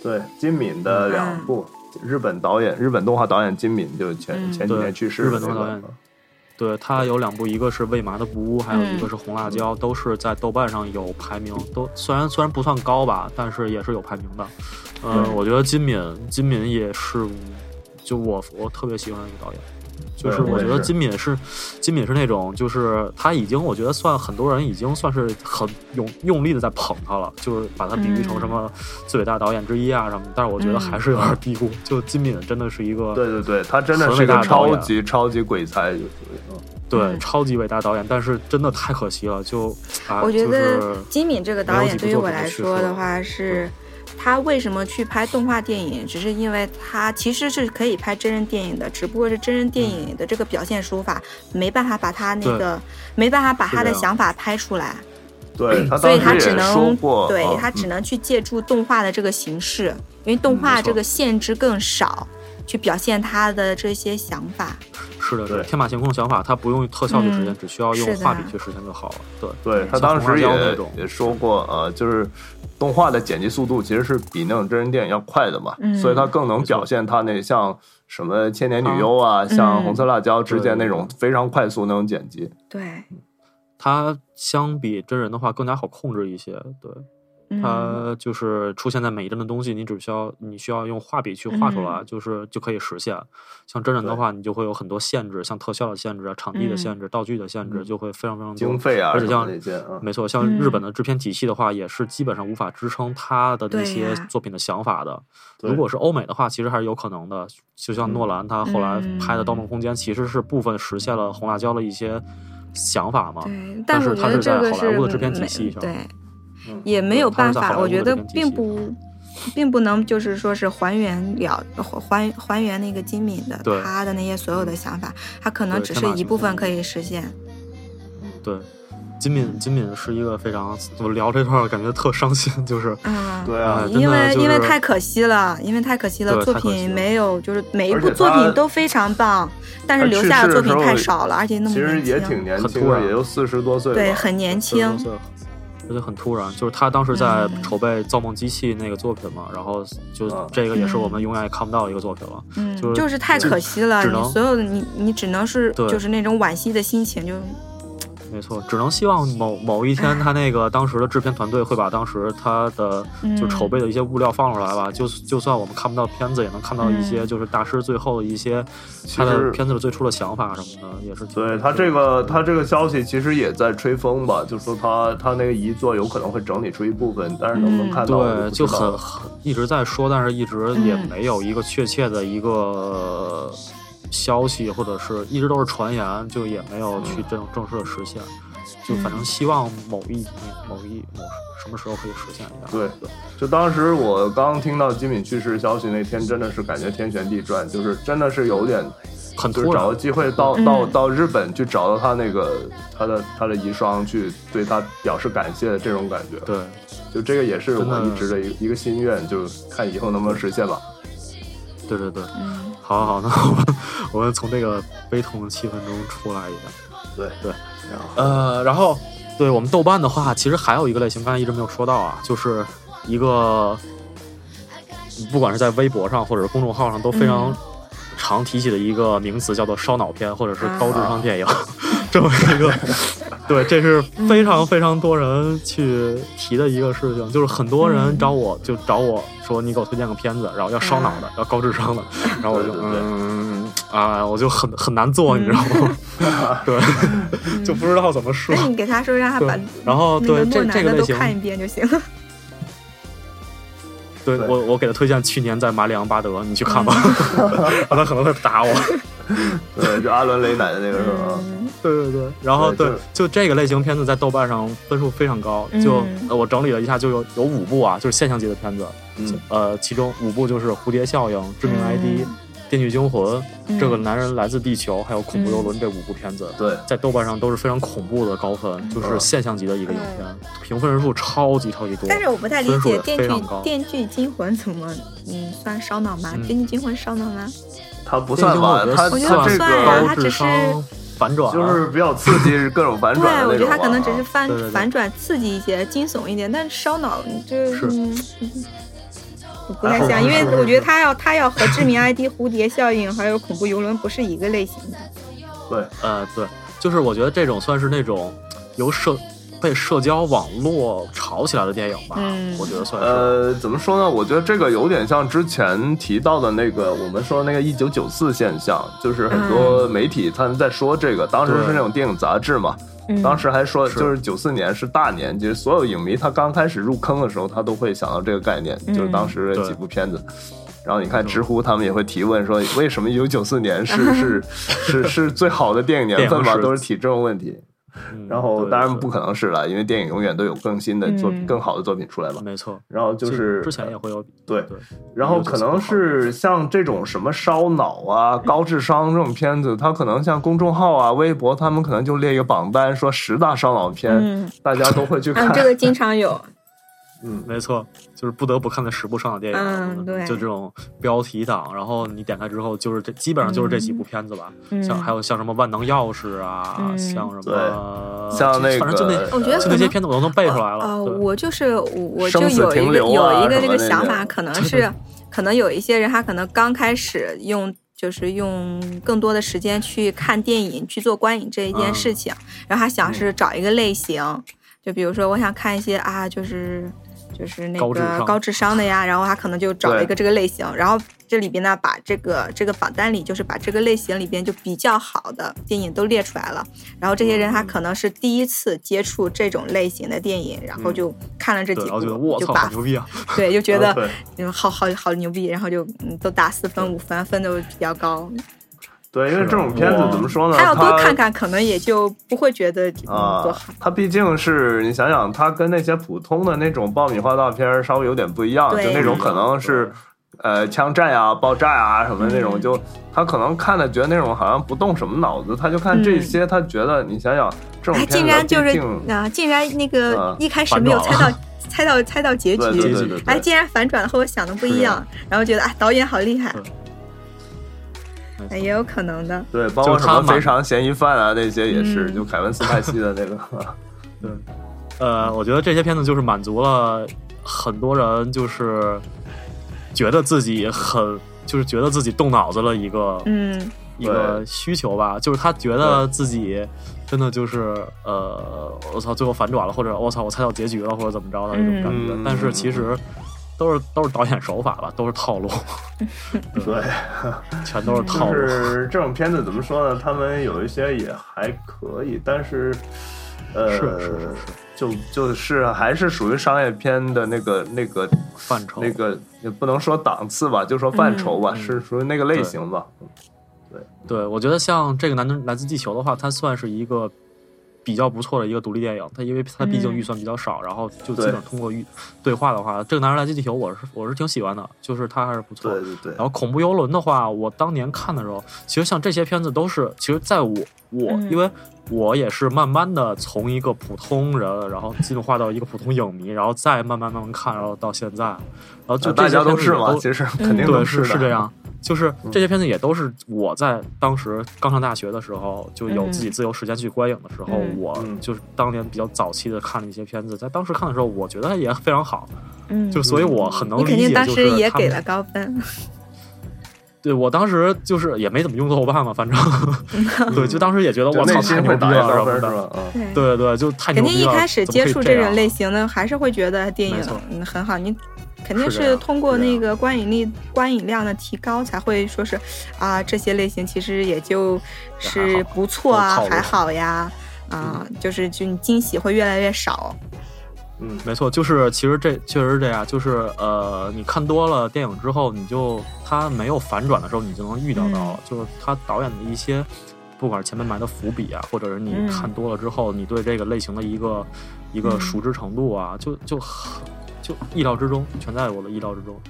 Speaker 2: 对金敏的两部，日本导演、日本动画导演金敏就前、
Speaker 3: 嗯
Speaker 2: 前几年去世
Speaker 1: 对
Speaker 2: 的那个，
Speaker 1: 日本动画导演对，它有两部，一个是《未麻的不屋》，还有一个
Speaker 3: 嗯
Speaker 1: 是《红辣椒》，都是在豆瓣上有排名，都虽然虽然不算高吧，但是也是有排名的。呃，
Speaker 3: 嗯
Speaker 1: 我觉得金敏，金敏也是，就我我特别喜欢的一个导演。就是
Speaker 2: 对
Speaker 1: 我
Speaker 2: 我
Speaker 1: 觉
Speaker 2: 也
Speaker 1: 得
Speaker 2: 是
Speaker 1: 金敏是，金敏是那种，就是他已经，我觉得算很多人已经算是很用用力的在捧他了，就是把他比喻成
Speaker 3: 嗯
Speaker 1: 什么最伟大导演之一啊什么，但是我觉得还是有点低估。就金敏真的是一个
Speaker 2: 对对对，他真的是一
Speaker 1: 很伟大
Speaker 2: 个
Speaker 1: 的导
Speaker 2: 超
Speaker 1: 演
Speaker 2: 级超级鬼才，就是嗯
Speaker 1: 对，
Speaker 3: 嗯
Speaker 1: 超级伟大导演，但是真的太可惜了，就啊，
Speaker 3: 我觉
Speaker 1: 就是
Speaker 3: 得金敏这个导
Speaker 1: 没有
Speaker 3: 演
Speaker 1: 几部
Speaker 3: 对于
Speaker 1: 作
Speaker 3: 我
Speaker 1: 品
Speaker 3: 来
Speaker 1: 是
Speaker 3: 说
Speaker 1: 说嗯
Speaker 3: 的话是。他为什么去拍动画电影？只是因为他其实是可以拍真人电影的，只不过是真人电
Speaker 1: 嗯
Speaker 3: 影的这个表现手法、没办法把他那个没办法把
Speaker 1: 是
Speaker 3: 他的
Speaker 1: 这样
Speaker 3: 想法拍出来，
Speaker 2: 对他
Speaker 3: 所
Speaker 2: 当
Speaker 3: 以他
Speaker 2: 时
Speaker 3: 只
Speaker 2: 也说
Speaker 3: 能
Speaker 2: 过，
Speaker 3: 对
Speaker 2: 啊
Speaker 3: 他只能去借助动画的这个形式，因为动
Speaker 1: 嗯
Speaker 3: 画
Speaker 1: 没错
Speaker 3: 这个限制更少，去表现他的这些想法。
Speaker 1: 是的，是的
Speaker 2: 对
Speaker 1: 天马行空的想法，他不用特效去实现，
Speaker 3: 嗯
Speaker 1: 只需要
Speaker 3: 是
Speaker 1: 用
Speaker 3: 的
Speaker 1: 画笔去实现就好了。对，
Speaker 2: 对他
Speaker 1: 像
Speaker 2: 当
Speaker 1: 红辣
Speaker 2: 时
Speaker 1: 椒那
Speaker 2: 也
Speaker 1: 种
Speaker 2: 也说过，呃，就是动画的剪辑速度其实是比那种真人电影要快的嘛，
Speaker 3: 嗯
Speaker 2: 所以它更能表现它那像什么《千年
Speaker 3: 嗯
Speaker 2: 女优》啊，像《红色辣椒》之间那种非常快速那种剪辑。
Speaker 3: 对，
Speaker 1: 它相比真人的话更加好控制一些。对，
Speaker 3: 嗯
Speaker 1: 它就是出现在每一帧的东西，你只需要你需要用画笔去画出
Speaker 3: 嗯
Speaker 1: 来，就是就可以实现。像真人的话，你就会有很多限制，像特效的限制、啊场
Speaker 3: 嗯
Speaker 1: 地的限制、道具的限制，
Speaker 2: 嗯
Speaker 1: 就会非常非常多
Speaker 2: 经。费啊，
Speaker 1: 而且
Speaker 2: 什么
Speaker 1: 像嗯
Speaker 2: 那些啊，
Speaker 1: 没错，像日本的制片体系的话，也是基本上无法支撑他的那
Speaker 3: 对
Speaker 1: 些
Speaker 3: 呀
Speaker 1: 作品的想法的。
Speaker 2: 对
Speaker 1: 如果是欧美的话，其实还是有可能的。就像诺兰他后来拍的《盗梦空间》，其实是部分实现了红辣椒的一些想法嘛。
Speaker 3: 对，
Speaker 1: 但
Speaker 3: 但
Speaker 1: 是
Speaker 3: 我
Speaker 1: 它
Speaker 3: 觉
Speaker 1: 是
Speaker 3: 得
Speaker 1: 在
Speaker 3: 这个
Speaker 1: 好莱
Speaker 3: 是
Speaker 1: 坞的制片
Speaker 3: 没
Speaker 1: 体系上
Speaker 3: 对，
Speaker 2: 嗯
Speaker 3: 也没
Speaker 1: 对
Speaker 3: 有
Speaker 1: 它是
Speaker 3: 办
Speaker 1: 在好
Speaker 3: 法，
Speaker 1: 莱
Speaker 3: 我
Speaker 1: 坞
Speaker 3: 觉
Speaker 1: 的
Speaker 3: 得
Speaker 1: 制片体
Speaker 3: 并
Speaker 1: 系
Speaker 3: 不，并不能就是说是还原了还还原那个金敏的
Speaker 1: 对
Speaker 3: 他的那些所有的想法，他可能
Speaker 1: 对
Speaker 3: 只
Speaker 1: 天
Speaker 3: 是
Speaker 1: 马
Speaker 3: 一
Speaker 1: 行
Speaker 3: 部分
Speaker 1: 空
Speaker 3: 可以实现。
Speaker 1: 对，金敏金敏是一个非常怎么聊这块儿感觉特伤心， 就是
Speaker 3: 嗯，
Speaker 2: 对啊
Speaker 1: 哎，真
Speaker 3: 因
Speaker 1: 的
Speaker 3: 为
Speaker 1: 就
Speaker 3: 因为
Speaker 1: 是
Speaker 3: 太可惜了，因为太可惜了，
Speaker 1: 对
Speaker 3: 作
Speaker 1: 太可惜
Speaker 3: 品
Speaker 1: 了
Speaker 3: 没有，就是每一
Speaker 2: 而
Speaker 3: 部
Speaker 2: 且
Speaker 3: 作
Speaker 2: 他
Speaker 3: 品都非常棒，但是留下的作品太少了，而且那么
Speaker 2: 其实
Speaker 3: 年
Speaker 2: 也
Speaker 3: 轻，啊
Speaker 2: 挺年
Speaker 1: 很
Speaker 2: 轻
Speaker 1: 突
Speaker 2: 的，
Speaker 1: 然
Speaker 2: 也就四十多岁吧，
Speaker 3: 对，很年轻，
Speaker 1: 对而且很突然，就是他当时在筹备《造梦机器》那个作品嘛，然后就
Speaker 2: 嗯
Speaker 1: 这个也是我们永远也看不到的一个作品了。
Speaker 3: 嗯，
Speaker 1: 就是
Speaker 3: 就是太可惜了，
Speaker 1: 只
Speaker 3: 你
Speaker 1: 能
Speaker 3: 所有的你你只能是
Speaker 1: 对
Speaker 3: 就是那种惋惜的心情，就
Speaker 1: 没错，只能希望某某一天，他那个当时的制片团队会把当时他的
Speaker 3: 嗯
Speaker 1: 就筹备的一些物料放出来吧。就就算我们看不到片子，也能看到一
Speaker 3: 嗯
Speaker 1: 些就是大师最后的一些他的
Speaker 2: 实
Speaker 1: 片子的最初的想法什么的，也是挺
Speaker 2: 对他这个他这个消息其实也在吹风吧，就说他他那个遗作有可能会整理出一部分，但是能
Speaker 3: 嗯
Speaker 2: 不能看到我
Speaker 1: 对，就
Speaker 2: 就不知道
Speaker 1: 很
Speaker 2: 了
Speaker 1: 很一直在说，但是一直也
Speaker 3: 嗯
Speaker 1: 没有一个确切的一个消息，或者是一直都是传言，就也没有去正正式的实现。就
Speaker 3: 嗯
Speaker 1: 反正希望某一年、某一某什么时候可以实现一下。
Speaker 2: 对，就当时我刚听到金敏去世消息那天，真的是感觉天旋地转，就是真的是有点，
Speaker 1: 很
Speaker 2: 就是
Speaker 1: 突然
Speaker 2: 找个机会到
Speaker 3: 嗯
Speaker 2: 到到日本去找到他那个他的他的遗孀，去对他表示感谢的这种感觉。
Speaker 1: 对，
Speaker 2: 就这个也是
Speaker 1: 真的
Speaker 2: 我一直的一个一个心愿，就看以后能不能实现吧。
Speaker 1: 对对对，
Speaker 3: 嗯
Speaker 1: 好好，那我们我们从这个悲痛的气氛中出来一点。
Speaker 2: 对
Speaker 1: 对，
Speaker 2: 然后
Speaker 1: 呃，然后对我们豆瓣的话，其实还有一个类型，刚才一直没有说到啊，就是一个不管是在微博上或者是公众号上都非常
Speaker 3: 嗯
Speaker 1: 常提起的一个名词，叫做烧脑片或者是
Speaker 3: 啊
Speaker 1: 高智商电影， 这么一个。对，这是
Speaker 3: 嗯
Speaker 1: 非常非常多人去提的一个事情，就是很多人找我
Speaker 3: 嗯
Speaker 1: 就找我说你给我推荐个片子，然后要烧脑
Speaker 3: 啊
Speaker 1: 的，要高智商的，然后我就
Speaker 2: 对对对
Speaker 1: 嗯啊，我就很很难做，你知道吗？ 对，
Speaker 3: 嗯
Speaker 1: 就不知道怎么说
Speaker 3: 那。你给他说让他
Speaker 1: 对
Speaker 3: 把
Speaker 1: 然后
Speaker 3: 那
Speaker 1: 对
Speaker 3: 个
Speaker 1: 这
Speaker 3: 诺
Speaker 1: 这
Speaker 3: 南
Speaker 1: 个
Speaker 3: 的
Speaker 1: 类
Speaker 3: 都
Speaker 1: 型
Speaker 3: 看一遍就行了。
Speaker 1: 对
Speaker 2: 对
Speaker 1: 我，我给他推荐去年在马里昂巴德，你去看吧，
Speaker 3: 嗯
Speaker 1: 然后 他可能会打 我。
Speaker 2: 对，就阿伦雷奶的那个啊是吧？
Speaker 3: 嗯
Speaker 1: 对啊对对，然后
Speaker 2: 对
Speaker 1: 对，就这个类型片子在豆瓣上分数非常高，就
Speaker 3: 嗯
Speaker 1: 呃我整理了一下，就有有五部啊，就是现象级的片子，
Speaker 2: 嗯，
Speaker 1: 呃，其中五部就是《蝴蝶效应》《致命 ID》
Speaker 3: 嗯
Speaker 1: 电锯惊魂》
Speaker 3: 嗯
Speaker 1: 这个男人来自地球》还有《恐怖游轮》这五部片子，
Speaker 2: 对，
Speaker 1: 在豆瓣上都是非常恐怖的高分，就是
Speaker 2: 嗯
Speaker 1: 现象级的一个影片，评分人数超级超级多。
Speaker 3: 嗯但是我不太理
Speaker 1: 分数
Speaker 3: 解
Speaker 1: 也
Speaker 3: 电
Speaker 1: 非
Speaker 3: 锯
Speaker 1: 常高
Speaker 3: 电锯惊魂怎么嗯算烧脑吗？
Speaker 1: 嗯
Speaker 3: 电锯惊魂烧脑吗？
Speaker 2: 他不算吧，他
Speaker 3: 我觉得
Speaker 2: 他
Speaker 3: 不
Speaker 2: 这
Speaker 3: 算啊呀
Speaker 2: 个
Speaker 1: 高智商反转啊，
Speaker 2: 就是比较刺激，各种反
Speaker 3: 对，
Speaker 2: 转的那种吧。啊
Speaker 3: 我觉得他可能只是反
Speaker 1: 对对对
Speaker 3: 反转刺激一些、惊悚一点，但是烧脑就是嗯 嗯我不太
Speaker 2: 啊是
Speaker 3: 想，因为
Speaker 2: 是
Speaker 3: 我觉得他要他要和《致命 ID》《蝴蝶效应》还有《恐怖游轮》不是一个类型的。
Speaker 2: 对，
Speaker 1: 呃，对，就是我觉得这种算是那种由社被社交网络炒起来的电影吧，
Speaker 3: 嗯
Speaker 1: 我觉得算是。
Speaker 2: 呃，怎么说呢？我觉得这个有点像之前提到的那个，我们说那个一九九四现象，就是很多媒体他们在说这个，当时是
Speaker 1: 对
Speaker 2: 那种电影杂志嘛，
Speaker 3: 嗯，
Speaker 2: 当时还说
Speaker 1: 是
Speaker 2: 就是九四年是大年，就是所有影迷他刚开始入坑的时候，他都会想到这个概念，
Speaker 3: 嗯
Speaker 2: 就是当时的
Speaker 1: 对
Speaker 2: 几部片子。然后你看知乎，他们也会提问说，为什么一九九四年 是是是是最好的电影年份
Speaker 1: 电
Speaker 2: 嘛？
Speaker 1: 影是
Speaker 2: 都是提这种问题。
Speaker 1: 嗯
Speaker 2: 然后
Speaker 1: 对
Speaker 2: 当然
Speaker 1: 对
Speaker 2: 不可能是了，因为电影永远都有更新的作
Speaker 3: 嗯
Speaker 2: 更好的作品出来嘛。
Speaker 1: 没错，
Speaker 2: 然后就是
Speaker 1: 之前也会有
Speaker 2: 对
Speaker 1: 对
Speaker 2: 然后可能是像这种什么烧脑啊、高智商这种片子，它可能像公众号啊、微博，他们可能就列一个榜单，说十大烧脑片，
Speaker 3: 嗯，
Speaker 2: 大家都 会去看
Speaker 3: 嗯，。这个经常有，
Speaker 2: 嗯，
Speaker 1: 没错，就是不得不看的十部上的电影，
Speaker 3: 嗯对
Speaker 1: 就这种标题党，然后你点开之后就是这基本上就是这几部片子吧，
Speaker 3: 嗯
Speaker 1: 像还有像什么万能钥匙啊，
Speaker 3: 嗯
Speaker 1: 像什么
Speaker 2: 对像那个
Speaker 1: 反正就那
Speaker 3: 我觉得
Speaker 1: 就
Speaker 3: 可
Speaker 1: 那些
Speaker 3: 能
Speaker 1: 片子我都能背出来了，
Speaker 3: 呃，
Speaker 1: 对
Speaker 3: 我就是我我就
Speaker 2: 生死
Speaker 3: 有一
Speaker 2: 停
Speaker 3: 个
Speaker 2: 留
Speaker 3: 有
Speaker 2: 啊
Speaker 3: 一个
Speaker 2: 什
Speaker 3: 这
Speaker 2: 么
Speaker 3: 个
Speaker 2: 那
Speaker 3: 想法，
Speaker 2: 种
Speaker 3: 可能是可能有一些人他可能刚开始用。就是用更多的时间去看电影、去做观影这一件
Speaker 1: 嗯
Speaker 3: 事情，然后他想是找一个类型，就比如说我想看一些啊，就是就是那
Speaker 1: 高智
Speaker 3: 个
Speaker 1: 商
Speaker 3: 高智商的呀，然后他可能就找了一
Speaker 2: 对
Speaker 3: 个这个类型，然后这里边呢把这个这个榜单里就是把这个类型里边就比较好的电影都列出来了，然后这些人他可能是第一次接触这种类型的电影，然后就看了这
Speaker 1: 对，
Speaker 3: 几
Speaker 1: 然后
Speaker 3: 部，
Speaker 1: 觉得我
Speaker 3: 就
Speaker 1: 操，
Speaker 3: 把
Speaker 1: 好牛 逼啊！
Speaker 3: 对就觉
Speaker 2: 啊
Speaker 3: 得
Speaker 2: 对
Speaker 3: 嗯好好好牛逼，然后就嗯都打四分五分分都比较高，
Speaker 2: 对，因为
Speaker 1: 是啊
Speaker 2: 这种片子
Speaker 1: 哇
Speaker 2: 怎么说呢？
Speaker 3: 他要多
Speaker 2: 它
Speaker 3: 看看可能也就不会觉得嗯
Speaker 2: 啊
Speaker 3: 多好，，
Speaker 2: 它毕竟是你想想，它跟那些普通的那种爆米花大片儿稍微有点不一样，
Speaker 3: 对
Speaker 2: 就那种可能是呃枪战啊、爆炸啊什么那种，
Speaker 3: 嗯
Speaker 2: 就他可能看的觉得那种好像不动什么脑子，他就看这些，他觉得你想想这种
Speaker 3: 哎，
Speaker 2: 片子
Speaker 3: 嗯竟然就
Speaker 2: 毕
Speaker 3: 是
Speaker 2: 竟
Speaker 3: 啊，竟然那个
Speaker 2: 啊
Speaker 3: 一开始没有
Speaker 1: 反
Speaker 3: 猜
Speaker 1: 转
Speaker 3: 到，猜到猜到结
Speaker 2: 对对
Speaker 3: 局，
Speaker 2: 对对
Speaker 3: 哎，
Speaker 2: 对，
Speaker 3: 竟然反转了和我想的不一
Speaker 2: 是啊
Speaker 3: 样，然后觉得哎，导演好厉害
Speaker 1: 是，没错
Speaker 3: 哎，也有可能的，
Speaker 2: 对，包括
Speaker 1: 就是
Speaker 2: 什
Speaker 1: 他
Speaker 2: 么
Speaker 1: 满
Speaker 2: 非常嫌疑犯啊那些也是，
Speaker 3: 嗯
Speaker 2: 就凯文斯派西的那 个，
Speaker 1: 呃，我觉得这些片子就是满足了很多人，就是觉得自己很，就是觉得自己动脑子了一个、
Speaker 3: 嗯，
Speaker 1: 一个需求吧，就是他觉得自己真的就是呃，我操，最后反转了，或者我操，我猜到结局了，或者怎么着的那种感觉。
Speaker 2: 嗯
Speaker 1: 但是其实都是都是导演手法吧，都是套路，
Speaker 2: 对。
Speaker 1: 全都是
Speaker 2: 就
Speaker 1: 套路。
Speaker 2: 是这种片子怎么说呢？他们有一些也还可以，但是，呃，
Speaker 1: 是是是是
Speaker 2: 就就是啊还是属于商业片的那个那个
Speaker 1: 范畴。
Speaker 2: 那个，也不能说档次吧，就说范畴吧，
Speaker 1: 嗯
Speaker 2: 是属于那个类型吧。
Speaker 1: 对，我觉得像这个男人来自地球的话，它算是一个比较不错的一个独立电影。它因为它毕竟
Speaker 3: 嗯
Speaker 1: 预算比较少，然后就基
Speaker 2: 对
Speaker 1: 本通过预对话的话，这个男人来自地球，我是我是挺喜欢的，就是它还是不错。
Speaker 2: 对对对
Speaker 1: 然，后恐怖游轮的话，我当年看的时候，其实像这些片子都是，其实在我我、
Speaker 3: 嗯
Speaker 1: 因为我也是慢慢的从一个普通人，然后进化到一个普通影迷，然后再慢慢慢慢看，然后到现在，然后就
Speaker 2: 呃
Speaker 1: 这
Speaker 2: 大
Speaker 1: 些
Speaker 2: 家
Speaker 1: 片
Speaker 2: 都
Speaker 1: 子
Speaker 2: 是
Speaker 1: 也
Speaker 2: 嘛，
Speaker 1: 都嗯
Speaker 2: 其实肯定
Speaker 1: 对，
Speaker 2: 都
Speaker 1: 是
Speaker 2: 的，
Speaker 1: 这。样。就是
Speaker 2: 嗯
Speaker 1: 这些片子也都是我在当时刚上大学的时候，就有自己自由时间去观影的时候，
Speaker 3: 嗯
Speaker 1: 我
Speaker 2: 嗯
Speaker 1: 就是当年比较早期的看了一些片子，在当时看的时候，我觉得也非常好，
Speaker 3: 嗯，
Speaker 1: 就所以我很能
Speaker 3: 你肯
Speaker 1: 理
Speaker 3: 定
Speaker 1: 解，
Speaker 3: 当
Speaker 1: 就
Speaker 3: 时
Speaker 1: 是
Speaker 3: 也
Speaker 1: 他
Speaker 3: 给
Speaker 1: 们
Speaker 3: 了高分，
Speaker 1: 对我当时就是也没怎么用豆瓣嘛， 反正对，就当时也觉得
Speaker 2: 就
Speaker 1: 我操
Speaker 2: 内
Speaker 1: 太
Speaker 2: 心
Speaker 1: 牛
Speaker 2: 会
Speaker 1: 逼
Speaker 2: 打一
Speaker 1: 了什么
Speaker 2: 高分是
Speaker 1: 的，
Speaker 2: 吧？嗯，
Speaker 3: 对。
Speaker 1: 对对，就太牛
Speaker 3: 肯定
Speaker 1: 逼
Speaker 3: 一
Speaker 1: 了。
Speaker 3: 开始
Speaker 1: 怎么
Speaker 3: 接
Speaker 1: 可以
Speaker 3: 触
Speaker 1: 这
Speaker 3: 种
Speaker 1: 样啊
Speaker 3: 类型的，还是会觉得电影
Speaker 1: 没错
Speaker 3: 嗯很好。你肯定
Speaker 1: 是这
Speaker 3: 是
Speaker 1: 样
Speaker 3: 通过
Speaker 1: 是这样
Speaker 3: 那个观影力、观影量的提高，才会说是啊，这些类型其实也就
Speaker 1: 也还
Speaker 3: 是
Speaker 1: 好
Speaker 3: 不错啊
Speaker 1: 都是套，路嗯
Speaker 3: 还好呀，啊，就是就你惊喜会越来越少。
Speaker 2: 嗯，
Speaker 1: 没错，就是其实这确实是这样，就是呃，你看多了电影之后，你就它没有反转的时候，你就能预料到
Speaker 3: 嗯
Speaker 1: 了，就是它导演的一些，不管是前面埋的伏笔啊，或者是你
Speaker 3: 嗯
Speaker 1: 看多了之后，你对这个类型的一个一个
Speaker 3: 嗯
Speaker 1: 熟知程度啊，就就很就意料之中，全在我的意料之中，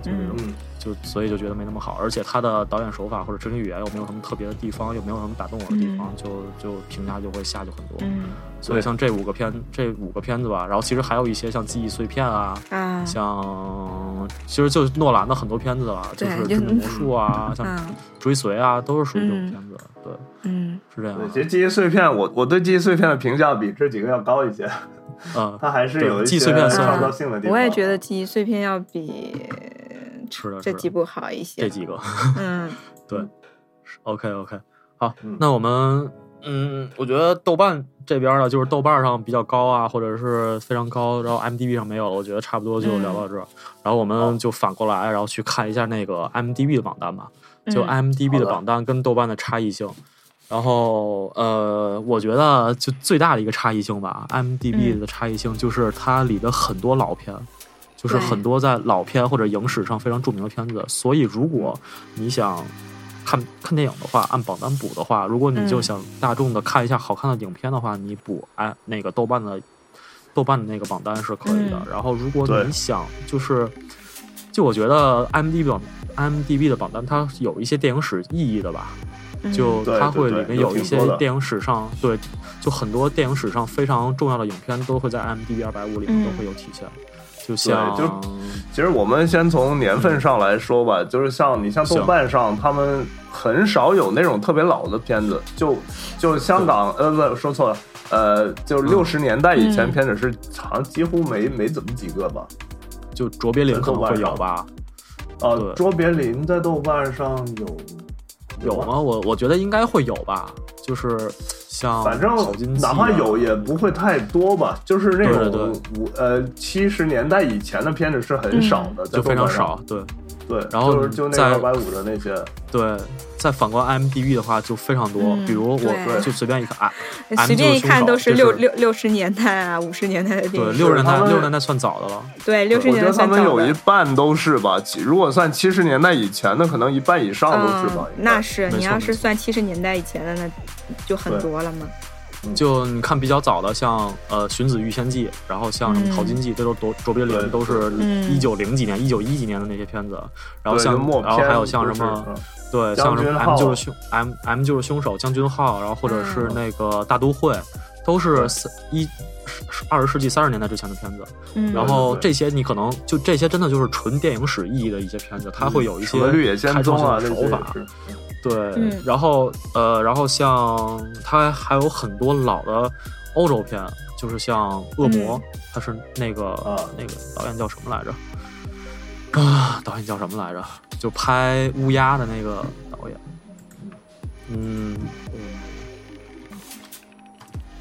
Speaker 1: 就是这种
Speaker 2: 嗯，
Speaker 1: 就所以就觉得没那么好，而且他的导演手法或者执行语言又没有什么特别的地方，又没有什么打动我的地方，就就评价就会下去很多。
Speaker 3: 嗯
Speaker 1: 所以像这五个片，这五个片子吧，然后其实还有一些像《记忆碎片》啊，
Speaker 3: 啊，
Speaker 1: 像其实就是诺兰的很多片子啊，就
Speaker 3: 对
Speaker 1: 是《
Speaker 3: 就
Speaker 1: 真的魔术》啊，像《
Speaker 3: 嗯
Speaker 1: 追随》啊，都是属于这种片子。对，
Speaker 3: 嗯
Speaker 1: 是这样啊
Speaker 2: 对，。其实记忆碎片，我我对记忆碎片的评价比这几个要高一些，
Speaker 1: 嗯，
Speaker 2: 它还是
Speaker 1: 对
Speaker 2: 有一
Speaker 1: 记忆
Speaker 2: 些
Speaker 1: 碎片
Speaker 3: 算是
Speaker 2: 创造性的地方。
Speaker 3: 我也觉得《记忆碎片》要比
Speaker 1: 是的，
Speaker 3: 这
Speaker 1: 是
Speaker 3: 几
Speaker 1: 的，
Speaker 3: 部好一些
Speaker 1: 这。几个。
Speaker 3: 嗯，
Speaker 1: OK OK，好，
Speaker 2: 嗯
Speaker 1: 那我们嗯，我觉得豆瓣这边呢，就是豆瓣上比较高啊，或者是非常高，然后 m d b 上没有了，我觉得差不多就聊
Speaker 3: 嗯
Speaker 1: 到这儿。然后我们就反过来，然后去看一下那个 m d b 的榜单吧， 就
Speaker 3: 嗯
Speaker 1: m d b 的
Speaker 2: 好的
Speaker 1: 榜单跟豆瓣的差异性。然后，呃，我觉得就最大的一个差异性吧 m d b
Speaker 3: 嗯
Speaker 1: 的差异性就是它里的很多老片，就是
Speaker 3: 对
Speaker 1: 很多在老片或者影史上非常著名的片子。所以，如果你想看看电影的话，按榜单补的话，如果你就
Speaker 3: 嗯
Speaker 1: 想大众的看一下好看的影片的话，你补按那个豆瓣的豆瓣的那个榜单是可以的。
Speaker 3: 嗯
Speaker 1: 然后，如果
Speaker 2: 对
Speaker 1: 你想就是，就我觉得 IMDB 榜 IMDB 的榜单它有一些电影史意义的吧，
Speaker 3: 嗯
Speaker 1: 就
Speaker 2: 对
Speaker 1: 它
Speaker 2: 对
Speaker 1: 会
Speaker 2: 对
Speaker 1: 里面有
Speaker 2: 有
Speaker 1: 一
Speaker 2: 挺
Speaker 1: 些
Speaker 2: 多的
Speaker 1: 电影史上对，就很多电影史上非常重要的影片都会在 IMDB 二百五里面
Speaker 3: 嗯
Speaker 1: 都会有体现，就像
Speaker 2: 就其实我们先从年份上来说
Speaker 1: 嗯
Speaker 2: 吧，就是像你像豆瓣上，他们很少有那种特别老的片子，
Speaker 1: 嗯
Speaker 2: 就就香港，呃，不，说错了，呃，就六十年代以前
Speaker 3: 嗯
Speaker 2: 片子是好像几乎没没怎么几个吧。
Speaker 1: 就卓别林可能会有吧，
Speaker 2: 啊
Speaker 1: 对，
Speaker 2: 卓别林在豆瓣上有
Speaker 1: 有
Speaker 2: 吗？
Speaker 1: 吗？我我觉得应该会有吧，就是像
Speaker 2: 反正
Speaker 1: 淘金机啊
Speaker 2: 哪怕有也不会太多吧，就是那
Speaker 1: 对
Speaker 2: 种
Speaker 1: 对
Speaker 2: 五呃七十年代以前的片子是很少的，在
Speaker 1: 就非常
Speaker 2: 豆瓣上
Speaker 1: 少，。对
Speaker 2: 对，
Speaker 1: 然后
Speaker 2: 就是就那
Speaker 1: 在
Speaker 2: 二百五的那些，
Speaker 1: 对。再反观 IMDB 的话，就非常多，
Speaker 3: 嗯
Speaker 1: 比如我
Speaker 3: 对
Speaker 1: 就随便一个啊 I，
Speaker 3: 随便一看都是
Speaker 1: 就是
Speaker 3: 六六六十年代啊，五十年代的电
Speaker 1: 对
Speaker 3: 影。
Speaker 1: 六十年代
Speaker 2: 他们
Speaker 1: 六十年代算早的了，
Speaker 3: 对，六十
Speaker 2: 我
Speaker 3: 年
Speaker 2: 觉得他
Speaker 3: 代算
Speaker 2: 们
Speaker 3: 早
Speaker 2: 有一
Speaker 3: 的。
Speaker 2: 半都是吧，几如果算七十年代以前的，可能一半以上都是吧
Speaker 3: 嗯。，
Speaker 2: 应该
Speaker 3: 那是
Speaker 1: 没
Speaker 3: 你
Speaker 1: 错
Speaker 3: 要
Speaker 1: 没
Speaker 3: 是
Speaker 1: 错
Speaker 3: 算七十年代以前的，那就很
Speaker 2: 对
Speaker 3: 多了嘛。
Speaker 1: 就你看比较早的，像呃《荀子遇仙记》，然后像什么《淘金记》，这都卓卓别林
Speaker 2: 对
Speaker 1: 都是
Speaker 3: 嗯
Speaker 1: 一九零几年、一九一几年的那些片子，然后
Speaker 2: 对，
Speaker 1: 像
Speaker 2: 就默
Speaker 1: 然后还有
Speaker 2: 片
Speaker 1: 像
Speaker 2: 不
Speaker 1: 什么
Speaker 2: 是嗯
Speaker 1: 对
Speaker 2: 将
Speaker 1: 像什么
Speaker 2: 军
Speaker 1: M 就
Speaker 2: 号
Speaker 1: 是凶 M M 就是凶手、将军号，然后或者是那个大都会，都是
Speaker 2: 对
Speaker 1: 三一十二十世纪三十年代之前的片子。
Speaker 3: 嗯，
Speaker 1: 然后
Speaker 2: 对对
Speaker 1: 这些你可能就这些真的就是纯电影史意义的一些片子，它会有一
Speaker 2: 嗯什
Speaker 1: 些
Speaker 2: 么绿野仙
Speaker 1: 开创
Speaker 2: 踪啊，那
Speaker 1: 性
Speaker 2: 些
Speaker 1: 的手法
Speaker 2: 也。是
Speaker 1: 对，
Speaker 3: 嗯
Speaker 1: 然后呃，然后像它还有很多老的欧洲片，就是像《恶魔》它是那个、
Speaker 2: 啊
Speaker 1: 那个导演叫什么来着？啊，导演叫什么来着？就拍《乌鸦》的那个导演，嗯，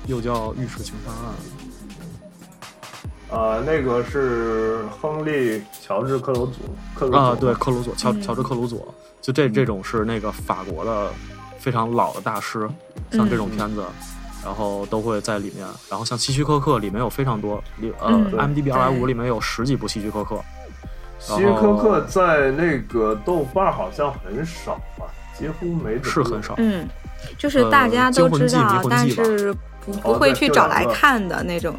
Speaker 1: 又叫《浴室情犯案
Speaker 2: 啊，那个是亨利·乔治·克鲁佐，克鲁》佐嗯
Speaker 1: 啊，对，克鲁佐，乔
Speaker 3: 嗯
Speaker 1: 乔治克鲁佐，就这这种是那个法国的非常老的大师，像这种
Speaker 3: 嗯
Speaker 1: 片子，然后都会在里面。然后像希区柯克里面有非常多，里呃
Speaker 3: 嗯
Speaker 2: 对
Speaker 1: m d b
Speaker 3: 对
Speaker 1: 二百五里面有十几部希区柯克，
Speaker 2: 希区柯克在那个豆瓣好像很少吧，几乎没怎么
Speaker 1: 是很少。
Speaker 3: 嗯，就是大家都知道，
Speaker 1: 呃呃惊魂记迷魂记吧
Speaker 3: 但是不不会去找来看的那种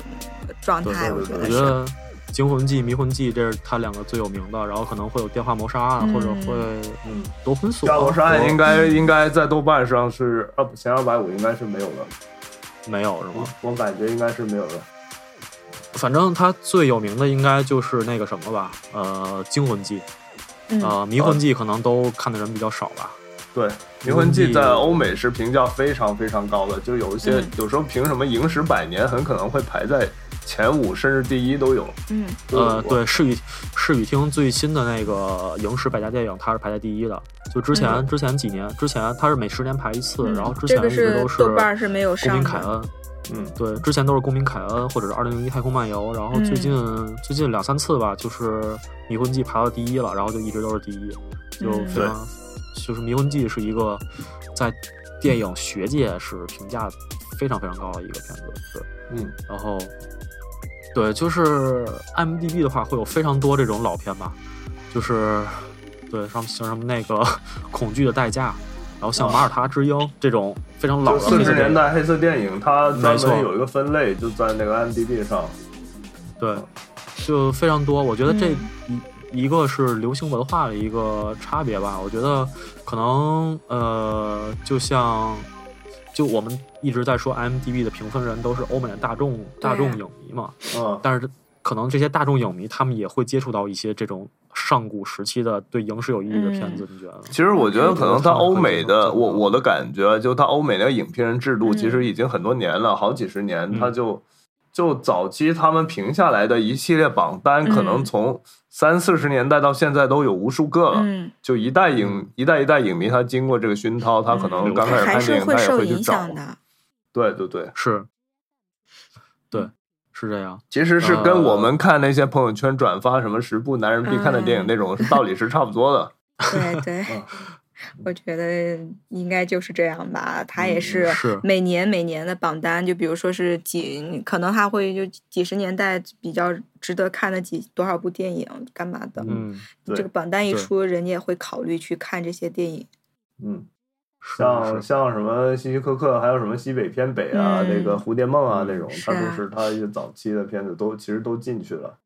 Speaker 3: 状态，
Speaker 2: 哦
Speaker 3: 我
Speaker 2: 对
Speaker 3: 觉
Speaker 2: 对
Speaker 1: 我
Speaker 3: 得
Speaker 1: 觉
Speaker 3: 是。
Speaker 1: 得《惊魂记》《迷魂记》这是他两个最有名的，然后可能会有电话谋杀案，
Speaker 3: 嗯
Speaker 1: 或者会
Speaker 2: 嗯，
Speaker 1: 夺魂锁。
Speaker 2: 亚罗山
Speaker 1: 我
Speaker 2: 应该应该在豆瓣上是二前二百五应该是没有的，
Speaker 1: 没有是吗？
Speaker 2: 我感觉应该是没有的。
Speaker 1: 反正他最有名的应该就是那个什么吧，呃，《惊魂记》
Speaker 3: 嗯，
Speaker 1: 呃，《迷魂记》可能都看的人比较少吧。
Speaker 2: 对，《
Speaker 1: 迷
Speaker 2: 迷
Speaker 1: 魂
Speaker 2: 魂
Speaker 1: 记
Speaker 2: 记》在欧美是评价非常非常高的，就有一些、
Speaker 3: 嗯
Speaker 2: 有时候凭什么影史百年，很可能会排在前五甚至第一都有。
Speaker 3: 嗯，
Speaker 2: 都有
Speaker 1: 呃，
Speaker 2: 过，
Speaker 1: 对，视与视与厅最新的那个影视百家电影，它是排在第一的。就之前、之前几年，之前它是每十年排一次，
Speaker 3: 嗯
Speaker 1: 然后之
Speaker 3: 这
Speaker 1: 前
Speaker 3: 个
Speaker 1: 一直
Speaker 3: 是
Speaker 1: 都是
Speaker 3: 豆瓣是没有
Speaker 1: 公
Speaker 3: 上
Speaker 1: 民凯
Speaker 3: 的。
Speaker 1: 恩，
Speaker 2: 嗯，
Speaker 1: 对，之前都是公民凯恩或者是二零零一太空漫游，然后最近、
Speaker 3: 嗯
Speaker 1: 最近两三次吧，就是迷魂记排到第一了，然后就一直都是第一，就
Speaker 3: 嗯
Speaker 1: 非常、就是迷魂记是一个在电影学界是评价非常非常高的一个片子，对。
Speaker 2: 嗯，
Speaker 1: 然后，对，就是 IMDB 的话会有非常多这种老片吧，就是对像像什么那个《恐惧的代价》，然后像《马耳他之鹰》这种非常老
Speaker 2: 就
Speaker 1: 的
Speaker 2: 四
Speaker 1: 黑色
Speaker 2: 十
Speaker 1: 电
Speaker 2: 年
Speaker 1: 影
Speaker 2: 代黑色电影，它
Speaker 1: 没
Speaker 2: 专
Speaker 1: 错
Speaker 2: 门有一个分类，就在那个 IMDB 上。
Speaker 1: 对，就非常多。我觉得这一、
Speaker 3: 嗯
Speaker 1: 一个是流行文化的一个差别吧。我觉得可能呃，就像就我们一直在说 IMDB 的评分人都是欧美的大众大众影迷嘛，
Speaker 2: 嗯，
Speaker 1: 但是可能这些大众影迷他们也会接触到一些这种上古时期的对影史有意义的片子，你觉得呢？
Speaker 2: 嗯其实我觉得可能他欧美
Speaker 1: 嗯
Speaker 2: 的，我我的感觉就他欧美那个影评人制度，
Speaker 3: 嗯
Speaker 2: 其实已经很多年了，好几十
Speaker 1: 嗯
Speaker 2: 年，他就就早期他们评下来的一系列榜单，
Speaker 3: 嗯
Speaker 2: 可能从三四十年代到现在都有无数个了。
Speaker 3: 嗯，
Speaker 2: 就一代影一代一代影迷，他经过这个熏陶，他可能
Speaker 1: 嗯
Speaker 2: 刚开始
Speaker 3: 还
Speaker 2: 看电
Speaker 3: 是
Speaker 2: 影，
Speaker 3: 会
Speaker 2: 他也
Speaker 3: 受
Speaker 2: 会去
Speaker 3: 影
Speaker 2: 找
Speaker 3: 响。的。
Speaker 2: 对对对，
Speaker 1: 是，对，是这样。
Speaker 2: 其实是跟我们看那些朋友圈转发什么十部男人必看的电影
Speaker 3: 嗯
Speaker 2: 那种道理是差不多的。
Speaker 3: 对对，
Speaker 2: 嗯
Speaker 3: 我觉得应该就是这样吧。它
Speaker 2: 嗯
Speaker 3: 也是
Speaker 1: 是
Speaker 3: 每年每年的榜单，就比如说是几，可能还会就几十年代比较值得看的几多少部电影干嘛的。
Speaker 1: 嗯，
Speaker 2: 对
Speaker 3: 这个榜单一
Speaker 1: 对
Speaker 3: 出，人家也会考虑去看这些电影。
Speaker 2: 嗯，
Speaker 1: 是
Speaker 2: 像
Speaker 1: 是
Speaker 2: 像什么希区柯克，还有什么西北偏北啊，
Speaker 3: 嗯
Speaker 2: 那个蝴蝶梦啊那种，
Speaker 3: 是
Speaker 2: 它
Speaker 3: 啊
Speaker 2: 都是他一些早期的片子都其实都进去了。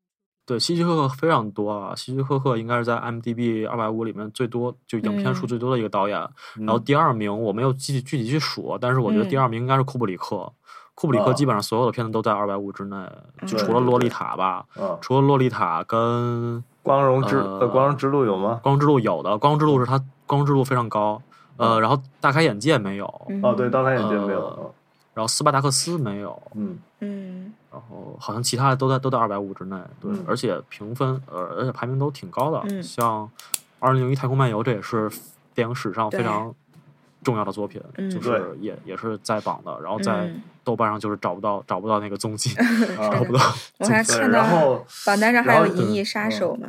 Speaker 1: 对，希区柯克非常多啊，希区柯克应该是在 m d b 二百五里面最多，就影片数
Speaker 3: 嗯
Speaker 1: 最多的一个导演。
Speaker 2: 然
Speaker 1: 然后第二名我没有具体具体去数，啊但是我觉得第
Speaker 3: 嗯
Speaker 1: 二名应该是库布里克。库布里克
Speaker 2: 啊
Speaker 1: 基本上所有的片子都在二百五之内，就
Speaker 3: 嗯
Speaker 1: 除了《洛丽
Speaker 2: 对对对
Speaker 1: 塔》吧，
Speaker 2: 啊，
Speaker 1: 除了《洛丽塔》跟
Speaker 2: 光荣之
Speaker 1: 呃
Speaker 2: 呃光荣之路有吗？
Speaker 1: 光之路有的，光之路是它光之路非常高，呃，
Speaker 2: 嗯
Speaker 1: 然后大开眼界没有，
Speaker 3: 嗯
Speaker 2: 哦，对，大开眼界
Speaker 1: 呃
Speaker 2: 没有。
Speaker 1: 然后斯巴达克斯没有，
Speaker 2: 嗯，
Speaker 3: 嗯，
Speaker 1: 然后好像其他的都在都在二百五之内，对，
Speaker 2: 嗯
Speaker 1: 而且评分呃而且排名都挺高的，
Speaker 3: 嗯
Speaker 1: 像《二零零一太空漫游》这也是电影史上非
Speaker 3: 对
Speaker 1: 常重要的作品，
Speaker 3: 嗯
Speaker 1: 就是也也是在榜的，然后在
Speaker 3: 嗯
Speaker 1: 豆瓣上就是找不到找不到那个踪 迹，
Speaker 2: 啊
Speaker 1: 找不到。
Speaker 3: 我还
Speaker 2: 对，然
Speaker 3: 看到
Speaker 2: 后
Speaker 3: 榜单上还
Speaker 2: 然
Speaker 3: 有
Speaker 2: 后
Speaker 3: 《银
Speaker 1: 对
Speaker 3: 翼杀
Speaker 2: 嗯
Speaker 3: 手》嘛，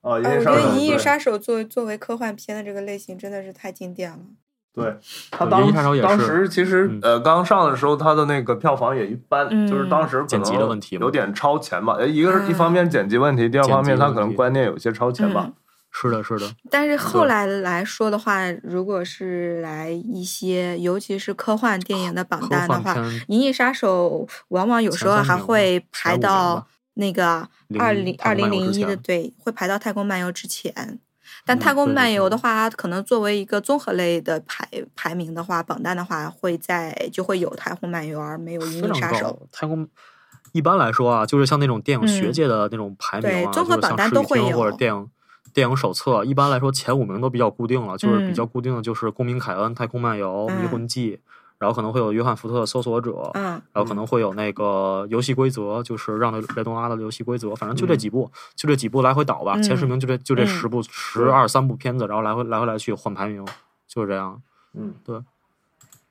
Speaker 2: 啊，银
Speaker 3: 啊，我
Speaker 2: 翼
Speaker 3: 觉
Speaker 2: 杀
Speaker 3: 得
Speaker 2: 手
Speaker 3: 《银翼
Speaker 2: 对
Speaker 3: 杀手》作为作为科幻片的这个类型真的是太经典了。
Speaker 1: 嗯
Speaker 2: 对他
Speaker 1: 对
Speaker 2: 当
Speaker 1: 银翼杀手也
Speaker 2: 当
Speaker 1: 是
Speaker 2: 时其实、
Speaker 1: 嗯
Speaker 2: 呃刚上的时候，他的那个票房也一般，
Speaker 3: 嗯
Speaker 2: 就是当时可
Speaker 1: 剪辑的问
Speaker 2: 能
Speaker 1: 题嘛
Speaker 2: 有点超前吧。呃一个
Speaker 3: 啊
Speaker 2: 是一方面剪辑问题，第二
Speaker 1: 剪
Speaker 2: 方面
Speaker 1: 辑
Speaker 2: 他
Speaker 1: 问
Speaker 2: 可能
Speaker 1: 题
Speaker 2: 观念有些超前吧
Speaker 3: 嗯。
Speaker 1: 是的，是的，
Speaker 3: 但是后
Speaker 1: 对
Speaker 3: 来来说的话，如果是来一些，尤其是科幻电影的榜
Speaker 1: 科
Speaker 3: 单的
Speaker 1: 幻
Speaker 3: 话，《
Speaker 1: 片
Speaker 3: 银翼杀手》往往有时
Speaker 1: 前
Speaker 3: 候
Speaker 1: 三
Speaker 3: 还
Speaker 1: 名吧
Speaker 3: 会
Speaker 1: 前五
Speaker 3: 排
Speaker 1: 名
Speaker 3: 到
Speaker 1: 吧
Speaker 3: 那个
Speaker 1: 零
Speaker 3: 二零二
Speaker 1: 太空
Speaker 3: 零
Speaker 1: 漫游
Speaker 3: 零
Speaker 1: 之
Speaker 3: 一的，
Speaker 1: 前
Speaker 3: 对，会排到《太空漫游》之前。但
Speaker 1: 嗯
Speaker 3: 《太空
Speaker 1: 对对
Speaker 3: 漫
Speaker 1: 对
Speaker 3: 游》的话，可能作为一个综合类的排排名的话，榜单的话会在就会有《太空漫游》，而没有《银
Speaker 1: 非
Speaker 3: 翼
Speaker 1: 常
Speaker 3: 杀
Speaker 1: 高
Speaker 3: 手。
Speaker 1: 太空一般来说啊，就是像那种电影学
Speaker 3: 嗯
Speaker 1: 界的那种排名
Speaker 3: 对
Speaker 1: 啊，
Speaker 3: 综
Speaker 1: 就
Speaker 3: 合
Speaker 1: 是
Speaker 3: 榜
Speaker 1: 像
Speaker 3: 单
Speaker 1: 视
Speaker 3: 都
Speaker 1: 与
Speaker 3: 会
Speaker 1: 厅或
Speaker 3: 有
Speaker 1: 者电影电影手册，一般来说前五名都比较固定了，就是
Speaker 3: 嗯
Speaker 1: 比较固定的就是《公民凯恩》《太空漫游》《迷
Speaker 3: 嗯
Speaker 1: 魂记》，然后可能会有约翰福特的《搜索者》，
Speaker 3: 嗯，
Speaker 1: 然后可能会有那个游戏规则，就是让雷东阿的游戏规则，反正
Speaker 2: 嗯
Speaker 1: 就这几部，就这几部来回倒吧，
Speaker 3: 嗯
Speaker 1: 前十名就这就这
Speaker 3: 嗯
Speaker 1: 十部、十二三部片子，然后来回来回来去换排名，就是这样。
Speaker 2: 嗯，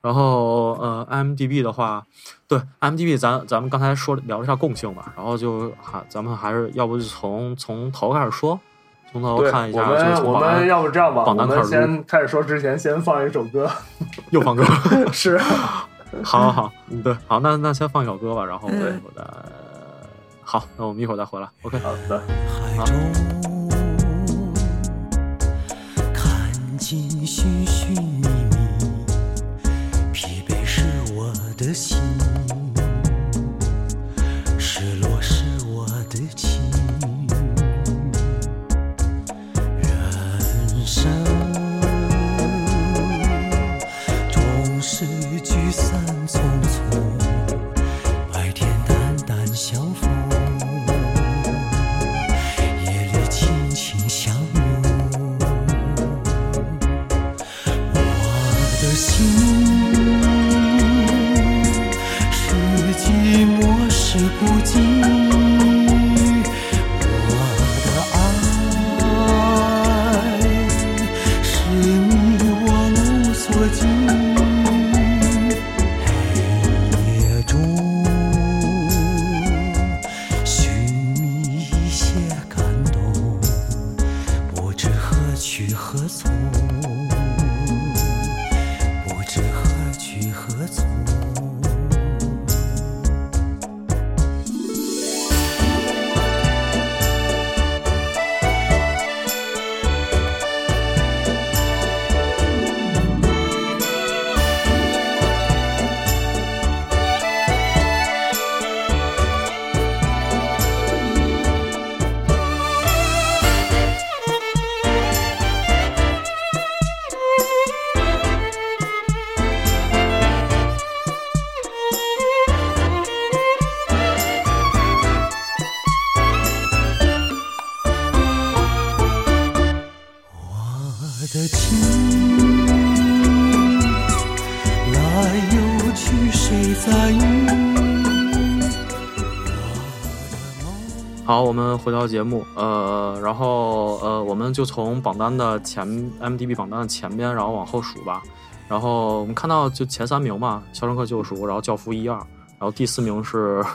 Speaker 1: 然后呃，IMDB 的话，对 IMDB 咱咱们刚才说聊了一下共性吧，然后就还、咱们还是要不就从从头开始说，从头
Speaker 2: 对，
Speaker 1: 看一
Speaker 2: 我
Speaker 1: 下，就是
Speaker 2: 们
Speaker 1: 从
Speaker 2: 我
Speaker 1: 榜
Speaker 2: 们
Speaker 1: 单
Speaker 2: 要不这样吧，我
Speaker 1: 榜单开
Speaker 2: 们
Speaker 1: 始
Speaker 2: 先开始说之前先放一首 歌，
Speaker 1: 又放歌，
Speaker 2: 是啊
Speaker 1: 好好好
Speaker 2: 嗯，
Speaker 1: 对，好，那那先放一首歌吧，然后我一会
Speaker 3: 嗯
Speaker 1: 儿再，好，那我们一会儿再回来，OK。
Speaker 2: 好的。
Speaker 4: 海中看尽寻寻觅觅，疲惫是我的心，失落是我的情。人生总是聚散匆匆，白天淡淡相逢。夜里轻轻相拥，我的心是寂寞，是孤寂。我的爱是你我无所及。黑夜中。寻觅一些感动，不知何去何从，不知何去何从。我的情，来又去，谁在意？
Speaker 1: 好，我们回到节目，呃，然后呃，我们就从榜单的前 m d b 榜单的前边，然后往后数吧。然后我们看到就前三名嘛，《肖申克救赎》，然后《教父》一二，然后第四名是《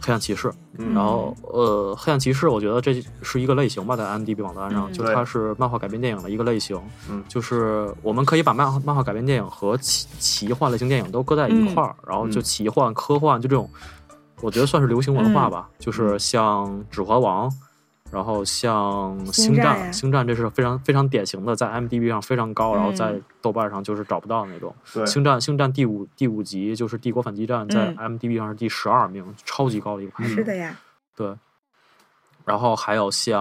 Speaker 1: 黑暗骑士》，
Speaker 2: 嗯
Speaker 1: 然后呃，《黑暗骑士》我觉得这是一个类型吧，在 m d b 榜单上，
Speaker 3: 嗯
Speaker 1: 就
Speaker 2: 对
Speaker 1: 它是漫画改编电影的一个类型，
Speaker 2: 嗯
Speaker 1: 就是我们可以把漫画漫画改编电影和奇奇幻类型电影都搁在一块儿，然后就
Speaker 2: 嗯
Speaker 1: 奇幻、科幻就这种。我觉得算是流行
Speaker 3: 嗯
Speaker 1: 文化吧，
Speaker 2: 嗯
Speaker 1: 就是像《指环王》，然后像《星
Speaker 3: 星战
Speaker 1: 战》，
Speaker 3: 呀
Speaker 1: 《星战》这是非常非常典型的，在 m d b 上非常高，然后在
Speaker 3: 嗯
Speaker 1: 豆瓣上就是找不到那种。
Speaker 2: 对，
Speaker 1: 星战》《星战》第五第五集就是《帝国反击战》，在
Speaker 3: 嗯
Speaker 1: m d b 上是第十二名，超级高的一个排名。
Speaker 3: 是的呀，
Speaker 1: 对，然后还有像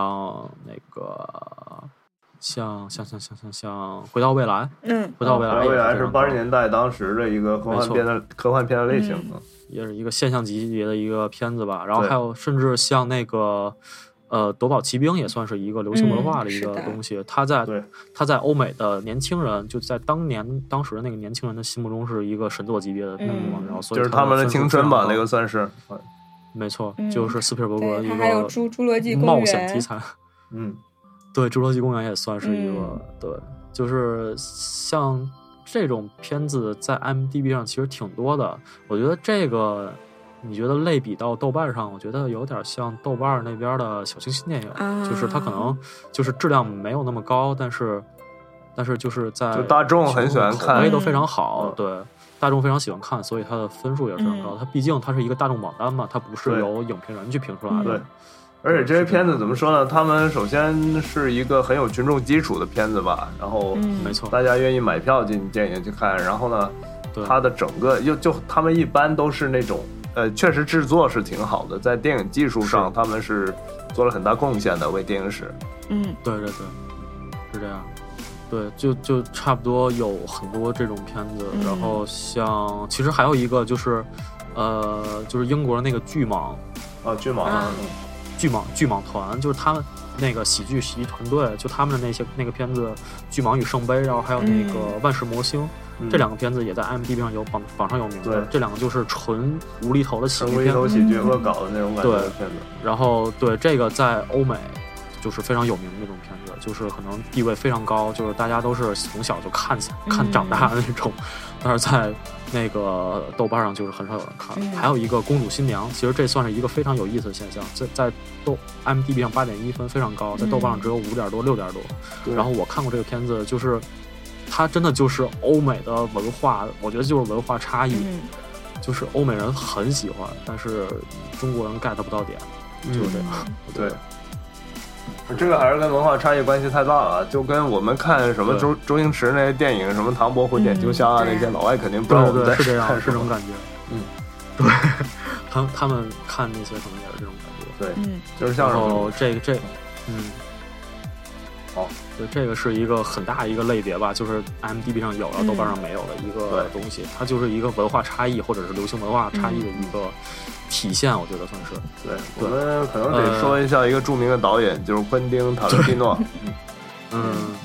Speaker 1: 那个，像像像像像像《回到未来》，《
Speaker 3: 嗯
Speaker 1: 回到未
Speaker 2: 未
Speaker 1: 来》
Speaker 2: 来，
Speaker 1: 也
Speaker 2: 来
Speaker 1: 非
Speaker 2: 是
Speaker 1: 常
Speaker 2: 八
Speaker 1: 高
Speaker 2: 十年代当时的一个科
Speaker 1: 没
Speaker 2: 幻
Speaker 1: 错
Speaker 2: 片的科幻片的类型。
Speaker 3: 嗯
Speaker 2: 嗯
Speaker 1: 也是一个现象级别的一个片子吧。然后
Speaker 2: 对
Speaker 1: 还有甚至像那个呃《夺宝奇兵》也算是一个流行文化的一个
Speaker 3: 嗯是的
Speaker 1: 东西，它在
Speaker 2: 对
Speaker 1: 它在欧美的年轻人，就在当年当时的那个年轻人的心目中是一个神作级别的片子嘛。
Speaker 3: 嗯
Speaker 1: 然后所以
Speaker 2: 就是
Speaker 1: 它
Speaker 2: 他们的
Speaker 1: 分数
Speaker 2: 青春
Speaker 1: 非常高
Speaker 2: 吧，
Speaker 1: 嗯
Speaker 2: 那个算是，
Speaker 1: 没错，
Speaker 3: 嗯
Speaker 1: 就是斯皮尔伯格
Speaker 3: 对，
Speaker 1: 一
Speaker 3: 它还有
Speaker 1: 个
Speaker 3: 《侏侏罗纪公
Speaker 1: 冒
Speaker 3: 园》
Speaker 1: 险题材。
Speaker 2: 嗯，
Speaker 1: 对，《侏罗纪公园》也算是一个、
Speaker 3: 嗯
Speaker 1: 对，就是像这种片子在 IMDB 上其实挺多的。我觉得这个，你觉得类比到豆瓣上，我觉得有点像豆瓣那边的小清新电影，
Speaker 3: 啊
Speaker 1: 就是它可能就是质量没有那么高，但是但是就是在
Speaker 2: 就大众很喜欢看
Speaker 1: 口碑都非常好，
Speaker 2: 嗯
Speaker 1: 对。大众非常喜欢看，所以它的分数也是非常高。
Speaker 3: 嗯
Speaker 1: 它毕竟它是一个大众榜单嘛，它不是
Speaker 2: 对
Speaker 1: 由影评人去评出来的
Speaker 3: 嗯
Speaker 2: 对。而且这些片子怎么说呢？他们首先是一个很有群众基础的片子吧，然后
Speaker 3: 嗯，
Speaker 1: 没，错，
Speaker 2: 大家愿意买票进电影院去看，然后呢，
Speaker 1: 对，
Speaker 2: 它的整个又就他们一般都是那种呃，确实制作是挺好的，在电影技术上
Speaker 1: 是
Speaker 2: 他们是做了很大贡献的，为电影史。
Speaker 3: 嗯
Speaker 1: 对对对，是这样。对，就就差不多有很多这种片子，
Speaker 3: 嗯
Speaker 1: 然后像其实还有一个就是，呃，就是英国的那个巨蟒哦
Speaker 2: 啊，巨蟒啊，
Speaker 3: 嗯
Speaker 1: 巨蟒巨蟒团，就是他们那个喜剧喜剧团队，就他们的那些那个片子《巨蟒与圣杯》，然后还有那个
Speaker 3: 嗯
Speaker 1: 《万事魔星》
Speaker 2: 嗯
Speaker 1: 这两个片子也在 IMDB 上有榜榜上有名的
Speaker 2: 对。
Speaker 1: 这两个就是纯无厘头的喜
Speaker 2: 成
Speaker 1: 剧
Speaker 2: 为一
Speaker 1: 片，
Speaker 2: 头喜剧恶搞的那种感觉的
Speaker 1: 对
Speaker 2: 片子。
Speaker 1: 然后对这个在欧美就是非常有名的那种片子，就是可能地位非常高，就是大家都是从小就看起
Speaker 3: 嗯
Speaker 1: 看长大的那种， 但是在那个豆瓣上就是很少有人看。
Speaker 3: 嗯
Speaker 1: 还有一个《公主新娘》，其实这算是一个非常有意思的现象，在在豆 m d b 上八点一分非常
Speaker 3: 嗯
Speaker 1: 高，在豆瓣上只有五点多六点多。
Speaker 2: 对
Speaker 1: 然后我看过这个片子，就是它真的就是欧美的文化，我觉得就是文化差异，
Speaker 3: 嗯，
Speaker 1: 就是欧美人很喜欢，但是中国人 get 不啊到点，
Speaker 3: 嗯
Speaker 1: 就是这样。
Speaker 2: 对，这个还是跟文化差异关系太大了，就跟我们看什么
Speaker 1: 对
Speaker 2: 周周星驰那些电影，什么《唐伯虎点秋香》啊
Speaker 3: 嗯
Speaker 2: 那些，
Speaker 3: 对
Speaker 2: 老外肯定不知道
Speaker 1: 对
Speaker 2: 我们在
Speaker 1: 对，是这样，
Speaker 2: 看
Speaker 1: 是
Speaker 2: 什
Speaker 1: 这
Speaker 2: 么
Speaker 1: 种。感觉。
Speaker 2: 嗯，
Speaker 1: 对， 他他们看那些可能也是这种感觉。
Speaker 2: 对，
Speaker 3: 嗯
Speaker 2: 就是像
Speaker 1: 然
Speaker 2: 什么
Speaker 1: 后这这，嗯，
Speaker 2: 好，
Speaker 1: 对，这个是一个很大的一个类别吧，就是 m d b 上有然后
Speaker 3: 嗯
Speaker 1: 豆瓣上没有的一个
Speaker 2: 对
Speaker 1: 东西，它就是一个文化差异或者是流行文化差异的
Speaker 2: 嗯
Speaker 1: 一个体现，我觉得算是。
Speaker 2: 对，我
Speaker 1: 对
Speaker 2: 们可能得
Speaker 1: 呃
Speaker 2: 说一下一个著名的导演，就是昆汀·塔伦蒂诺。
Speaker 1: 嗯，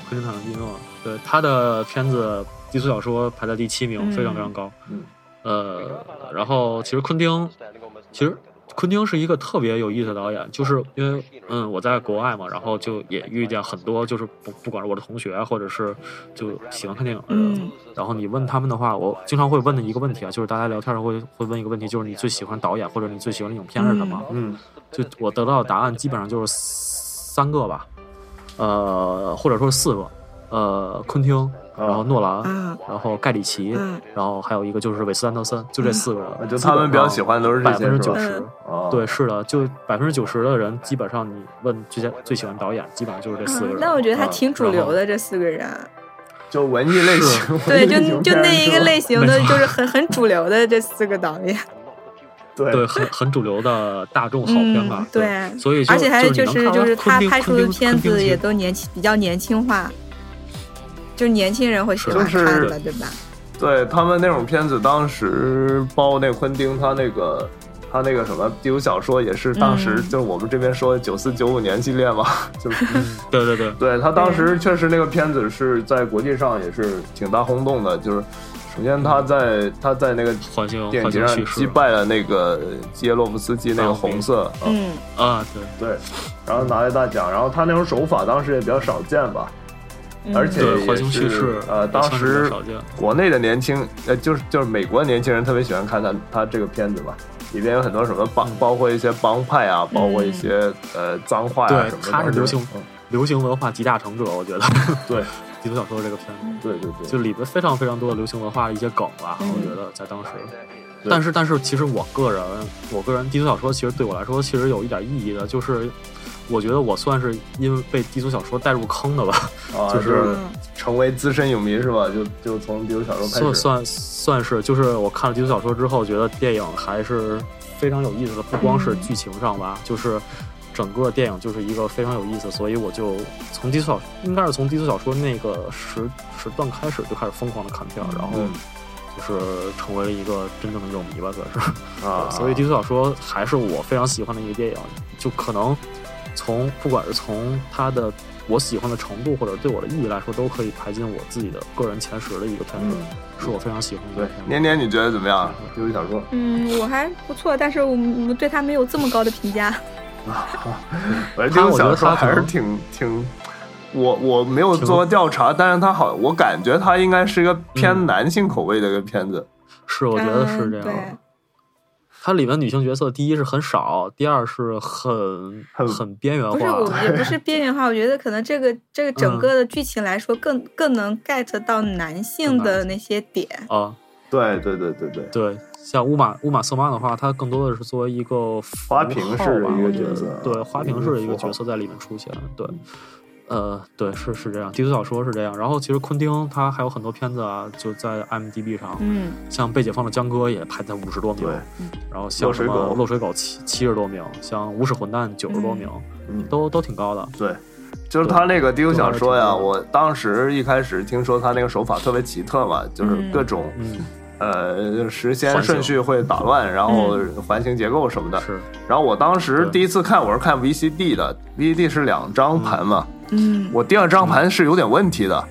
Speaker 1: 昆汀塔伦蒂诺，对他的片子《低俗小说》排在第七名，
Speaker 3: 嗯
Speaker 1: 非常非常高。
Speaker 2: 嗯，
Speaker 1: 呃，然后其实昆汀，其实昆汀是一个特别有意思的导演，就是因为嗯我在国外嘛，然后就也遇见很多就是不不管是我的同学啊，或者是就喜欢看电影的人。
Speaker 3: 嗯
Speaker 1: 然后你问他们的话，我经常会问的一个问题啊，就是大家聊天儿会会问一个问题，就是你最喜欢导演或者你最喜欢的影片是什么？
Speaker 2: 嗯
Speaker 1: 就我得到的答案基本上就是三个吧，呃，或者说四个，呃，昆汀，然后诺兰，
Speaker 3: 啊
Speaker 1: 然后盖里奇，
Speaker 3: 嗯
Speaker 1: 然后还有一个就是韦斯安德森，就这四个人，
Speaker 2: 啊就他们比较喜欢都是这
Speaker 1: 百
Speaker 2: 些
Speaker 1: 分之九
Speaker 2: 是
Speaker 1: 十
Speaker 3: 吧。
Speaker 2: 啊，
Speaker 1: 对，，是的，就百分之九十的人，基本上你问最佳最喜欢导演，基本上就是这四个人。
Speaker 3: 嗯那我觉得还
Speaker 2: 啊
Speaker 3: 挺主
Speaker 1: 然
Speaker 3: 流
Speaker 1: 后
Speaker 3: 的这四 个人，
Speaker 2: 就文艺类
Speaker 1: 是
Speaker 2: 型，
Speaker 3: 对，
Speaker 2: 文艺类
Speaker 3: 就
Speaker 2: 型
Speaker 3: 就
Speaker 2: 片
Speaker 3: 那一个
Speaker 2: 是吧
Speaker 3: 类型的，
Speaker 1: 没错
Speaker 3: 就是很很主流的这四个导演，
Speaker 1: 对，
Speaker 2: 对
Speaker 1: 很很主流的大众好片吧
Speaker 3: 嗯，，
Speaker 1: 对，所以就
Speaker 3: 而且还
Speaker 1: 就
Speaker 3: 就是
Speaker 1: 你
Speaker 3: 是
Speaker 1: 能看出
Speaker 3: 就
Speaker 1: 来
Speaker 3: 是他
Speaker 1: 昆汀
Speaker 3: 拍出
Speaker 1: 昆
Speaker 3: 的
Speaker 1: 汀
Speaker 3: 片
Speaker 1: 昆汀
Speaker 3: 子
Speaker 1: 其
Speaker 3: 也
Speaker 1: 实
Speaker 3: 都年轻，比较年轻化，就是年轻人会喜欢
Speaker 2: 就是
Speaker 3: 看的，对吧？
Speaker 2: 对他们那种片子，当时包那昆汀他那个他那个什么地图小说，也是当时
Speaker 3: 嗯
Speaker 2: 就是我们这边说九四九五年系列嘛， 就是
Speaker 1: 对对对，
Speaker 2: 对他当时确实那个片子是在国际上也是挺大轰动的，就是首先他在他在那个
Speaker 1: 环形
Speaker 2: 电影
Speaker 1: 环
Speaker 2: 节
Speaker 1: 形
Speaker 2: 上
Speaker 1: 叙
Speaker 2: 击
Speaker 1: 事
Speaker 2: 败了那个基耶洛夫斯基那个红色，嗯，
Speaker 3: 嗯
Speaker 1: 啊，对，
Speaker 2: 对，然后拿了大奖，然后他那种手法当时也比较少见吧，
Speaker 3: 嗯，
Speaker 2: 而且
Speaker 1: 对，
Speaker 2: 也
Speaker 1: 环形叙事
Speaker 2: 是，呃
Speaker 1: 也
Speaker 2: 当
Speaker 1: 算是比较
Speaker 2: 时
Speaker 1: 少见，
Speaker 2: 国内的年轻，呃，就是就是美国年轻人特别喜欢看他他这个片子吧，里边有很多什么帮
Speaker 1: 嗯，
Speaker 2: 包括一些帮派啊，包括一些呃脏话呀
Speaker 1: 对
Speaker 2: 什么的。
Speaker 1: 他是流行
Speaker 2: 嗯
Speaker 1: 流行文化集大成者，我觉得
Speaker 2: 对
Speaker 1: 地图小说这个片子，
Speaker 2: 对对对，
Speaker 1: 就里边非常非常多的流行文化的一些梗吧，
Speaker 3: 嗯
Speaker 1: 我觉得在当时。
Speaker 2: 对
Speaker 1: 但是，但是，其实我个人，我个人低俗小说其实对我来说，其实有一点意义的，就是我觉得我算是因为被低俗小说带入坑的吧，
Speaker 2: 啊，
Speaker 1: 就是
Speaker 3: 嗯
Speaker 2: 成为资深影迷是吧？就就从比如小时候开
Speaker 1: 算
Speaker 2: 始，
Speaker 1: 算算是，就是我看了低俗小说之后，觉得电影还是非常有意思的，不光是
Speaker 3: 嗯
Speaker 1: 剧情上吧，就是整个电影就是一个非常有意思，所以我就从低俗小应该是从低俗小说那个时时段开始就开始疯狂的看片儿，然后
Speaker 2: 嗯
Speaker 1: 就是成为了一个真正的影迷吧，算是。
Speaker 2: 啊，
Speaker 1: 所以低俗小说还是我非常喜欢的一个电影，就可能从不管是从它的我喜欢的程度或者对我的意义来说，都可以排进我自己的个人前十的一个片子，
Speaker 2: 嗯
Speaker 1: 是我非常喜欢的一
Speaker 2: 对
Speaker 1: 个，片
Speaker 2: 年
Speaker 1: 子。
Speaker 2: 年你觉得怎么样？比如小说，
Speaker 3: 嗯，我还不错，但是我们对他没有这么高的评价。
Speaker 2: 我觉得这种
Speaker 1: 他我觉
Speaker 2: 小
Speaker 1: 得
Speaker 2: 说
Speaker 1: 他可
Speaker 2: 还
Speaker 1: 能
Speaker 2: 是挺挺我我没有做过调查，但是它好，我感觉它应该是一个偏
Speaker 1: 嗯
Speaker 2: 男性口味的一个片子。
Speaker 1: 是，我觉得是这样。
Speaker 3: 嗯
Speaker 1: 它里面女性角色，第一是很少，第二是很
Speaker 2: 很
Speaker 1: 很边缘
Speaker 3: 对，不是我
Speaker 1: 化。
Speaker 3: 也不是边缘化，我觉得可能这个这个
Speaker 1: 嗯
Speaker 3: 整个的剧情来说更，更能 get 到男性的那些点。
Speaker 1: 啊，
Speaker 2: 对对对对对，
Speaker 1: 对，像乌马乌马瑟曼的话，她更多的是作为一个符
Speaker 2: 花瓶
Speaker 1: 号
Speaker 2: 式的
Speaker 1: 吧
Speaker 2: 一个
Speaker 1: 我觉
Speaker 2: 角
Speaker 1: 得
Speaker 2: 色，
Speaker 1: 对，花瓶式的一个角
Speaker 2: 符
Speaker 1: 色在里面出现，对，呃，对，是是这样，低俗小说是这样。然后其实昆汀他还有很多片子啊，就在 m d b 上，
Speaker 3: 嗯，
Speaker 1: 像被解放的江歌也排在五十多
Speaker 2: 号。
Speaker 1: 名，
Speaker 2: 对，
Speaker 1: 然后像
Speaker 2: 落
Speaker 1: 什
Speaker 2: 水
Speaker 1: 么
Speaker 2: 狗
Speaker 1: 落水狗七七十多名，像无耻混蛋九十多名，
Speaker 2: 嗯
Speaker 1: 都都挺高的。
Speaker 2: 对，就是他那个低俗小说呀，
Speaker 1: 对
Speaker 2: 我当时一开始听说他那个手法特别奇特嘛，就是各种、
Speaker 1: 嗯，
Speaker 2: 呃时间
Speaker 1: 环形
Speaker 2: 顺序会打乱，然后环形结构什么的。
Speaker 1: 是，
Speaker 2: 然后我当时
Speaker 1: 对
Speaker 2: 第一次看，我是看 VCD 的，VCD 是两张盘嘛，
Speaker 3: 嗯
Speaker 2: 我第二张盘是有点问题的，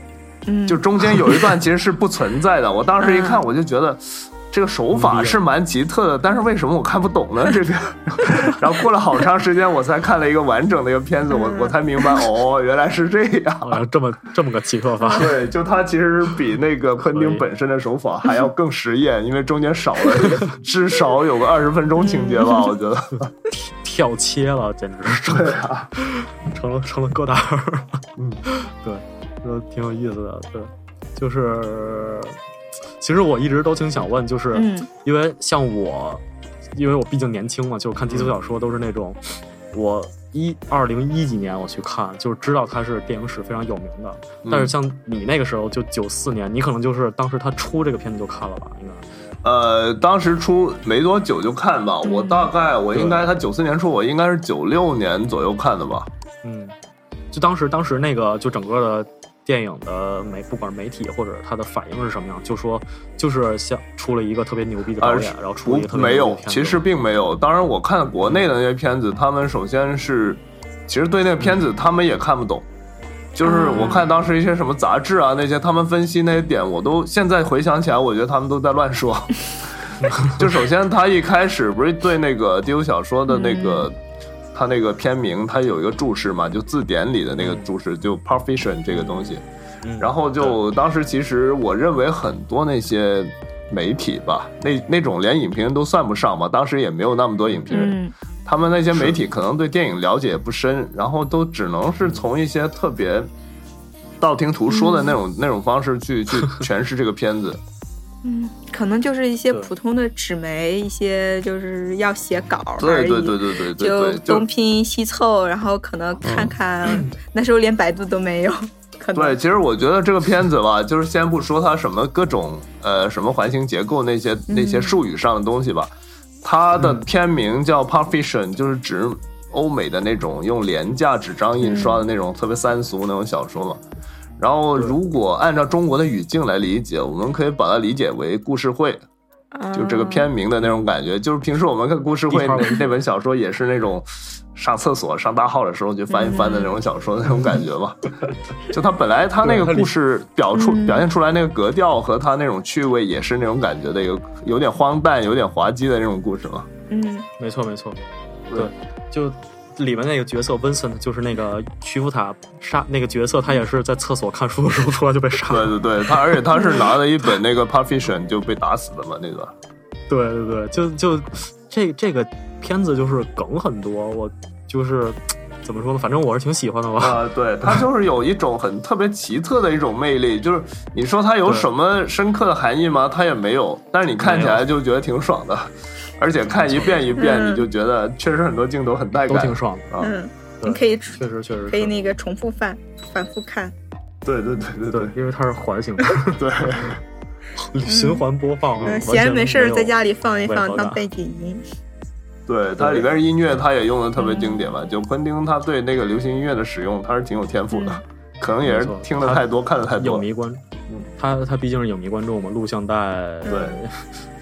Speaker 3: 嗯，
Speaker 2: 就中间有一段其实是不存在的。我当时一看，我就觉得。这个手法是蛮奇特的，但是为什么我看不懂呢？这个， 然后过了好长时间，我才看了一个完整的一个片子，我我才明白，哦，原来是这样。
Speaker 1: 好像这么这么个奇特法。
Speaker 2: 对，就它其实比那个昆汀本身的手法还要更实验，因为中间少了至少有个二十分钟情节吧，我觉得。
Speaker 1: 跳切了，简直是 对啊，成了成了疙瘩儿。
Speaker 2: 嗯，
Speaker 1: 对，呃，挺有意思的。对，就是其实我一直都挺想问，就是、
Speaker 3: 嗯
Speaker 1: 因为像我，因为我毕竟年轻嘛，就看低俗小说都是那种我。一二零一几年我去看，就是知道它是电影史非常有名的。
Speaker 2: 嗯
Speaker 1: 但是像你那个时候，就九四年，你可能就是当时他出这个片子就看了吧？应该
Speaker 2: 呃，当时出没多久就看吧，我大概我应该他九四年出，我应该是九六年左右看的吧。
Speaker 1: 嗯，就当时当时那个就整个的电影的媒，不管是媒体或者它的反应是什么样，就说就是像出了一个特别牛逼的导
Speaker 2: 而
Speaker 1: 演，然后出
Speaker 2: 不
Speaker 1: 了一个特别
Speaker 2: 没
Speaker 1: 牛逼
Speaker 2: 有
Speaker 1: 的，片子
Speaker 2: 其实并没有。当然，我看国内的那些片子，他们首先是，其实对那个片子他们也看不懂。就是我看当时一些什么杂志啊那些，他们分析那些点，我都现在回想起来，我觉得他们都在乱说。 就首先他一开始不是对那个低俗小说的那个。他那个片名，他有一个注释嘛，就字典里的那个注释，就 p r o f i c i o n 这个东西。
Speaker 1: 嗯
Speaker 2: 然后就当时其实我认为很多那些媒体吧，那那种连影评人都算不上吧，当时也没有那么多影评人，
Speaker 3: 嗯
Speaker 2: 他们那些媒体可能对电影了解也不深，然后都只能是从一些特别道听途说的那种、那种方式去去诠释这个片子。
Speaker 3: 嗯，可能就是一些
Speaker 1: 对
Speaker 3: 普通的纸媒，一些就是要写稿而
Speaker 2: 对
Speaker 3: 已。
Speaker 2: 对对对对对
Speaker 3: 就
Speaker 2: 对，就嗯
Speaker 3: 东拼西凑，然后可能看看，那时候连百度都没有，可能
Speaker 2: 对，其实我觉得这个片子吧， 就是先不说它什么各种呃什么环形结构那些那些术语上的东西吧，它的片名叫 Pulp Fiction，就是指欧美的那种用廉价纸张印刷的那种特别三俗那种小说嘛。然后，如果按照中国的语境来理解，我们可以把它理解为故事会，
Speaker 3: 啊
Speaker 2: 就这个片名的那种感觉。就是平时我们看故事会
Speaker 1: 地摊
Speaker 2: 那
Speaker 1: 文
Speaker 2: 那本小说，也是那种上厕所、上大号的时候就翻一翻的那种小说那种感觉嘛。 就他本来他那个故事表出表现出来那个格调和他那种趣味，也是那种感觉的一个有点荒诞、有点滑稽的那种故事嘛。
Speaker 3: 嗯
Speaker 1: 没错没错，
Speaker 2: 对
Speaker 1: 对，就里面那个角色 Vincent 就是那个屈服塔杀那个角色，他也是在厕所看书的时候突然就被杀了。
Speaker 2: 对对对，他而且他是拿了一本那个 p u f f i c t i o n 就被打死的嘛，那个。
Speaker 1: 对对对，就就这这个片子就是梗很多，我就是怎么说呢？反正我是挺喜欢的吧。
Speaker 2: 啊、对，它就是有一种很特别奇特的一种魅力，就是你说它有
Speaker 1: 对
Speaker 2: 什么深刻的含义吗？它也没有，但是你看起
Speaker 1: 没
Speaker 2: 来
Speaker 1: 有
Speaker 2: 就觉得挺爽的， 而且看一遍一遍，
Speaker 3: 嗯
Speaker 2: 你就觉得确实很多镜头很带
Speaker 1: 都
Speaker 2: 感
Speaker 1: 挺爽的，
Speaker 2: 啊。
Speaker 3: 嗯，
Speaker 1: 对
Speaker 3: 你可以
Speaker 1: 确实确实是
Speaker 3: 可以那个重复翻反复看，
Speaker 2: 对对对对
Speaker 1: 对，因为它是环形的，
Speaker 2: 对，
Speaker 1: 循环播放啊，
Speaker 3: 嗯，
Speaker 1: 完
Speaker 3: 闲
Speaker 1: 全
Speaker 3: 没事
Speaker 1: 没
Speaker 3: 儿
Speaker 1: 有
Speaker 3: 在家里放
Speaker 1: 违
Speaker 3: 一
Speaker 1: 和感
Speaker 3: 放当背景音，
Speaker 2: 对，它里边儿音乐它也用的特别
Speaker 1: 嗯
Speaker 2: 经典嘛，就昆汀他对那个流行音乐的使用，他是挺有天赋的，可能也
Speaker 1: 嗯没
Speaker 2: 是
Speaker 1: 错
Speaker 2: 听的太多，看的太
Speaker 1: 影
Speaker 2: 多。
Speaker 1: 迷观，他他毕竟是影迷观众嘛，录像带
Speaker 2: 嗯对，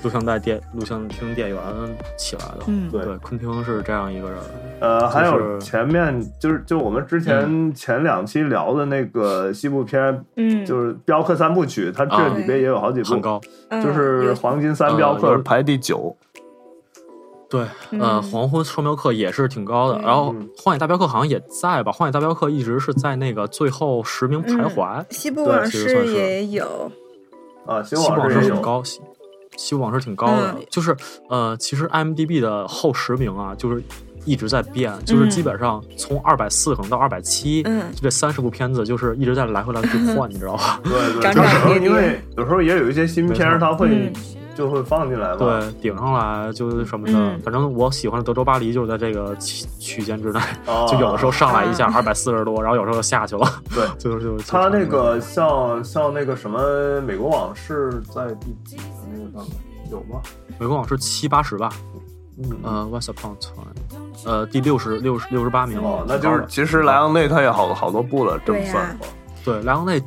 Speaker 1: 录像带店录像厅店员起来的，
Speaker 3: 嗯
Speaker 2: 对
Speaker 1: 对，昆汀是这样一个人，
Speaker 2: 呃，还有
Speaker 1: 就是嗯
Speaker 2: 前面就是就我们之前前两期聊的那个西部片，
Speaker 3: 嗯，
Speaker 2: 就是镖客三部曲，它这
Speaker 1: 啊
Speaker 2: 嗯里边也有好几部，
Speaker 1: 很高，
Speaker 3: 嗯
Speaker 2: 呃就是
Speaker 3: 有
Speaker 2: 黄金三镖客排第九。
Speaker 1: 对，呃，
Speaker 3: 嗯
Speaker 1: 黄昏双镖客也是挺高的，
Speaker 3: 嗯
Speaker 1: 然后
Speaker 2: 嗯
Speaker 1: 荒野大镖客好像也在吧？荒野大镖客一直是在那个最后十名徘徊，
Speaker 3: 西部
Speaker 2: 对
Speaker 3: 往
Speaker 1: 其实算
Speaker 3: 事
Speaker 1: 是
Speaker 2: 嗯
Speaker 3: 也有，
Speaker 2: 啊，新
Speaker 1: 西部
Speaker 2: 网
Speaker 1: 往
Speaker 2: 是
Speaker 1: 事
Speaker 2: 也
Speaker 1: 很
Speaker 2: 有，
Speaker 1: 高，西西部往事挺高的，
Speaker 3: 嗯
Speaker 1: 就是呃，其实 IMDB 的后十名啊，就是一直在变，就是基本上从二百四可能到二百七，
Speaker 3: 嗯
Speaker 1: 这三十部片子就是一直在来回来去 换，你知道吧？
Speaker 2: 对对，
Speaker 3: 涨
Speaker 2: 有时
Speaker 3: 涨
Speaker 2: 候
Speaker 3: 跌跌
Speaker 2: 因为有时候也有一些新片儿，
Speaker 1: 没错
Speaker 2: 它会
Speaker 3: 嗯
Speaker 2: 就会放进来嘛。
Speaker 1: 对，顶上来就是什么的，
Speaker 3: 嗯
Speaker 1: 反正我喜欢的德州巴黎就是在这个区区间之内，
Speaker 2: 啊
Speaker 1: 就有的时候上来一下
Speaker 3: 啊
Speaker 1: 二百四十多，然后有时候又下去了，
Speaker 2: 对，
Speaker 1: 就是就是
Speaker 2: 它那个像像那个什么美国往事在第几啊那个上面有吗？
Speaker 1: 美国往事七八十吧，
Speaker 2: 嗯
Speaker 1: 呃，Once Upon a Time，呃，第六十六十六十八名
Speaker 2: 哦，那
Speaker 1: 挺
Speaker 2: 就是
Speaker 1: 高的
Speaker 2: 其实莱昂内他也好好多部了，这么
Speaker 3: 对呀
Speaker 2: 算的话，
Speaker 1: 对莱昂内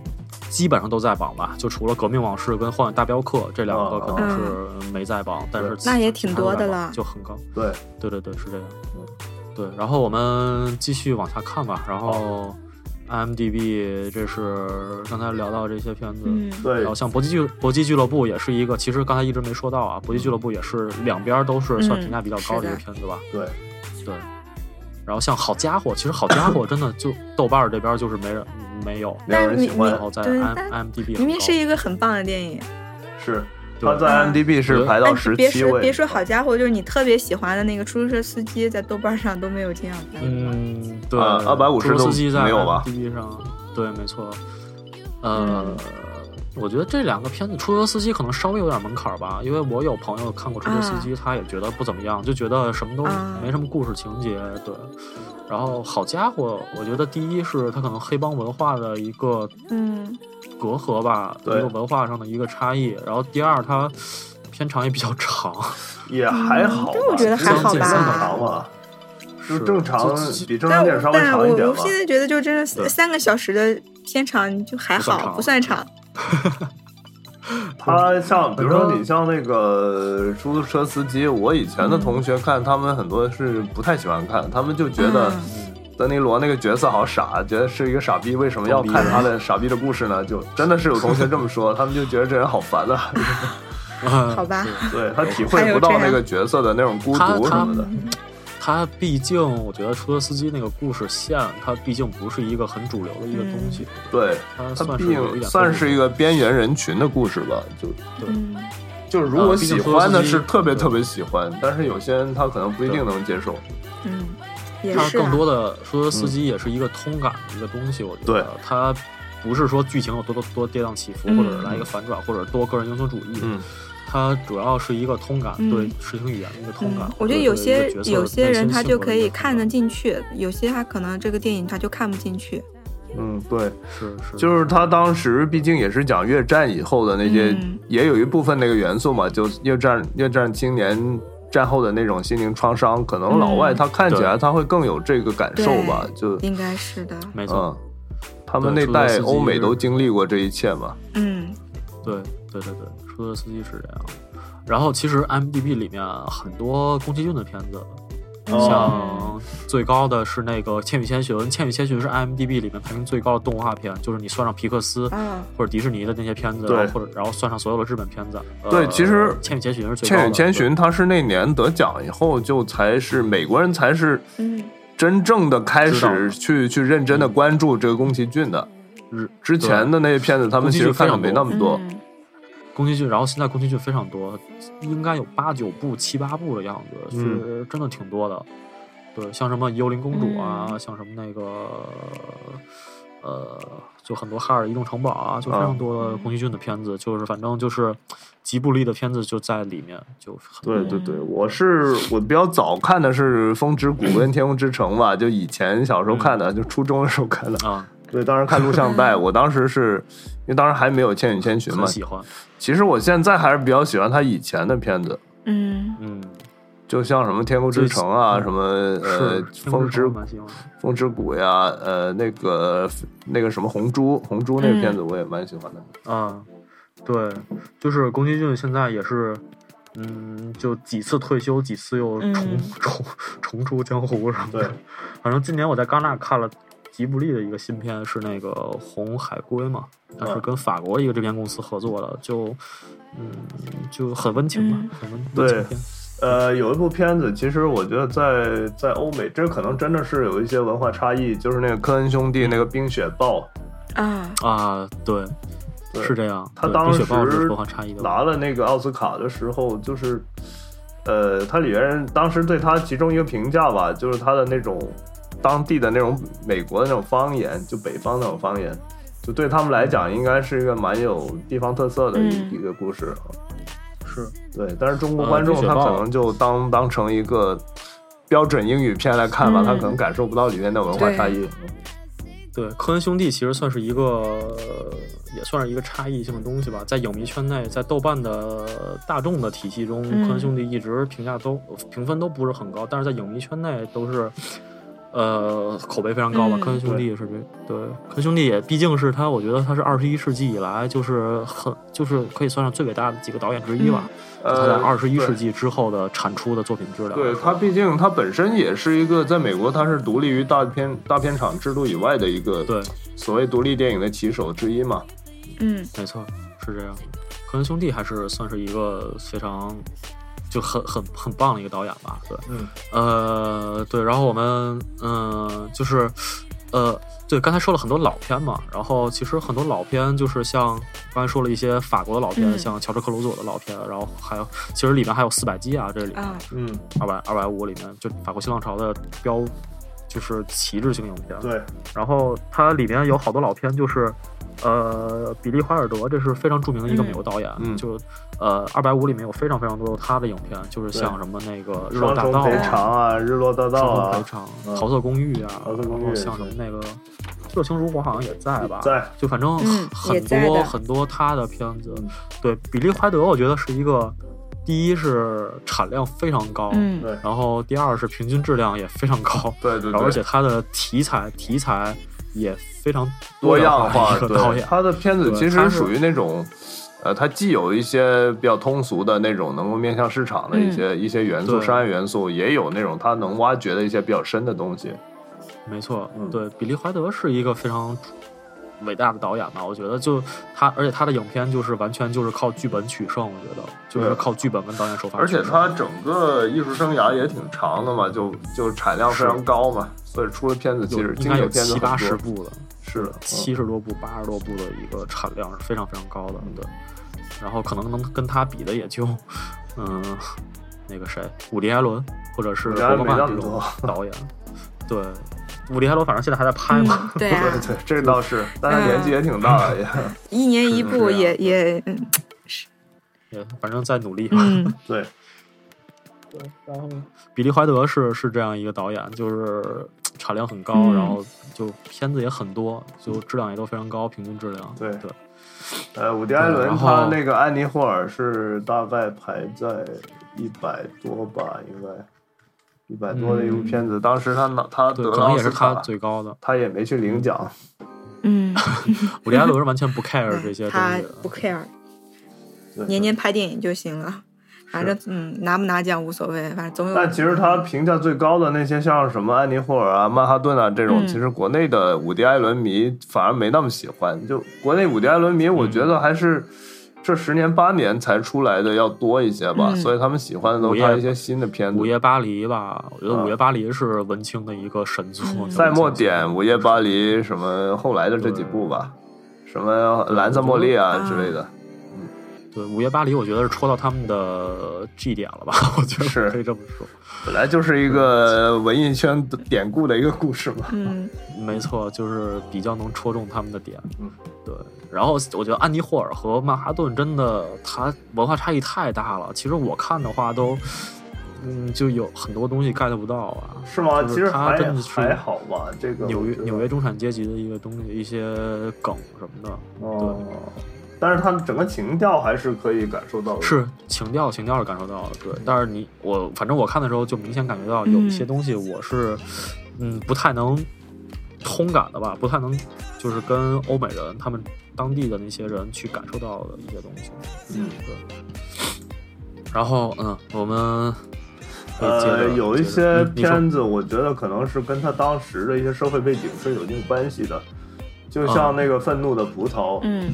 Speaker 1: 基本上都在榜吧，就除了《革命往事》跟《荒野大镖客》这两个可能是没在榜，但是
Speaker 2: 对
Speaker 1: 其
Speaker 3: 哦嗯那也挺多的
Speaker 1: 其他都在
Speaker 3: 了嗯
Speaker 1: 榜就很高。
Speaker 2: 对，
Speaker 1: 对对对，是这样。对，然后我们继续往下看吧。然后 IMDB 这是刚才聊到这些片子，
Speaker 3: 嗯，
Speaker 2: 对
Speaker 1: 然后像搏击俱搏击俱乐部也是一个，其实刚才一直没说到啊，搏击俱乐部也是两边都是算
Speaker 3: 嗯
Speaker 1: 评价比较高
Speaker 3: 是
Speaker 1: 的一
Speaker 3: 的
Speaker 1: 个片子吧。
Speaker 2: 对，
Speaker 1: 对，然后像好家伙，其实好家伙真的就豆瓣儿这边儿就是没人没有，
Speaker 2: 没有人
Speaker 3: 但
Speaker 2: 喜
Speaker 3: 你
Speaker 2: 欢
Speaker 1: 然，后在
Speaker 3: 对
Speaker 1: M
Speaker 3: 但
Speaker 1: M D B
Speaker 3: 明明是一个很棒的电影，
Speaker 2: 是
Speaker 1: 对
Speaker 2: 他在嗯 m d b 是排到
Speaker 3: 但
Speaker 2: 十
Speaker 3: 是哎别
Speaker 2: 七
Speaker 3: 说
Speaker 2: 位，啊
Speaker 3: 别说好家伙，就是你特别喜欢的那个出租车司机，在豆瓣上都没有这样的。
Speaker 1: 嗯，对，
Speaker 2: 啊250
Speaker 1: 出租司机在
Speaker 2: 都没有吧
Speaker 1: M D B 上，对，没错，呃。
Speaker 3: 嗯
Speaker 1: 我觉得这两个片子，出租车司机可能稍微有点门槛儿吧，因为我有朋友看过出租车司
Speaker 3: 嗯
Speaker 1: 机，他也觉得不怎么样，就觉得什么都
Speaker 3: 啊
Speaker 1: 没什么故事情节，对。然后好家伙，我觉得第一是他可能黑帮文化的一个
Speaker 3: 嗯，
Speaker 1: 隔阂吧，一
Speaker 2: 对
Speaker 1: 个文化上的一个差异。然后第二，它片长也比较长，
Speaker 2: 也还好吧，
Speaker 3: 嗯但我觉得
Speaker 2: 至少
Speaker 1: 还好
Speaker 2: 比
Speaker 1: 吧
Speaker 2: 正常吧，就是正常
Speaker 1: 就就
Speaker 2: 比正常
Speaker 3: 但
Speaker 2: 电影稍
Speaker 3: 我
Speaker 2: 微
Speaker 3: 但
Speaker 2: 长一点
Speaker 3: 我我
Speaker 2: 吧
Speaker 3: 现。在觉得，就真的
Speaker 1: 对
Speaker 3: 三三个小时的片长就还
Speaker 1: 不算
Speaker 3: 好，
Speaker 1: 长
Speaker 3: 不算长。
Speaker 2: 他像比如说你像那个出租车司机，我以前
Speaker 1: 嗯
Speaker 2: 的同学看他们很多是不太喜欢看，他们就觉得
Speaker 3: 嗯
Speaker 2: 德尼罗那个角色好傻，觉得是一个傻逼，为什么要看
Speaker 1: 啊
Speaker 2: 他的傻逼的故事呢？就真的是有同学这么说，他们就觉得这人好烦 啊，
Speaker 1: 嗯
Speaker 3: 好吧，
Speaker 2: 对他体会不到那个角色的那种孤独什么的。
Speaker 1: 它毕竟，我觉得出租车司机那个故事线，它毕竟不是一个很主流的一个东西，
Speaker 2: 对，
Speaker 1: 它
Speaker 2: 他
Speaker 1: 算
Speaker 2: 毕
Speaker 1: 是有一
Speaker 2: 竟
Speaker 1: 点
Speaker 2: 算是一
Speaker 1: 个
Speaker 2: 个边缘人群的故事吧，就
Speaker 3: 嗯，
Speaker 2: 就是如果
Speaker 1: 啊毕竟
Speaker 2: 喜
Speaker 1: 出租车
Speaker 2: 欢的
Speaker 1: 司机
Speaker 2: 是特别
Speaker 1: 对
Speaker 2: 特别喜欢，但是有些人他可能不一定能接受。
Speaker 3: 嗯，也
Speaker 1: 它
Speaker 3: 是啊
Speaker 1: 更多的出租车司机也是一个通感的一个东西，我觉得
Speaker 2: 对
Speaker 1: 它不是说剧情有多多多跌宕起伏，
Speaker 3: 嗯
Speaker 1: 或者是来一个反转，或者多个人英雄主义，
Speaker 2: 嗯，
Speaker 1: 它主要是一个通感，
Speaker 3: 嗯
Speaker 1: 对视听语言的一个通感
Speaker 3: 嗯。，我觉得有些有些人他就可以看得
Speaker 1: 见，
Speaker 3: 进去，有些他可能这个电影他就看不进去。
Speaker 2: 嗯，对，
Speaker 1: 是是，
Speaker 2: 就是他当时毕竟也是讲越战以后的那些，
Speaker 3: 嗯
Speaker 2: 也有一部分那个元素嘛，就越战越战青年战后的那种心灵创伤，可能老外
Speaker 3: 嗯
Speaker 2: 他看起来
Speaker 1: 对
Speaker 2: 他会更有这个感受吧，
Speaker 3: 对
Speaker 2: 就
Speaker 3: 应该是的，
Speaker 1: 没错，
Speaker 2: 嗯，他们
Speaker 1: 对出租车
Speaker 2: 那代
Speaker 1: 司机
Speaker 2: 欧美
Speaker 1: 是
Speaker 2: 都经历过这一切嘛，
Speaker 3: 嗯，
Speaker 1: 对对对对，出租车司机是这样。然后其实 m d b 里面很多宫崎骏的片子，
Speaker 2: 哦
Speaker 1: 像最高的是那个《千与千寻》，《千与千寻》是 m d b 里面排名最高的动画片，就是你算上皮克斯。
Speaker 3: 啊，
Speaker 1: 或者迪士尼的那些片子，
Speaker 2: 对
Speaker 1: 然后或者然后算上所有的日本片子，呃
Speaker 2: 对其实
Speaker 1: 《千与千寻》是
Speaker 2: 《
Speaker 1: 最高的。
Speaker 2: 千与千寻》他是那年得奖以后就才是美国人才是
Speaker 3: 嗯，
Speaker 2: 真正的嗯开
Speaker 1: 知道
Speaker 2: 始
Speaker 1: 了
Speaker 2: 去去认真的关注这个宫崎骏的，
Speaker 1: 对日
Speaker 2: 之前的那些片子他们
Speaker 1: 宫崎
Speaker 2: 其
Speaker 1: 骏
Speaker 2: 实看的
Speaker 1: 非常
Speaker 2: 没那么多，
Speaker 3: 嗯
Speaker 1: 宫崎骏，然后现在宫崎骏非常多，应该有八九部、七八部的样子，
Speaker 2: 嗯
Speaker 1: 是真的挺多的。对，像什么《幽灵公主》啊，
Speaker 2: 嗯
Speaker 1: 像什么那个呃，就很多《哈尔移动城堡》啊，就非常多的宫崎骏的片子，就是反正就是吉卜力的片子就在里面，就很
Speaker 2: 对对对，我是我比较早看的是《风之谷》跟《天空之城》吧，就以前小时候看的，就初中的时候看的。
Speaker 1: 啊，
Speaker 2: 对，当时看录像带，我当时是因为当时还没有《千与千寻》
Speaker 1: 很
Speaker 2: 嘛。
Speaker 1: 喜欢。
Speaker 2: 其实我现在还是比较喜欢他以前的片子，
Speaker 3: 嗯，
Speaker 1: 嗯，
Speaker 2: 就像什么《天空之城》啊，
Speaker 1: 最
Speaker 2: 什么呃
Speaker 1: 是
Speaker 2: 《风之
Speaker 1: 之蛮喜欢的。
Speaker 2: 风之谷》呀，呃那个那个什么《红猪》，《红猪》那个片子
Speaker 1: 嗯
Speaker 2: 我也蛮喜欢的。
Speaker 1: 啊，对，就是宫崎骏现在也是，嗯，就几次退休，几次又重、
Speaker 3: 嗯
Speaker 1: 重重出江湖什么
Speaker 2: 对
Speaker 1: 的。反正今年我在戛纳看了吉卜力的一个新片，是那个《红海龟》嘛，它是
Speaker 2: 嗯
Speaker 1: 跟法国一个制片公司合作的，就嗯，就很温情吧，
Speaker 3: 嗯
Speaker 1: 很温
Speaker 2: 对
Speaker 1: 温情片。
Speaker 2: 呃，有一部片子，其实我觉得在在欧美，这可能真的是有一些文化差异，就是那个科恩兄弟那个《冰雪暴》，
Speaker 3: 啊，
Speaker 1: 啊，对，
Speaker 2: 对
Speaker 1: 是这样。
Speaker 2: 他
Speaker 1: 对
Speaker 2: 当
Speaker 1: 冰
Speaker 2: 时
Speaker 1: 雪暴是文化差异的
Speaker 2: 拿了那个奥斯卡的时候，就是，呃，他里边当时对他其中一个评价吧，就是他的那种当地的那种美国的那种方言，就北方那种方言，就对他们来讲应该是一个蛮有地方特色的
Speaker 3: 嗯
Speaker 2: 一一个故事。
Speaker 1: 是
Speaker 2: 对，但是中国
Speaker 1: 呃
Speaker 2: 观众
Speaker 1: 冰雪
Speaker 2: 他
Speaker 1: 暴
Speaker 2: 可能就当当成一个标准英语片来看吧，
Speaker 3: 嗯
Speaker 2: 他可能感受不到里面的文化
Speaker 3: 对
Speaker 2: 差异。
Speaker 1: 对科恩兄弟其实算是一个，呃也算是一个差异性的东西吧，在影迷圈内，在豆瓣的大众的体系中，
Speaker 3: 嗯
Speaker 1: 科恩兄弟一直评价都评分都不是很高，但是在影迷圈内都是。呃，口碑非常高吧？
Speaker 3: 嗯
Speaker 1: 科恩兄弟是这对，科恩兄弟也毕竟是他，我觉得他是二十一世纪以来就是很就是可以算上最伟大的几个导演之一吧。他在
Speaker 2: 呃，
Speaker 1: 二十一
Speaker 2: 对
Speaker 1: 世纪之后的产出的作品质量，
Speaker 2: 对它，毕竟它本身也是一个在美国，它是独立于大片大片厂制度以外的一个
Speaker 1: 对，
Speaker 2: 所谓独立电影的旗手之一嘛。
Speaker 3: 嗯
Speaker 1: 没错，是这样。科恩兄弟还是算是一个非常就很很很棒的一个导演吧，对，
Speaker 2: 嗯，
Speaker 1: 呃，对，然后我们嗯、就是呃，对，刚才说了很多老片嘛，然后其实很多老片就是像刚才说了一些法国的老片，
Speaker 3: 嗯
Speaker 1: 像乔治克鲁佐的老片，然后还有其实里面还有四百集啊，这里面
Speaker 3: 啊，
Speaker 2: 嗯，
Speaker 1: 二百二百五里面就法国新浪潮的标就是旗帜性影片，
Speaker 2: 对，
Speaker 1: 然后它里面有好多老片，就是呃，比利怀尔德，这是非常著名的一个
Speaker 3: 嗯
Speaker 1: 美国导演，
Speaker 2: 嗯
Speaker 1: 就呃，二百五里面有非常非常多他的影片，就是像什么那个《日落
Speaker 2: 双
Speaker 1: 大
Speaker 2: 重
Speaker 1: 道》
Speaker 2: 赔
Speaker 1: 啊，
Speaker 2: 偿啊，日落大
Speaker 1: 《
Speaker 2: 道
Speaker 1: 双重
Speaker 2: 啊
Speaker 1: 赔，偿》
Speaker 2: 嗯
Speaker 1: 桃色公寓》啊，
Speaker 2: 桃色公寓
Speaker 1: 然后像什么那个《热情如火》好像也在吧？
Speaker 2: 在
Speaker 1: 就反正
Speaker 3: 嗯也
Speaker 1: 很
Speaker 3: 在
Speaker 1: 多、
Speaker 3: 的
Speaker 1: 很多他的片子
Speaker 2: 嗯，
Speaker 1: 对比利怀德，我觉得是一个，第一是产量非常高，
Speaker 3: 嗯
Speaker 2: 哦对
Speaker 1: 然后第二是平均质量也非常高，
Speaker 2: 对对
Speaker 1: 然后而
Speaker 2: 对
Speaker 1: 且，他的题材题材也非常
Speaker 2: 多
Speaker 1: 化
Speaker 2: 样化，
Speaker 1: 的一个导
Speaker 2: 对，
Speaker 1: 演，
Speaker 2: 他的片子
Speaker 1: 对
Speaker 2: 其
Speaker 1: 它
Speaker 2: 实
Speaker 1: 是
Speaker 2: 属于那种。呃，它既有一些比较通俗的那种能够面向市场的一些、一些元素，
Speaker 1: 对
Speaker 2: 商业元素，也有那种它能挖掘的一些比较深的东西。
Speaker 1: 没错，
Speaker 2: 嗯
Speaker 1: 对，比利怀德是一个非常伟大的导演吧，我觉得就他，而且他的影片就是完全就是靠剧本取胜，我觉得就是
Speaker 2: 对
Speaker 1: 靠剧本跟导演手法
Speaker 2: 而
Speaker 1: 取胜，
Speaker 2: 且他整个艺术生涯也挺长的嘛，就就产量非常高嘛，所以出的片子其
Speaker 1: 有
Speaker 2: 实
Speaker 1: 应
Speaker 2: 经
Speaker 1: 该有
Speaker 2: 典片子
Speaker 1: 七
Speaker 2: 很
Speaker 1: 八
Speaker 2: 多。
Speaker 1: 十部了。
Speaker 2: 是的，嗯
Speaker 1: 七十多部、八十多部的一个产量是非常非常高
Speaker 2: 嗯
Speaker 1: 的，对。然后可能能跟他比的也就，嗯，那个谁，伍迪·艾伦或者是
Speaker 2: 伍
Speaker 1: 伯
Speaker 2: 迪艾
Speaker 1: 格
Speaker 2: 伦
Speaker 1: 曼
Speaker 2: 没那
Speaker 1: 这
Speaker 2: 么
Speaker 1: 种
Speaker 2: 多
Speaker 1: 导演，对。伍迪·艾伦反正现在还在拍嘛
Speaker 3: 嗯，，对啊，
Speaker 2: 对对，这倒 是，但是年纪也挺大了，也
Speaker 3: 一年一
Speaker 2: 是
Speaker 3: 部
Speaker 2: 这样
Speaker 3: 也
Speaker 2: 的
Speaker 3: 也嗯
Speaker 1: 也反正在努力。
Speaker 3: 嗯
Speaker 2: 对，
Speaker 1: 然后 比利·怀德是是这样一个导演，就是产量很高，
Speaker 3: 嗯
Speaker 1: 然后就片子也很多，就质量也都非常高，平均质量。
Speaker 2: 对
Speaker 1: 对，
Speaker 2: 呃，伍迪·艾伦
Speaker 1: 然
Speaker 2: 他
Speaker 1: 后
Speaker 2: 那个《安妮霍尔》是大概排在一百多吧，应该一百多的一部片子，当时他拿他
Speaker 1: 对，
Speaker 2: 得
Speaker 1: 嗯可
Speaker 2: 了
Speaker 1: 能
Speaker 2: 奥
Speaker 1: 也是
Speaker 2: 斯
Speaker 1: 他
Speaker 2: 卡，
Speaker 1: 最高的。
Speaker 2: 他也没去领奖，
Speaker 3: 嗯，
Speaker 1: 伍迪·艾伦是完全不 care
Speaker 3: 哎
Speaker 1: 这些东
Speaker 3: 他
Speaker 1: 西的，
Speaker 3: 不 care，
Speaker 2: 对
Speaker 3: 年年拍电影就行了，反正嗯拿不拿奖无所谓，反正总有
Speaker 2: 但其实他评价最高的那些，像什么安妮霍尔啊、曼哈顿啊这种，
Speaker 3: 嗯
Speaker 2: 其实国内的伍迪·艾伦迷反而没那么喜欢。就国内伍迪·艾伦迷，
Speaker 1: 嗯
Speaker 2: 我觉得还是这十年八年才出来的要多一些吧，
Speaker 3: 嗯
Speaker 2: 所以他们喜欢的都
Speaker 1: 午
Speaker 2: 是
Speaker 1: 夜
Speaker 2: 他一些新的片
Speaker 1: 《午
Speaker 2: 子。
Speaker 1: 夜巴黎》吧，我觉得《
Speaker 2: 啊
Speaker 1: 午夜巴黎》是文青的一个神作。
Speaker 3: 嗯
Speaker 2: 赛末点、《午夜巴黎》什么后来的这几部吧，什么《蓝色茉莉》啊
Speaker 3: 对
Speaker 2: 之类的。
Speaker 1: 对《午夜巴黎》，我觉得是戳到他们的 G 点了吧？ 我觉
Speaker 2: 是
Speaker 1: 得可以这么说。
Speaker 2: 本来就是一个文艺圈典故的一个故事嘛。
Speaker 3: 嗯
Speaker 1: 没错，就是比较能戳中他们的点。
Speaker 2: 嗯，
Speaker 1: 对。然后我觉得安妮霍尔和曼哈顿真的，它文化差异太大了。其实我看的话都，嗯，就有很多东西 get 不到啊。
Speaker 2: 是吗？
Speaker 1: 就
Speaker 2: 其
Speaker 1: 是
Speaker 2: 实
Speaker 1: 他
Speaker 2: 还
Speaker 1: 真的是
Speaker 2: 还好吧，这个
Speaker 1: 纽
Speaker 2: 嗯我
Speaker 1: 约
Speaker 2: 觉得
Speaker 1: 纽约中产阶级的一个东西，一些梗什么的。
Speaker 2: 哦，但是它整个情调还是可以感受到的。，
Speaker 1: 是情调，情调是感受到的，对。但是你我反正我看的时候就明显感觉到有一些
Speaker 3: 嗯
Speaker 1: 东西我是嗯不太能通感的吧，不太能就是跟欧美人他们当地的那些人去感受到的一些东西，
Speaker 2: 嗯，
Speaker 1: 对。然后嗯，我们可以接着、
Speaker 2: 呃，有
Speaker 1: 接
Speaker 2: 一
Speaker 1: 着
Speaker 2: 些
Speaker 1: 嗯你说
Speaker 2: 片子，我觉得可能是跟他当时的一些社会背景是有一定关系的。就像那个《愤怒的葡萄》，
Speaker 3: 嗯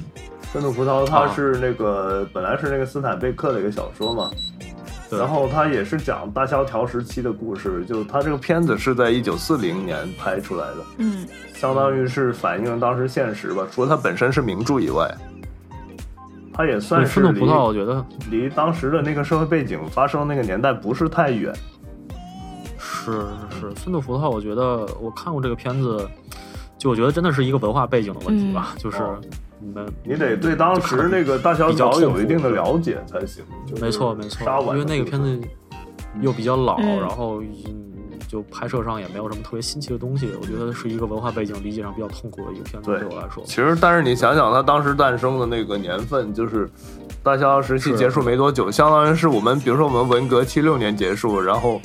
Speaker 2: 愤怒葡萄》它
Speaker 1: 啊
Speaker 2: 是那个、本来是那个斯坦贝克的一个小说嘛，
Speaker 1: 对
Speaker 2: 然后他也是讲大萧条时期的故事，就他这个片子是在一九四零年拍出来的，
Speaker 3: 嗯，
Speaker 2: 相当于是反映当时现实吧。除了它本身是名著以外，它也
Speaker 1: 对
Speaker 2: 算是
Speaker 1: 愤怒
Speaker 2: 离
Speaker 1: 葡萄，我觉得
Speaker 2: 离当时的那个社会背景发生那个年代不是太远。
Speaker 1: 是是，《愤怒葡萄》，我觉得我看过这个片子，就我觉得真的是一个文化背景的问题吧，就是
Speaker 2: 哦
Speaker 1: 你们
Speaker 2: 你得对当时那个大萧
Speaker 1: 比较
Speaker 2: 条
Speaker 1: 痛苦
Speaker 2: 有一定的了解才行。就是
Speaker 1: 没错没错
Speaker 2: 杀，
Speaker 1: 因
Speaker 2: 完
Speaker 1: 为那个
Speaker 2: 的
Speaker 1: 片子又比较老，
Speaker 3: 嗯
Speaker 1: 然后嗯就拍摄上也没有什么特别新奇的东西，我觉得是一个文化背景理解上比较痛苦的一个片子，
Speaker 2: 对
Speaker 1: 对我来说。
Speaker 2: 其实，但是你想想，它当时诞生的那个年份，就是大萧条时期
Speaker 1: 是
Speaker 2: 结束没多久，相当于是我们，比如说我们文革七六年结束，然后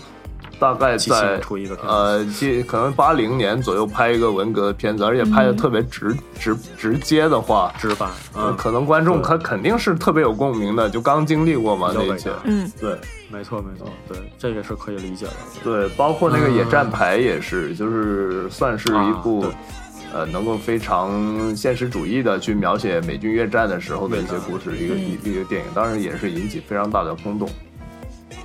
Speaker 2: 大概
Speaker 1: 七七
Speaker 2: 在
Speaker 1: 年出一个片子，
Speaker 2: 呃，七可能八零年左右拍一个文革的片子，而且拍的特别直、直直接的话，
Speaker 1: 直白，
Speaker 2: 呃
Speaker 1: 嗯，
Speaker 2: 可能观众
Speaker 1: 对
Speaker 2: 他肯定是特别有共鸣的，就刚经历过嘛
Speaker 1: 比较
Speaker 2: 那一
Speaker 1: 伟
Speaker 2: 切
Speaker 1: 大。
Speaker 3: 嗯，
Speaker 2: 对
Speaker 1: 没错没错，对，这个是可以理解的。
Speaker 2: 对，包括那个《
Speaker 1: 嗯
Speaker 2: 野战牌》也是，就是算是一部、
Speaker 1: 啊
Speaker 2: 呃能够非常现实主义的去描写美军越战的时候的一些故事，
Speaker 3: 嗯
Speaker 2: 一个一一个电影，当然也是引起非常大的轰动。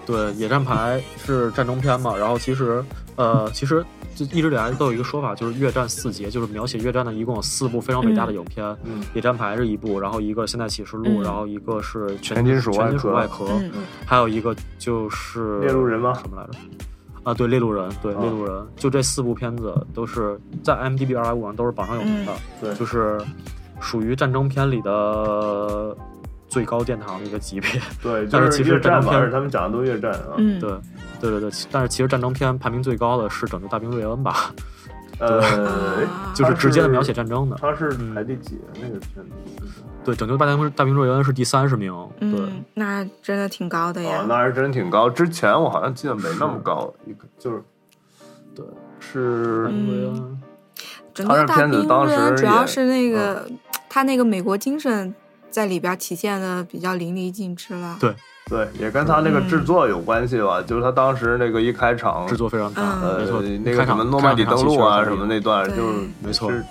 Speaker 1: 对，《野战牌》是战争片嘛，然后其实，呃，其实就一直以来都有一个说法，就是越战四杰，就是描写越战的一共有四部非常伟大的影片，
Speaker 2: 嗯
Speaker 1: 野战牌》是一部，然后一个《现代启示录》
Speaker 3: 嗯
Speaker 1: 然后一个是全
Speaker 2: 全金属
Speaker 1: 全
Speaker 2: 外
Speaker 1: 金属
Speaker 2: 壳
Speaker 1: 外壳，
Speaker 2: 哦
Speaker 3: 嗯嗯
Speaker 1: 还有一个就是
Speaker 2: 猎鹿人吗
Speaker 1: 什么来着？啊，对，猎鹿人，对，
Speaker 2: 啊
Speaker 1: 猎鹿人，就这四部片子都是在 m d b 二百五上都是榜上有名的，
Speaker 2: 对
Speaker 1: 就是属于战争片里的最高殿堂的一个级别。
Speaker 2: 对，
Speaker 1: 但
Speaker 2: 就是是
Speaker 1: 其实
Speaker 2: 越战
Speaker 1: 这张
Speaker 2: 嘛，
Speaker 1: 片
Speaker 2: 而且他们讲的都越战啊。
Speaker 3: 嗯，
Speaker 1: 对，对对对，其但是其实战争片排名最高的是《拯救大兵瑞恩》吧，
Speaker 2: 呃，
Speaker 1: 就
Speaker 2: 它
Speaker 3: 啊
Speaker 1: 哦是直接的
Speaker 2: 是
Speaker 1: 描写战争的。
Speaker 2: 他是排第几？啊那个片子？
Speaker 1: 对，《拯救大兵大兵瑞恩》是第三十名。对，
Speaker 3: 嗯，那真的挺高的
Speaker 2: 哦
Speaker 3: 呀，。
Speaker 2: 那还真挺高。之前我好像记得没那么高，一个就是
Speaker 1: 对，
Speaker 2: 是
Speaker 1: 大
Speaker 3: 嗯
Speaker 1: 兵瑞恩，
Speaker 3: 整个大
Speaker 2: 他这片子
Speaker 3: 兵啊
Speaker 2: 当时
Speaker 3: 人主
Speaker 2: 也嗯
Speaker 3: 要是那个他那个美国精神在里边体现的比较淋漓尽致了。
Speaker 1: 对
Speaker 2: 对，也跟他那
Speaker 3: 嗯
Speaker 2: 个制作有关系吧，就是他当时那个一开场
Speaker 1: 制作非常差，
Speaker 3: 嗯
Speaker 1: 没
Speaker 2: 呃
Speaker 1: 错，
Speaker 2: 那个
Speaker 1: 开
Speaker 2: 什
Speaker 1: 场
Speaker 2: 么诺曼底登陆啊什
Speaker 1: 开场戏确
Speaker 2: 么，
Speaker 1: 实很有
Speaker 2: 那段，
Speaker 3: 对
Speaker 2: 就是
Speaker 1: 没错
Speaker 2: 是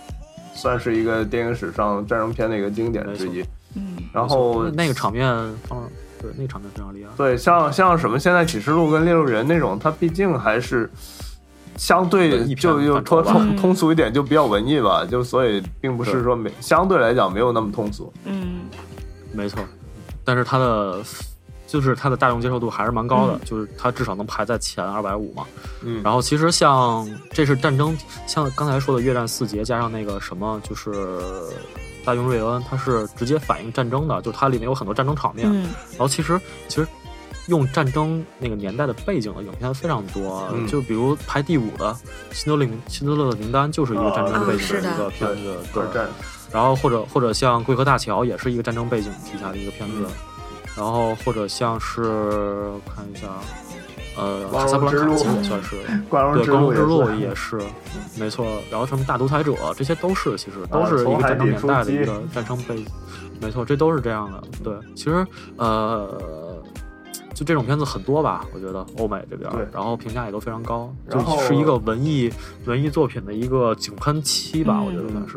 Speaker 2: 算是一个电影史上战争片的一个经典之一
Speaker 1: 没。
Speaker 3: 嗯
Speaker 2: 然后
Speaker 1: 那那个场面放，对，那个场面非常厉害。
Speaker 2: 对，像像什么现在启示录跟猎鹿人那种，它毕竟还是相对
Speaker 1: 文艺片
Speaker 2: 就又
Speaker 1: 范畴
Speaker 2: 说
Speaker 1: 吧
Speaker 2: 通
Speaker 3: 嗯
Speaker 2: 通俗一点，就比较文艺吧，就所以并不是
Speaker 1: 对
Speaker 2: 说没相对来讲没有那么通俗。
Speaker 3: 嗯
Speaker 1: 没错，但是它的就是它的大众接受度还是蛮高的，就是它至少能排在前二百五嘛。
Speaker 2: 嗯，
Speaker 1: 然后其实像这是战争，像刚才说的越战四杰加上那个什么，就是大兵瑞恩，它是直接反映战争的，就是它里面有很多战争场面。
Speaker 3: 嗯
Speaker 1: 然后其实其实用战争那个年代的背景的影片非常多，
Speaker 2: 嗯
Speaker 1: 就比如排第五的《辛德勒名辛德勒的名单》就是一个战争背景
Speaker 3: 啊
Speaker 1: 一个片子，对
Speaker 2: 二。战
Speaker 1: 然后或者或者像《贵河大桥》也是一个战争背景题材的一个片子，
Speaker 2: 嗯
Speaker 1: 然后或者像是我看一下，呃，
Speaker 2: 光
Speaker 1: 卡萨布兰
Speaker 2: 荣
Speaker 1: 卡
Speaker 2: 之路
Speaker 1: 其实也算是。
Speaker 2: 光荣
Speaker 1: 对，
Speaker 2: 之
Speaker 1: 光荣之
Speaker 2: 路
Speaker 1: 路
Speaker 2: 也
Speaker 1: 也
Speaker 2: 是
Speaker 1: 是，没错。然后什么大独裁者，这些都是其实都
Speaker 2: 啊
Speaker 1: 是一
Speaker 2: 从
Speaker 1: 个
Speaker 2: 海
Speaker 1: 战争
Speaker 2: 底
Speaker 1: 年
Speaker 2: 出
Speaker 1: 代的
Speaker 2: 击
Speaker 1: 一个战争背景，没错，这都是这样的。对，其实呃，就这种片子很多吧，我觉得欧美这边儿
Speaker 2: 对，
Speaker 1: 然后评价也都非常高，就
Speaker 2: 然后
Speaker 1: 是一个文艺文艺作品的一个井喷期吧，
Speaker 3: 嗯
Speaker 1: 我觉得算是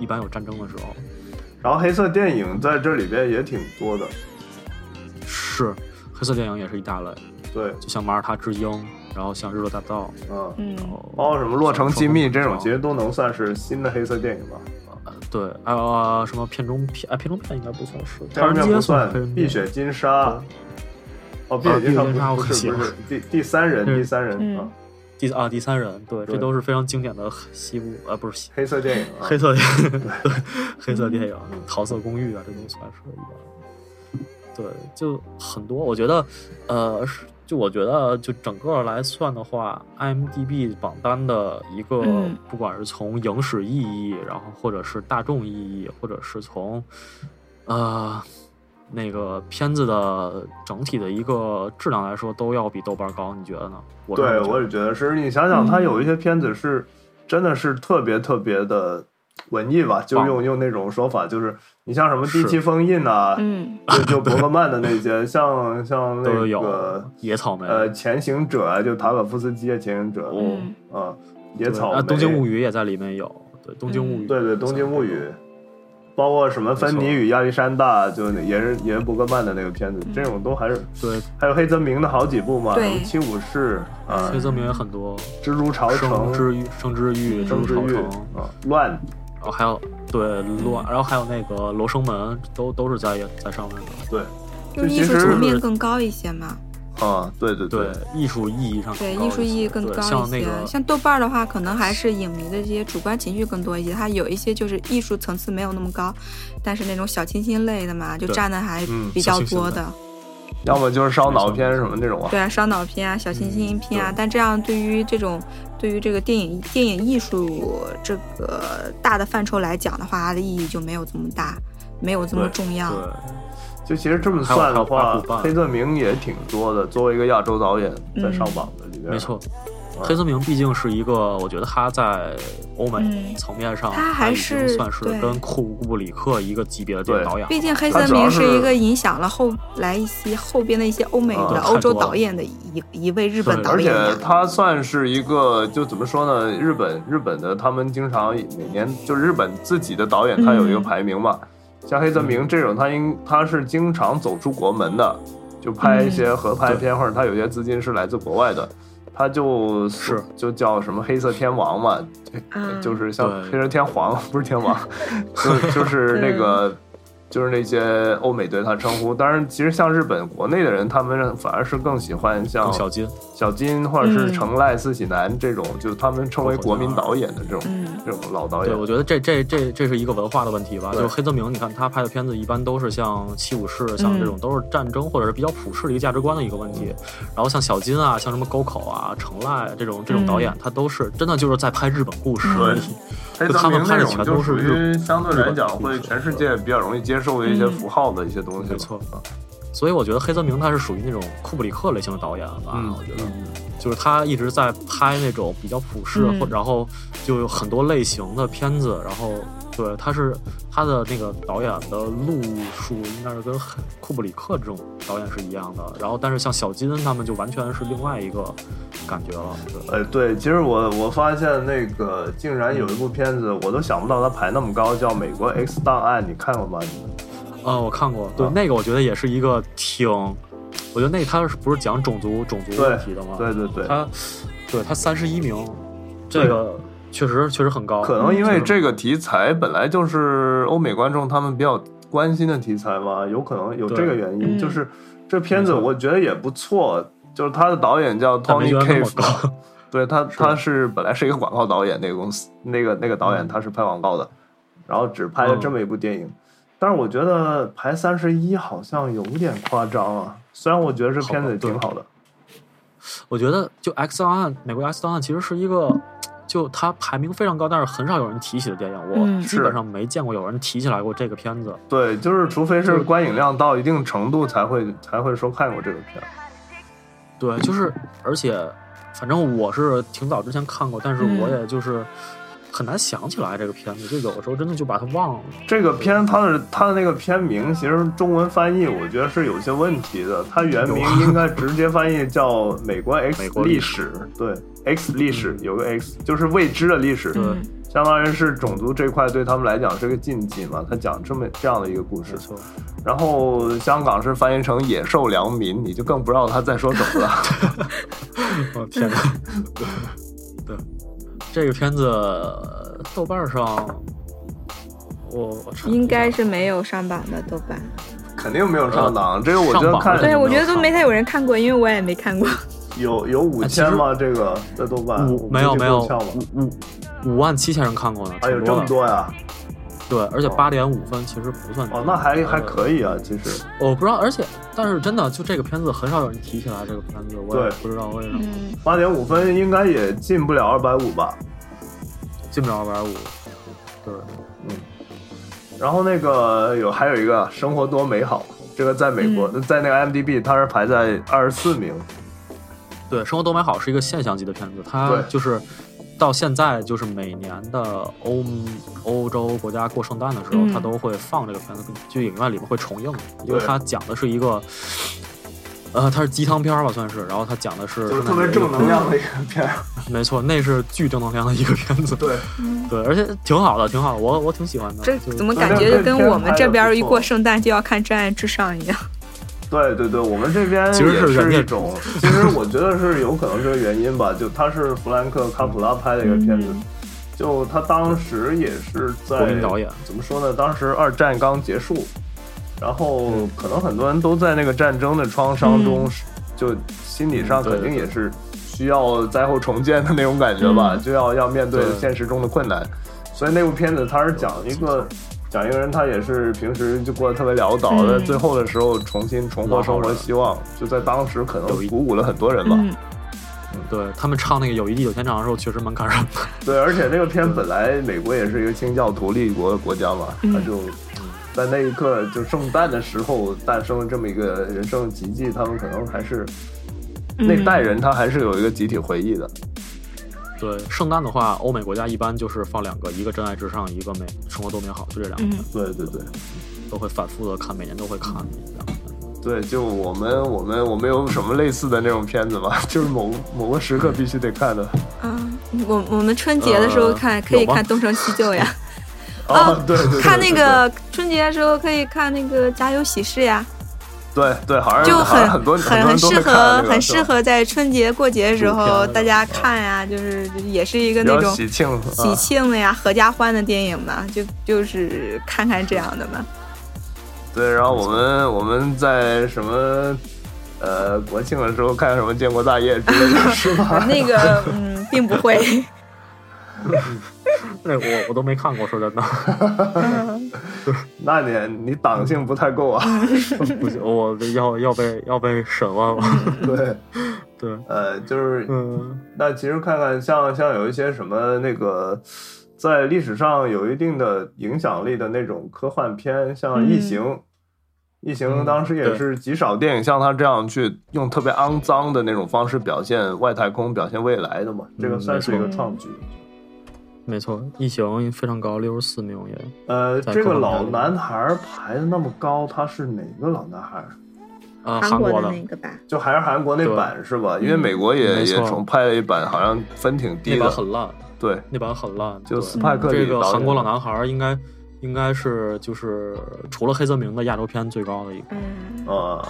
Speaker 1: 一一般有战争的时候
Speaker 2: 然后黑色电影在这里边也挺多的，
Speaker 1: 是黑色电影也是一大类，
Speaker 2: 对，
Speaker 1: 就像《马耳他之鹰》，然后像《日落大道》，
Speaker 2: 嗯，
Speaker 1: 然
Speaker 3: 嗯
Speaker 1: 后
Speaker 2: 包括什么《洛城机密》这种，
Speaker 1: 像
Speaker 2: 其实都能算是新的黑色电影吧。啊
Speaker 1: 对，还有啊什么片中片啊，片中片应该不算是，
Speaker 2: 这
Speaker 1: 唐人
Speaker 2: 面
Speaker 1: 街
Speaker 2: 不算
Speaker 1: 片中，
Speaker 2: 碧
Speaker 1: 片
Speaker 2: 血金沙，哦，碧
Speaker 1: 啊
Speaker 2: 血金
Speaker 1: 碧血金
Speaker 2: 沙
Speaker 1: 沙
Speaker 2: 不
Speaker 1: 我
Speaker 2: 不
Speaker 1: 可喜
Speaker 2: 是不
Speaker 1: 欢
Speaker 2: 是第第三人，
Speaker 1: 嗯
Speaker 2: 第三人
Speaker 3: 嗯
Speaker 2: 啊，
Speaker 1: 第啊第三人，对，这
Speaker 2: 对
Speaker 1: 都是非常经典的西部啊，不是西
Speaker 2: 黑色电影啊
Speaker 1: 黑，色电影，对，黑色电影，桃色公寓啊，这都算是一个，对，就很多，我觉得，呃，是就我觉得，就整个来算的话，IMDB 榜单的一个，
Speaker 3: 嗯
Speaker 1: 不管是从影史意义，然后或者是大众意义，或者是从，呃。那个片子的整体的一个质量来说，都要比豆瓣高，你觉得呢？我是这
Speaker 2: 对
Speaker 1: 么觉得
Speaker 2: 我也觉得是。你想想，他有一些片子是真的是特别特别的文艺吧，就
Speaker 1: 棒
Speaker 2: 用用那种说法，就是你像什么《
Speaker 1: 啊是
Speaker 2: 第七封印》啊，
Speaker 3: 嗯
Speaker 2: 就就伯格曼的那些，像像那
Speaker 1: 都有、
Speaker 2: 个
Speaker 1: 野草莓，
Speaker 2: 呃《潜行者》啊，就塔可夫斯基的《潜行者》
Speaker 3: 嗯
Speaker 2: 啊，《野
Speaker 1: 对
Speaker 2: 草莓》嗯
Speaker 1: 啊，东京物语也在里面有，对，东京物语，
Speaker 2: 对对，《东京物语》包括什么《芬
Speaker 1: 没
Speaker 2: 妮
Speaker 1: 错
Speaker 2: 与亚历山大》，就那也是也是伯格曼的那个片子，
Speaker 1: 嗯
Speaker 2: 这种都还是
Speaker 1: 对，
Speaker 2: 还有黑泽明的好几部嘛，什
Speaker 3: 对
Speaker 2: 么《七武士》啊，
Speaker 1: 黑泽明也很 多，
Speaker 2: 《蜘蛛巢
Speaker 1: 生》
Speaker 2: 城
Speaker 1: 之欲、生之欲、
Speaker 2: 生
Speaker 1: 蜘
Speaker 2: 之
Speaker 1: 蛛朝
Speaker 2: 欲
Speaker 1: 城，
Speaker 2: 啊，乱
Speaker 1: 然后还有对乱，然后还有那个罗生门，都都是在在上面的。
Speaker 2: 对
Speaker 3: 就是艺术层面更高一些嘛。
Speaker 2: 啊，对对
Speaker 1: 对，艺术意义上
Speaker 3: 对，
Speaker 1: 更高
Speaker 3: 艺术
Speaker 1: 一
Speaker 3: 意义
Speaker 1: 些
Speaker 3: 更
Speaker 1: 对
Speaker 3: 高一
Speaker 1: 像那
Speaker 3: 些。
Speaker 1: 个
Speaker 3: 像豆瓣儿的话，可能还是影迷的这些主观情绪更多一些，它有一些就是艺术层次没有那么高，但是那种小清新类的嘛，就
Speaker 1: 对
Speaker 3: 占的还
Speaker 2: 嗯
Speaker 3: 比
Speaker 1: 小
Speaker 3: 较
Speaker 1: 清新
Speaker 3: 多
Speaker 1: 类
Speaker 3: 的。
Speaker 2: 要么就是烧脑片什么那种啊，
Speaker 3: 对啊，烧脑片啊，小清新片啊，
Speaker 1: 嗯对
Speaker 3: 但这样对于这种，对于这个电影电影艺术这个大的范畴来讲的话，它的意义就没有这么大，没有这么
Speaker 2: 对
Speaker 3: 重要。
Speaker 1: 对
Speaker 2: 就其实这么算的
Speaker 1: 还有还有
Speaker 2: 话
Speaker 1: 八部，半
Speaker 2: 黑泽明也挺多的。作为一个亚洲导演，在上榜的里边，
Speaker 1: 嗯没错，
Speaker 2: 嗯，
Speaker 1: 黑泽明毕竟是一个，我觉得他在欧美
Speaker 3: 嗯
Speaker 1: 层面上，
Speaker 3: 他
Speaker 1: 还
Speaker 3: 还
Speaker 1: 已经
Speaker 3: 是
Speaker 1: 算是
Speaker 3: 对
Speaker 1: 跟库布里克一个级别的电影
Speaker 2: 对
Speaker 1: 导演了。
Speaker 3: 毕竟黑
Speaker 2: 它
Speaker 3: 泽
Speaker 2: 主要
Speaker 3: 明是一
Speaker 2: 是
Speaker 3: 个影响了后来一些后边的一些欧美
Speaker 2: 啊
Speaker 3: 的、
Speaker 1: 太
Speaker 3: 欧洲
Speaker 1: 多了
Speaker 3: 导演的一一位日
Speaker 1: 对
Speaker 3: 本导
Speaker 2: 而且
Speaker 3: 演吧。
Speaker 2: 他算是一个，就怎么说呢？日本日本的他们经常每年就是日本自己的导演，他有一个排名嘛。
Speaker 1: 嗯
Speaker 2: 像黑泽明这种，他应他是经常走出国门的，就拍一些合拍片，或者他有些资金是来自国外的。他就是就叫什么黑色天王嘛，
Speaker 3: 嗯
Speaker 2: 就是像
Speaker 1: 对
Speaker 2: 黑人天皇，不是 天王，就就是那个，就是那些欧美对他称呼。当然，其实像日本国内的人，他们反而是更喜欢像
Speaker 1: 更小金，
Speaker 2: 小金或者是
Speaker 3: 嗯
Speaker 2: 成濑四喜男这种，就他们称为国民导演的这种
Speaker 3: 嗯
Speaker 2: 这种老导
Speaker 1: 对
Speaker 2: 演。
Speaker 1: 我觉得这这这这是一个文化的问题吧。
Speaker 2: 对
Speaker 1: 就黑泽明，你看他拍的片子一般都是像《七武士》像这种都是战争或者是比较普世的一个价值观的一个问题。
Speaker 2: 嗯
Speaker 1: 然后像小金啊，像什么沟口啊、成濑这种这种导演，他都是真的就是在拍日本故事。
Speaker 2: 对黑泽明那种就属
Speaker 1: 就他们拍的全都
Speaker 2: 于相对来讲
Speaker 1: 日本
Speaker 2: 会全世界比较容易接受的一
Speaker 3: 嗯
Speaker 2: 些符号的一些东西吧。
Speaker 1: 没错所以我觉得黑泽明他是属于那种库布里克类型的导演吧，
Speaker 2: 嗯
Speaker 1: 我觉得，就是他一直在拍那种比较普世，
Speaker 3: 嗯
Speaker 1: 或然后就有很多类型的片子，然后对，他是他的那个导演的路数应该是跟黑库布里克这种导演是一样的，然后但是像小金他们就完全是另外一个感觉了，对
Speaker 2: 呃，对，其实我我发现那个竟然有一部片子，我都想不到它排那么高，叫《美国 X 档案》，你看过吗？你们
Speaker 1: 呃，我看过，对、
Speaker 2: 啊
Speaker 1: 那个我觉得也是一个挺，我觉得那个他是不是讲种族种族问题的吗？
Speaker 2: 对对对，
Speaker 1: 他对他三十一名，这个确实确实很高。
Speaker 2: 可能因为这个题材本来就是欧美观众他们比较关心的题材嘛，有可能有
Speaker 1: 对
Speaker 2: 这个原因。
Speaker 3: 嗯
Speaker 2: 就是这片子
Speaker 1: 没错
Speaker 2: 我觉得也不错，就是他的导演叫
Speaker 1: 但没
Speaker 2: Tony
Speaker 1: 觉得那么
Speaker 2: Cave，嘛
Speaker 1: 高。
Speaker 2: 对他
Speaker 1: 是
Speaker 2: 他是本来是一个广告导演，那个公司那个那个导
Speaker 1: 嗯
Speaker 2: 演他是拍广告的，然后只拍了这么一部电影。但是我觉得排三十一好像有点夸张啊，虽然我觉得这片子也挺好的，
Speaker 1: 我觉得就 X 档案，美国 X 档案其实是一个，就它排名非常高，但是很少有人提起的电影。我
Speaker 3: 嗯
Speaker 1: 基本上没见过有人提起来过这个片子。
Speaker 2: 对，就是除非是
Speaker 1: 对
Speaker 2: 观影量到一定程度才会才会说看过这个片儿。
Speaker 1: 对，就是而且，反正我是挺早之前看过，但是
Speaker 3: 嗯
Speaker 1: 我也就是很难想起来这个片子，就有的时候真的就把它忘了。
Speaker 2: 这个片它的它的那个片名，其实中文翻译我觉得是有些问题的。它原名应该直接翻译叫《美国 X
Speaker 1: 美国
Speaker 2: 历
Speaker 1: 历嗯
Speaker 2: 史》，对，X 历史有个 X 就是未知的历史，
Speaker 1: 对，
Speaker 3: 嗯
Speaker 2: 相当于是种族这块对他们来讲是个禁忌嘛。他讲这么这样的一个故事
Speaker 1: 没，错。
Speaker 2: 然后香港是翻译成“野兽良民”，你就更不知道他在说什么 了。
Speaker 1: 哦天哪！ 对，这个片子呃豆瓣上，我我查
Speaker 3: 应该是没有上榜的豆瓣，
Speaker 2: 肯定没有上档，这个我觉
Speaker 1: 呃上
Speaker 2: 得
Speaker 1: 榜
Speaker 2: 看
Speaker 1: 了
Speaker 3: 对
Speaker 1: 没
Speaker 3: 我
Speaker 1: 有
Speaker 3: 觉得都
Speaker 1: 上
Speaker 3: 没太有人看过，因为我也没看过。
Speaker 2: 有有五
Speaker 1: 哎其实
Speaker 2: 千吗？这个在豆瓣
Speaker 1: 五没有没有
Speaker 2: 我估计够呛吧
Speaker 1: 五五五万七千人看过呢，
Speaker 2: 哎呦，
Speaker 1: 挺
Speaker 2: 这么
Speaker 1: 的。
Speaker 2: 多呀！
Speaker 1: 对，而且
Speaker 2: 哦
Speaker 1: 八点五分其实不算低
Speaker 2: 哦，那还
Speaker 1: 呃
Speaker 2: 还可以啊，其实。
Speaker 1: 我不知道，而且但是真的就这个片子很少有人提起来，这个片子我也
Speaker 2: 对
Speaker 1: 不知道为什么
Speaker 3: 嗯，
Speaker 2: 八点五分应该也进不了二百五吧。
Speaker 1: 进不了二百五。对，
Speaker 2: 然后那个有还有一个《生活多美好》，这个在美国，
Speaker 1: 嗯
Speaker 2: 在那个 IMDB 它是排在二十四名。
Speaker 1: 对，《生活多美好》是一个现象级的片子，它
Speaker 2: 对
Speaker 1: 就是到现在就是每年的欧欧洲国家过圣诞的时候，
Speaker 3: 嗯
Speaker 1: 它都会放这个片子，就影院里面会重映的，因
Speaker 2: 对
Speaker 1: 为它讲的是一个呃，它是鸡汤片儿吧，算是。然后它讲的是
Speaker 2: 就是
Speaker 1: 圣
Speaker 2: 特
Speaker 1: 诞
Speaker 2: 别
Speaker 1: 节
Speaker 2: 正
Speaker 1: 的
Speaker 2: 能量的一个片儿。
Speaker 1: 没错，那是巨正能量的一个片子。
Speaker 2: 对，
Speaker 1: 对，而且挺好的，挺好的，我我挺喜欢的。
Speaker 3: 这
Speaker 1: 就
Speaker 3: 怎么
Speaker 2: 这
Speaker 3: 感
Speaker 2: 这
Speaker 3: 觉
Speaker 2: 这
Speaker 3: 就跟
Speaker 2: 片
Speaker 3: 我
Speaker 2: 拍
Speaker 3: 们
Speaker 2: 得
Speaker 3: 这边
Speaker 2: 不
Speaker 3: 儿一
Speaker 2: 错
Speaker 3: 过圣诞就要看《真爱至上》一样？
Speaker 2: 对对对，我们这边
Speaker 1: 其实是
Speaker 2: 也
Speaker 1: 人家
Speaker 2: 一种，其实我觉得是有可能是个原因吧，就他是弗兰克·卡普拉拍的一个片
Speaker 1: 嗯
Speaker 2: 子，就他当时也是在
Speaker 1: 国民导演
Speaker 2: 怎么说呢？当时二战刚结束，然后
Speaker 1: 嗯
Speaker 2: 可能很多人都在那个战争的创伤中，就心理上
Speaker 1: 嗯对
Speaker 2: 肯定也是需要灾后重建的那种感觉吧，
Speaker 1: 嗯
Speaker 2: 就要要面对
Speaker 1: 对
Speaker 2: 现实中的困难，所以那部片子它是讲一个。讲一个人，他也是平时就过得特别潦倒，
Speaker 3: 嗯
Speaker 2: 在最后的时候重新重获生活希望，就在当时可能鼓舞了很多人吧。
Speaker 3: 嗯，
Speaker 1: 对他们唱那个《友谊地久天长》的时候，确实蛮感人的。
Speaker 2: 对，而且那个片本来美国也是一个清教徒立国的国家嘛，
Speaker 3: 嗯
Speaker 2: 他就在那一刻就圣诞的时候诞生了这么一个人生的奇迹，他们可能还是那
Speaker 3: 嗯
Speaker 2: 代人他还是有一个集体回忆的。
Speaker 1: 对，圣诞的话，欧美国家一般就是放两个，一个《真爱至上》，一个美《生活都美好》，就这两个、
Speaker 3: 嗯
Speaker 2: 对对对
Speaker 1: 都会反复的看，每年都会看一样。
Speaker 2: 对，就我们我们我们有什么类似的那种片子吗？ 就是某某个时刻必须得看的。
Speaker 3: 啊，我我们春节的时候
Speaker 1: 呃
Speaker 3: 看可以
Speaker 1: 有吗
Speaker 3: 看《东成西就》呀，
Speaker 2: 啊
Speaker 3: 啊，
Speaker 2: 对 对对，
Speaker 3: 看那
Speaker 2: 对
Speaker 3: 个春节的时候可以看那个《家有喜事》呀，
Speaker 2: 对对，好像
Speaker 3: 就
Speaker 2: 好像
Speaker 3: 很
Speaker 2: 很多
Speaker 3: 很
Speaker 2: 多人
Speaker 3: 很
Speaker 2: 都
Speaker 3: 适
Speaker 2: 会看
Speaker 3: 合
Speaker 2: 那个
Speaker 3: 很
Speaker 2: 是
Speaker 3: 适
Speaker 2: 吧
Speaker 3: 合在春节过节的时
Speaker 1: 露天
Speaker 3: 候
Speaker 1: 的
Speaker 3: 大家看呀，就是也是一个
Speaker 2: 比
Speaker 3: 那
Speaker 2: 较
Speaker 3: 种
Speaker 2: 喜庆啊
Speaker 1: 嗯
Speaker 3: 喜庆的呀、合家欢的电影嘛，就就是看看这样的 嘛。
Speaker 2: 对，然后我们我们在什么呃国庆的时候看什么建国大业之类的，是吧？
Speaker 3: 那个嗯，并不会，
Speaker 1: 那我我都没看过，说 真的，
Speaker 2: 那你你党性不太够啊。
Speaker 1: 不行，我要要被要被审问了。
Speaker 2: 对，
Speaker 1: 对，
Speaker 2: 呃，就是
Speaker 1: 嗯，
Speaker 2: 那其实看看像像有一些什么那个。在历史上有一定的影响力的那种科幻片，像《异形》，异形
Speaker 1: 嗯
Speaker 2: 当时也
Speaker 1: 对
Speaker 2: 是极少电影像它这样去用特别肮脏的那种方式表现外太空、表现未来的嘛，这个
Speaker 1: 嗯
Speaker 2: 算
Speaker 1: 没
Speaker 2: 是一个
Speaker 3: 错
Speaker 2: 创举。
Speaker 1: 没错，《异形》非常高，六十四名也。
Speaker 2: 呃，
Speaker 1: 在
Speaker 2: 这
Speaker 1: 各
Speaker 2: 个
Speaker 1: 种
Speaker 2: 老
Speaker 1: 片里
Speaker 2: 男孩儿排的那么高，他是哪个老男孩儿？
Speaker 1: 啊、韩国的
Speaker 3: 个吧，
Speaker 2: 就还是韩国那
Speaker 1: 对
Speaker 2: 版是吧？因为美国也
Speaker 1: 嗯没
Speaker 2: 也
Speaker 1: 错
Speaker 2: 重拍了一版，好像分挺低
Speaker 1: 那版
Speaker 2: 的。
Speaker 1: 很烂，
Speaker 2: 对，
Speaker 1: 那版很烂。
Speaker 2: 就
Speaker 1: 对
Speaker 2: 斯派克
Speaker 1: 这
Speaker 2: 里
Speaker 1: 个
Speaker 2: 导
Speaker 1: 韩国老
Speaker 2: 演。
Speaker 1: 男孩儿应该应该是就是除了黑泽明的亚洲片最高的一个。
Speaker 3: 嗯，
Speaker 2: 呃，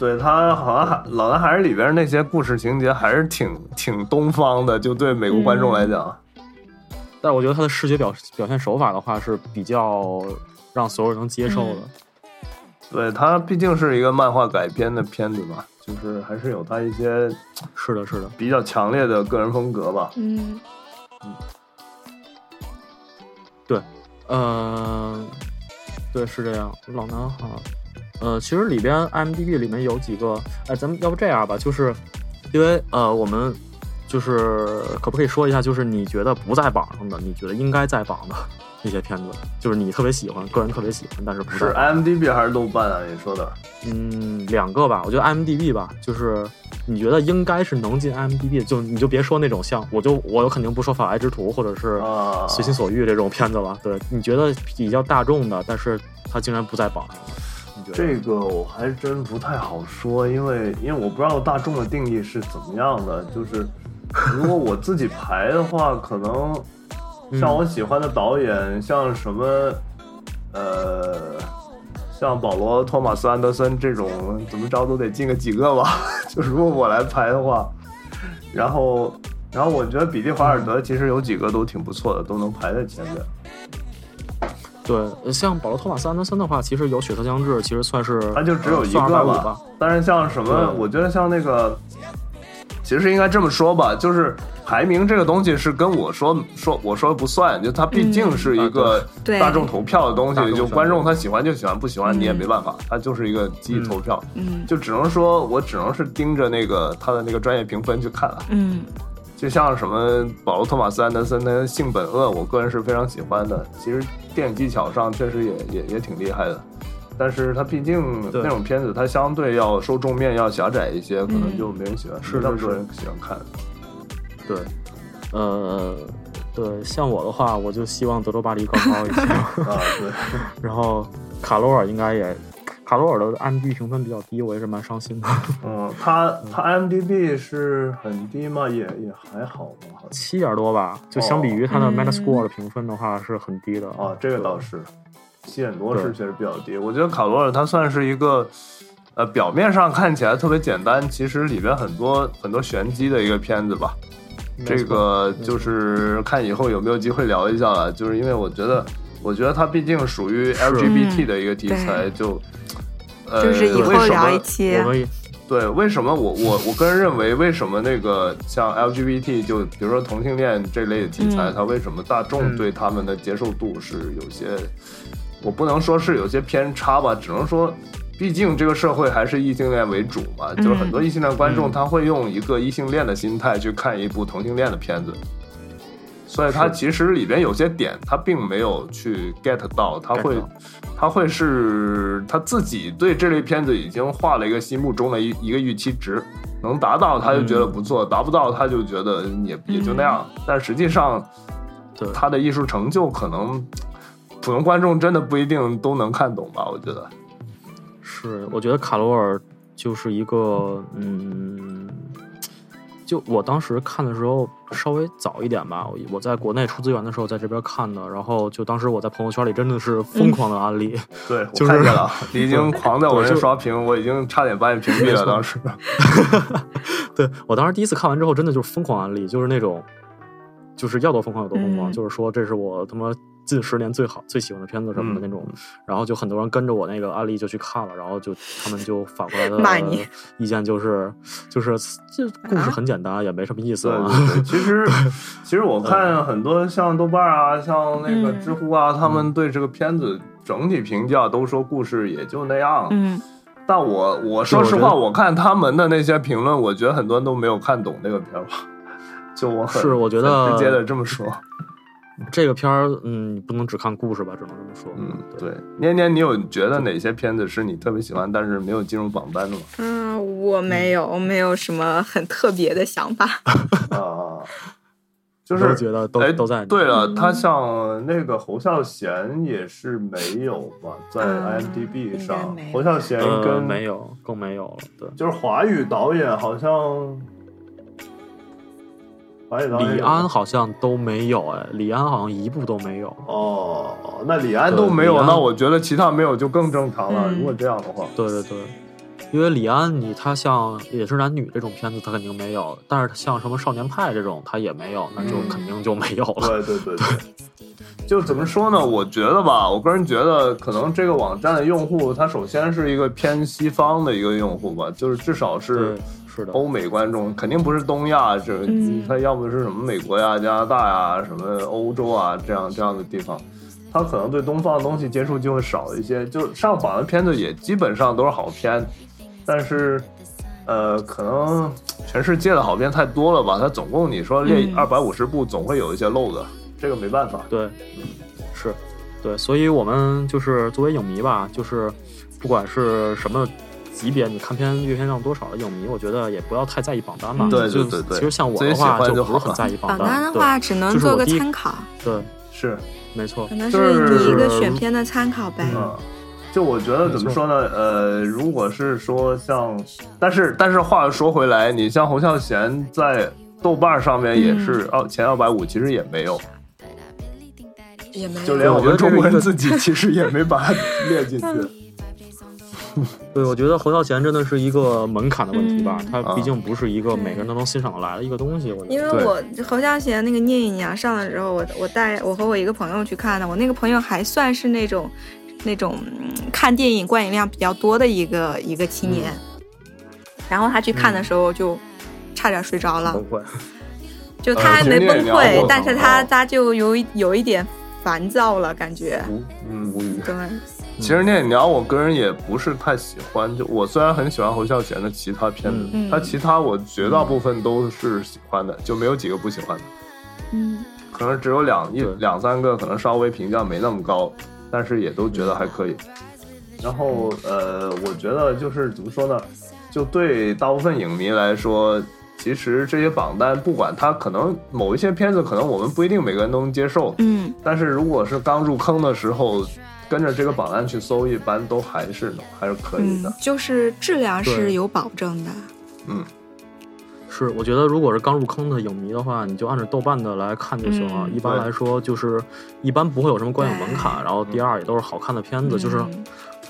Speaker 2: 对他好像还老男孩儿里边那些故事情节还是挺挺东方的，就对美国观众来
Speaker 1: 嗯
Speaker 2: 讲，
Speaker 1: 但是我觉得他的视觉表表现手法的话是比较让所有人能接受的。
Speaker 2: 对他毕竟是一个漫画改编的片子嘛，就是还是有他一些
Speaker 1: 是的，是的，
Speaker 2: 比较强烈的个人风格吧。
Speaker 3: 嗯，
Speaker 1: 呃，对，是这样。老男孩，呃，其实里边 IMDB 里面有几个，哎，咱们要不这样吧，就是因为呃，我们就是可不可以说一下，就是你觉得不在榜上的，你觉得应该在榜的那些片子，就是你特别喜欢，个人特别喜欢，但是不在
Speaker 2: 是 IMDB 还是豆瓣啊？你说的？
Speaker 1: 嗯，两个吧，我觉得 IMDB 吧，就是你觉得应该是能进 IMDB，的就你就别说那种像我就我肯定不说《法外之徒》或者是
Speaker 2: 啊
Speaker 1: 《随心所欲》这种片子了。对，你觉得比较大众的，但是它竟然不在榜上了，你觉得？
Speaker 2: 这个我还真不太好说，因为因为我不知道大众的定义是怎么样的。就是如果我自己排的话，可能
Speaker 1: 嗯
Speaker 2: 像我喜欢的导演，像什么呃，像保罗·托马斯·安德森这种，怎么着都得进个几个吧。 就如果我来排的话，然后然后我觉得比利·华尔德其实有几个都挺不错的，都能排在前面。
Speaker 1: 对，呃像保罗·托马斯·安德森的话，其实有《血色将至》，其实算是
Speaker 2: 它就只有
Speaker 3: 嗯
Speaker 2: 一个
Speaker 1: 二百五
Speaker 2: 吧。
Speaker 1: 吧。
Speaker 2: 但是像什么，
Speaker 1: 对
Speaker 2: 我觉得像那个，其实应该这么说吧，就是排名这个东西是跟我说说我说不算，就它毕竟是一个
Speaker 3: 啊对
Speaker 2: 大众投票的东西，
Speaker 1: 大众
Speaker 2: 就
Speaker 1: 选择
Speaker 2: 观众他喜欢就喜欢，不喜欢你也
Speaker 3: 嗯
Speaker 2: 没办法，它就是一个集体投票，
Speaker 3: 嗯
Speaker 2: 就只能说我只能是盯着那个他的那个专业评分去看了。
Speaker 3: 嗯
Speaker 2: 就像什么保罗·托马斯·安德森的《性本恶》，我个人是非常喜欢的。其实电影技巧上确实也也也挺厉害的，但是它毕竟
Speaker 1: 对
Speaker 2: 那种片子，它相对要受众面要狭窄一些，可能就没人喜欢，
Speaker 1: 是
Speaker 2: 没那么
Speaker 1: 是
Speaker 2: 多
Speaker 1: 是
Speaker 2: 人喜欢看。
Speaker 1: 对，呃，对，像我的话，我 就希望德州巴黎更高一些。
Speaker 2: 啊，对，
Speaker 1: 然后卡罗尔应该也，卡罗尔的 IMDB 评分比较低，我也是蛮伤心的，
Speaker 2: 嗯，它它 IMDB 是很低吗？也也还好吧，好像。
Speaker 1: 七点多吧，就相比于它
Speaker 2: 哦
Speaker 1: 的
Speaker 3: 嗯
Speaker 1: Metascore 的评分的话是很低的
Speaker 2: 啊，这个倒是，七点多是
Speaker 1: 对
Speaker 2: 确实比较低。我觉得卡罗尔它算是一个，呃，表面上看起来特别简单，其实里边很多很多玄机的一个片子吧。这个就是看以后有没有机会聊一下了，就是因为我觉得，我觉得它毕竟属于 LGBT
Speaker 3: 嗯
Speaker 2: 的一个题材，就。呃，
Speaker 3: 就是以后
Speaker 2: 为什
Speaker 3: 聊
Speaker 2: 么
Speaker 3: 一期
Speaker 1: 我，可以
Speaker 2: 对，为什么我我我个人认为，为什么那个像 LGBT 就比如说同性恋这类的题材，
Speaker 3: 嗯
Speaker 2: 它为什么大众
Speaker 1: 嗯
Speaker 2: 对他们的接受度是有些，我不能说是有些偏差吧，只能说，毕竟这个社会还是异性恋为主嘛，就是很多异性恋观众
Speaker 1: 嗯
Speaker 2: 他会用一个异性恋的心态去看一部同性恋的片子。所以它
Speaker 1: 是
Speaker 2: 其实里边有些点，他并没有去 get 到，他
Speaker 1: get
Speaker 2: 会
Speaker 1: 到
Speaker 2: 他会是他自己对这类片子已经画了一个心目中的一一个预期值，能达到他就觉得
Speaker 1: 嗯
Speaker 2: 不错，达不到他就觉得也也就那样。但实际上，
Speaker 1: 对
Speaker 2: 他的艺术成就可能普通观众真的不一定都能看懂吧？我觉得，
Speaker 1: 是，我觉得卡罗尔就是一个，嗯，就我当时看的时候稍微早一点吧，我我在国内出资源的时候在这边看的，然后就当时我在朋友圈里真的是疯狂的安利，
Speaker 2: 对，我
Speaker 1: 就是
Speaker 2: 看见 了，你已经狂在我
Speaker 1: 对
Speaker 2: 这
Speaker 1: 就
Speaker 2: 刷屏，我已经差点把你屏蔽了。当时，
Speaker 1: 对我当时第一次看完之后，真的就是疯狂安利，就是那种，就是要多疯狂有多疯狂，
Speaker 3: 嗯
Speaker 1: 就是说这是我他妈近十年最好最喜欢的片子什么的
Speaker 2: 嗯
Speaker 1: 那种，然后就很多人跟着我那个安利就去看了，然后就他们就反过来
Speaker 3: 骂
Speaker 1: 的
Speaker 3: 你啊
Speaker 1: 意见就是，就是这故事很简单，也没什么意思
Speaker 2: 对
Speaker 1: 啊。
Speaker 2: 对对，其实其实我
Speaker 1: 嗯
Speaker 2: 看很多像豆瓣啊，像那个知乎啊，他
Speaker 1: 嗯
Speaker 2: 们对这个片子整体评价都说故事也就那样。
Speaker 3: 嗯，
Speaker 2: 但我我说实
Speaker 1: 我
Speaker 2: 话，
Speaker 1: 觉得
Speaker 2: 我看他们的那些评论，我觉得很多人都没有看懂那个片儿吧。就我很
Speaker 1: 是我觉得
Speaker 2: 很直接的这么 说，
Speaker 1: 这个片儿，嗯，你不能只看故事吧，只能这么说。
Speaker 2: 嗯，对。年年，你有觉得哪些片子是你特别喜欢，但是没有进入榜单 的吗？
Speaker 3: 嗯，我没有，没有什么很特别的想法。
Speaker 2: 啊，就
Speaker 1: 都
Speaker 2: 是
Speaker 1: 觉得都
Speaker 2: 哎，
Speaker 1: 都在
Speaker 2: 对了，
Speaker 3: 嗯
Speaker 2: 他像那个侯孝贤也是没有吧，在
Speaker 3: 嗯
Speaker 2: IMDB
Speaker 3: 应该
Speaker 2: 上
Speaker 3: 没，有
Speaker 2: 侯孝贤
Speaker 1: 呃，
Speaker 2: 哎跟
Speaker 1: 没有，更没有了。对，
Speaker 2: 就是华语导演好像，华语导演
Speaker 1: 李安好像都没有，哎，李安好像一部都没有。
Speaker 2: 哦，那李安都没有
Speaker 1: 对，李安
Speaker 2: 那我觉得其他没有就更正常了。
Speaker 3: 嗯
Speaker 2: 如果这样 的话，
Speaker 1: 对对对，因为李安你他像《也是男女》这种片子他肯定没有，但是像什么《少年派》这种他也没有，那就
Speaker 2: 嗯
Speaker 1: 肯定就没有了。
Speaker 2: 对对对对，就怎么说呢？我觉得吧，我个人觉得，可能这个网站的用户，他首先是一个偏西方的一个用户吧，就是至少是哦
Speaker 1: 对，是的，
Speaker 2: 欧美观众肯定不是东亚，这
Speaker 3: 嗯
Speaker 2: 他要不是什么美国呀、加拿大呀、什么欧洲啊这样这样的地方，他可能对东方的东西接触就会少一些。就上榜的片子也基本上都是好片，但是呃，可能全世界的好片太多了吧？它总共你说列
Speaker 3: 嗯
Speaker 2: 二百五十部，总会有一些漏的，这个没办法。
Speaker 1: 对，是，对，所以我们就是作为影迷吧，就是不管是什么级别，你看片阅片量多少的影迷，我觉得也不要太在意榜单嘛。
Speaker 3: 嗯
Speaker 2: 对
Speaker 1: 就
Speaker 2: 对对对
Speaker 1: 其实像我
Speaker 2: 自己
Speaker 1: 的
Speaker 2: 喜
Speaker 1: 话，
Speaker 2: 欢就
Speaker 1: 不是
Speaker 2: 好
Speaker 1: 很
Speaker 2: 了
Speaker 1: 在意榜
Speaker 3: 榜单的
Speaker 1: 对
Speaker 3: 话，只能
Speaker 1: 就是
Speaker 3: 做
Speaker 1: 我
Speaker 3: 个
Speaker 1: 第一
Speaker 3: 参考，
Speaker 1: 对，
Speaker 2: 是，
Speaker 1: 没错
Speaker 3: 可，能
Speaker 2: 就是
Speaker 3: 你一个
Speaker 1: 是
Speaker 3: 选片的参考呗。
Speaker 2: 嗯，就我觉得怎么说呢？呃，如果是说像，但是但是话又说回来，你像侯孝贤在豆瓣上面也是二、前二百五，其实也没有，
Speaker 3: 也没
Speaker 2: 就
Speaker 3: 有，
Speaker 2: 连我们中国
Speaker 1: 对
Speaker 2: 人
Speaker 1: 我觉得
Speaker 2: 自己其实也没把它列进去。
Speaker 1: 对，我觉得侯孝贤真的是一个门槛的问题吧，
Speaker 3: 嗯
Speaker 1: 他毕
Speaker 2: 啊
Speaker 1: 竟不是一个每个人都能欣赏得来的一个东西。我觉
Speaker 3: 因为
Speaker 1: 得，
Speaker 3: 我侯孝贤那个《聂隐娘》上了之后，我我带我和我一个朋友去看的，我那个朋友还算是那种那种、嗯看电影观影量比较多的一个一个青年，
Speaker 1: 嗯
Speaker 3: 然后他去看的时候就差点睡着了，
Speaker 1: 崩溃。
Speaker 3: 就他
Speaker 1: 啊
Speaker 3: 还
Speaker 2: 呃
Speaker 3: 没
Speaker 2: 其实
Speaker 3: 崩
Speaker 2: 聂隐娘
Speaker 3: 溃，
Speaker 2: 我
Speaker 3: 但是他
Speaker 2: 哦
Speaker 3: 他就有一有一点烦躁了，感觉
Speaker 2: 嗯，无语。
Speaker 3: 对，
Speaker 2: 其实《聂隐娘》我个人也不是太喜欢，就我虽然很喜欢侯孝贤的其他片子，
Speaker 3: 嗯
Speaker 2: 他其他我绝大部分都是喜欢的，就没有几个不喜欢的。
Speaker 3: 嗯
Speaker 2: 可能只有两一
Speaker 1: 对
Speaker 2: 两三个，可能稍微评价没那么高，但是也都觉得还可以。然后呃，我觉得就是怎么说呢，就对大部分影迷来说，其实这些榜单不管它可能某一些片子，可能我们不一定每个人都能接受，
Speaker 3: 嗯，
Speaker 2: 但是如果是刚入坑的时候，跟着这个榜单去搜，一般都还是能还是可以的
Speaker 3: 嗯。，就是质量是
Speaker 1: 对
Speaker 3: 有保证的。
Speaker 2: 嗯，
Speaker 1: 是，我觉得如果是刚入坑的影迷的话，你就按照豆瓣的来看就行了。
Speaker 3: 嗯
Speaker 1: 一般
Speaker 2: 对
Speaker 1: 来说，就是一般不会有什么观影门槛，然后第二也都是好看的片子，就是
Speaker 3: 嗯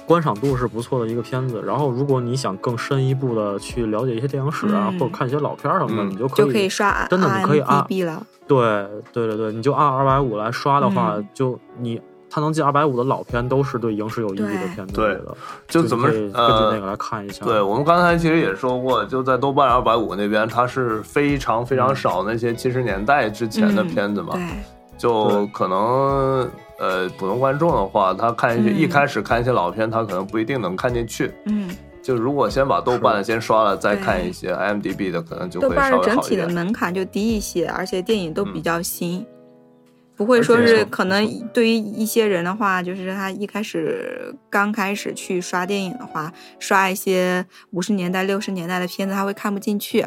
Speaker 1: 观赏度是不错的一个片子。然后如果你想更深一步的去了解一些电影史啊，
Speaker 3: 嗯
Speaker 1: 或者看一些老片儿什么的，
Speaker 2: 嗯
Speaker 1: 你就可
Speaker 3: 就
Speaker 1: 以
Speaker 3: 可以刷
Speaker 1: 真的你可以按
Speaker 3: RMDB 了。
Speaker 1: 对对对对，你就按二百五来刷的话，
Speaker 3: 嗯
Speaker 1: 就你它能进二百五的老片都是对影史有意义的
Speaker 3: 对
Speaker 1: 片子，
Speaker 2: 对
Speaker 1: 我觉得
Speaker 2: 就
Speaker 1: 你
Speaker 2: 怎么
Speaker 1: 可以根据
Speaker 2: 呃
Speaker 1: 那个来看一下。
Speaker 2: 对，我们刚才其实也说过，就在豆瓣二百五那边，它是非常非
Speaker 1: 嗯
Speaker 2: 常少那些七十年代之前的片子嘛，
Speaker 3: 嗯对，
Speaker 2: 就可能呃普通观众的话，他看一些、
Speaker 3: 嗯
Speaker 2: 一开始看一些老片，他可能不一定能看进去。
Speaker 3: 嗯，
Speaker 2: 就如果先把豆瓣的先刷了，再
Speaker 3: 对
Speaker 2: 看一些 IMDB 的，可能就
Speaker 3: 豆
Speaker 2: 会
Speaker 3: 瓣
Speaker 2: 稍
Speaker 3: 儿
Speaker 2: 微
Speaker 3: 整
Speaker 2: 好一
Speaker 3: 体的
Speaker 2: 点。
Speaker 3: 门槛就低一些，而且电影都比
Speaker 2: 嗯
Speaker 3: 较新，不会说
Speaker 2: 而且
Speaker 3: 是可能对于一些人的话，就是他一开始刚开始去刷电影的话，刷一些五十年代、六十年代的片子，他会看不进去。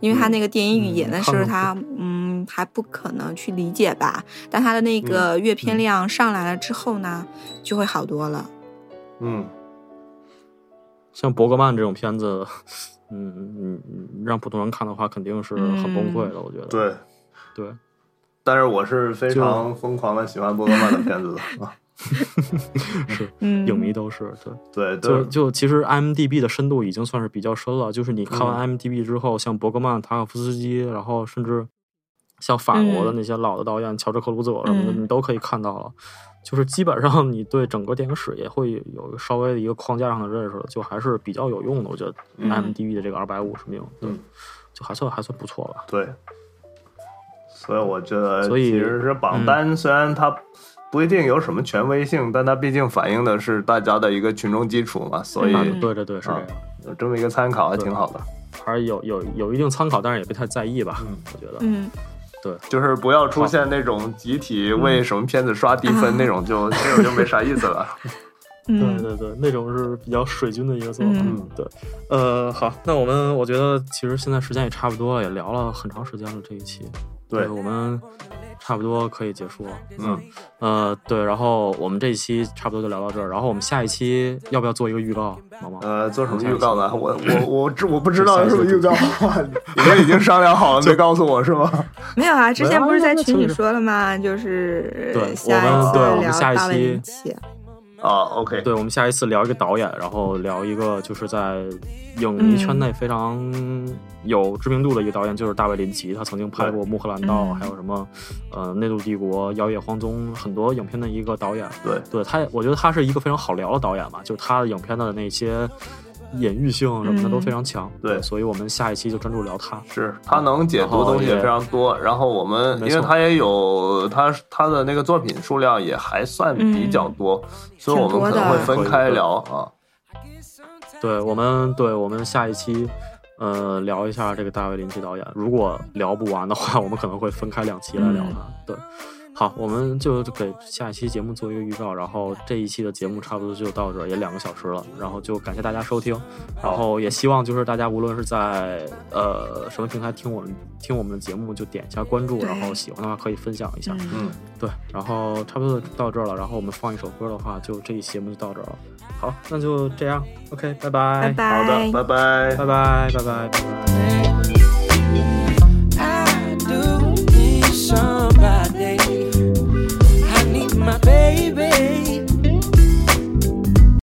Speaker 3: 因为他那个电影语言的
Speaker 1: 嗯
Speaker 3: 时候，
Speaker 1: 看不
Speaker 3: 他嗯还不可能去理解吧，但他的那
Speaker 2: 嗯
Speaker 3: 个阅片量上来了之后呢，就会好多了。
Speaker 2: 嗯，
Speaker 1: 像伯格曼这种片子，嗯，嗯，让普通人看的话，肯定是很崩溃的。我觉得，
Speaker 2: 嗯对。
Speaker 1: 对，
Speaker 2: 但是我是非
Speaker 1: 就
Speaker 2: 常疯狂的喜欢波格曼的片子 的啊，
Speaker 1: 是
Speaker 3: 嗯，
Speaker 1: 影迷都是对。
Speaker 2: 对，
Speaker 1: 就
Speaker 2: 对，
Speaker 1: 就其实 IMDB 的深度已经算是比较深了，就是你看
Speaker 2: 嗯
Speaker 1: 完 IMDB 之后，像伯格曼、塔可夫斯基，然后甚至像法国的那些老的导演、乔治克鲁佐什么的，
Speaker 3: 嗯
Speaker 1: 你都可以看到了。就是基本上你对整个电影史也会有一个稍微的一个框架上的认识了，就还是比较有用的。我觉得
Speaker 2: 嗯
Speaker 1: IMDB 的这个二百五十名，对
Speaker 2: 嗯，
Speaker 1: 就还算还算不错吧。
Speaker 2: 对，所以我觉得，
Speaker 1: 所以嗯
Speaker 2: 其实是榜单，虽然它不一定有什么权威性，但它毕竟反映的是大家的一个群众基础嘛，所以
Speaker 1: 啊对对对，是这
Speaker 2: 啊
Speaker 1: 样。
Speaker 2: 有这么一个参考还
Speaker 1: 对
Speaker 2: 挺好的。
Speaker 1: 还是有有有一定参考，但是也别太在意吧。
Speaker 2: 嗯
Speaker 1: 我觉得，
Speaker 3: 嗯，
Speaker 2: 就是不要出现那种集体为
Speaker 1: 嗯
Speaker 2: 什么片子刷低分
Speaker 3: 嗯
Speaker 2: 那种，就那种就没啥意 思了。
Speaker 1: 对
Speaker 3: 嗯
Speaker 1: 对对，那种是比较水军的一个做法。
Speaker 3: 嗯
Speaker 2: 嗯
Speaker 1: 对，呃，好，那我们我觉得其实现在时间也差不多了，也聊了很长时间了这一期。
Speaker 2: 对
Speaker 1: 我们差不多可以结束了。
Speaker 2: 嗯，
Speaker 1: 呃，对，然后我们这一期差不多就聊到这儿，然后我们下一期要不要做一个预告，毛毛？
Speaker 2: 呃，做什么预告呢？我我我知我不知
Speaker 1: 下
Speaker 2: 道
Speaker 1: 一
Speaker 2: 有
Speaker 1: 次
Speaker 2: 什么预告， 你们已经商量好了，没告诉我 是吗？
Speaker 3: 没有啊，之前不是在群
Speaker 1: 没有那
Speaker 3: 里
Speaker 1: 就是
Speaker 3: 说了吗？就是
Speaker 1: 对我们
Speaker 3: 下一次
Speaker 2: 对我
Speaker 1: 们
Speaker 3: 聊
Speaker 1: 下一
Speaker 3: 大卫
Speaker 1: 期
Speaker 3: 林奇，
Speaker 2: 啊，OK，
Speaker 1: 对，我们下一次聊一个导演，然后聊一个就是在影
Speaker 3: 嗯
Speaker 1: 迷圈内非常有知名度的一个导演，就是大卫林奇，他曾经拍过《穆赫兰道》，
Speaker 3: 嗯
Speaker 1: 还有什么呃《内陆帝国》《妖夜荒踪》很多影片的一个导演。
Speaker 2: 对
Speaker 1: 对他也，我觉得他是一个非常好聊的导演吧，就是他的影片的那些隐喻性什么的
Speaker 3: 嗯
Speaker 1: 都非常强。
Speaker 2: 对
Speaker 1: 所以我们下一期就专注聊他。
Speaker 2: 是他能解读东西也非常多，然后我们
Speaker 1: 没错
Speaker 2: 因为他也有他他的那个作品数量也还算比较多，所以我们可能会分开聊啊。
Speaker 1: 对我们，对我们下一期。呃，聊一下这个大卫林奇导演。如果聊不完的话，我们可能会分开两期来聊他。对，好，我们就给下一期节目做一个预告，然后这一期的节目差不多就到这儿，也两个小时了，然后就感谢大家收听，然后也希望就是大家无论是在呃什么平台听我们听我们的节目，就点一下关注，
Speaker 3: 对
Speaker 1: 然后喜欢的话可以分享一下，
Speaker 3: 嗯，
Speaker 2: 嗯，
Speaker 1: 对，然后差不多就到这儿了，然后我们放一首歌的话，就这一期节目就到这儿了，好，那就这样，OK，拜
Speaker 3: 拜
Speaker 1: 哎拜，
Speaker 2: 好
Speaker 3: 拜，
Speaker 2: 的，拜拜
Speaker 1: 拜拜，拜拜，拜拜。
Speaker 4: I do need somebody. I need my baby.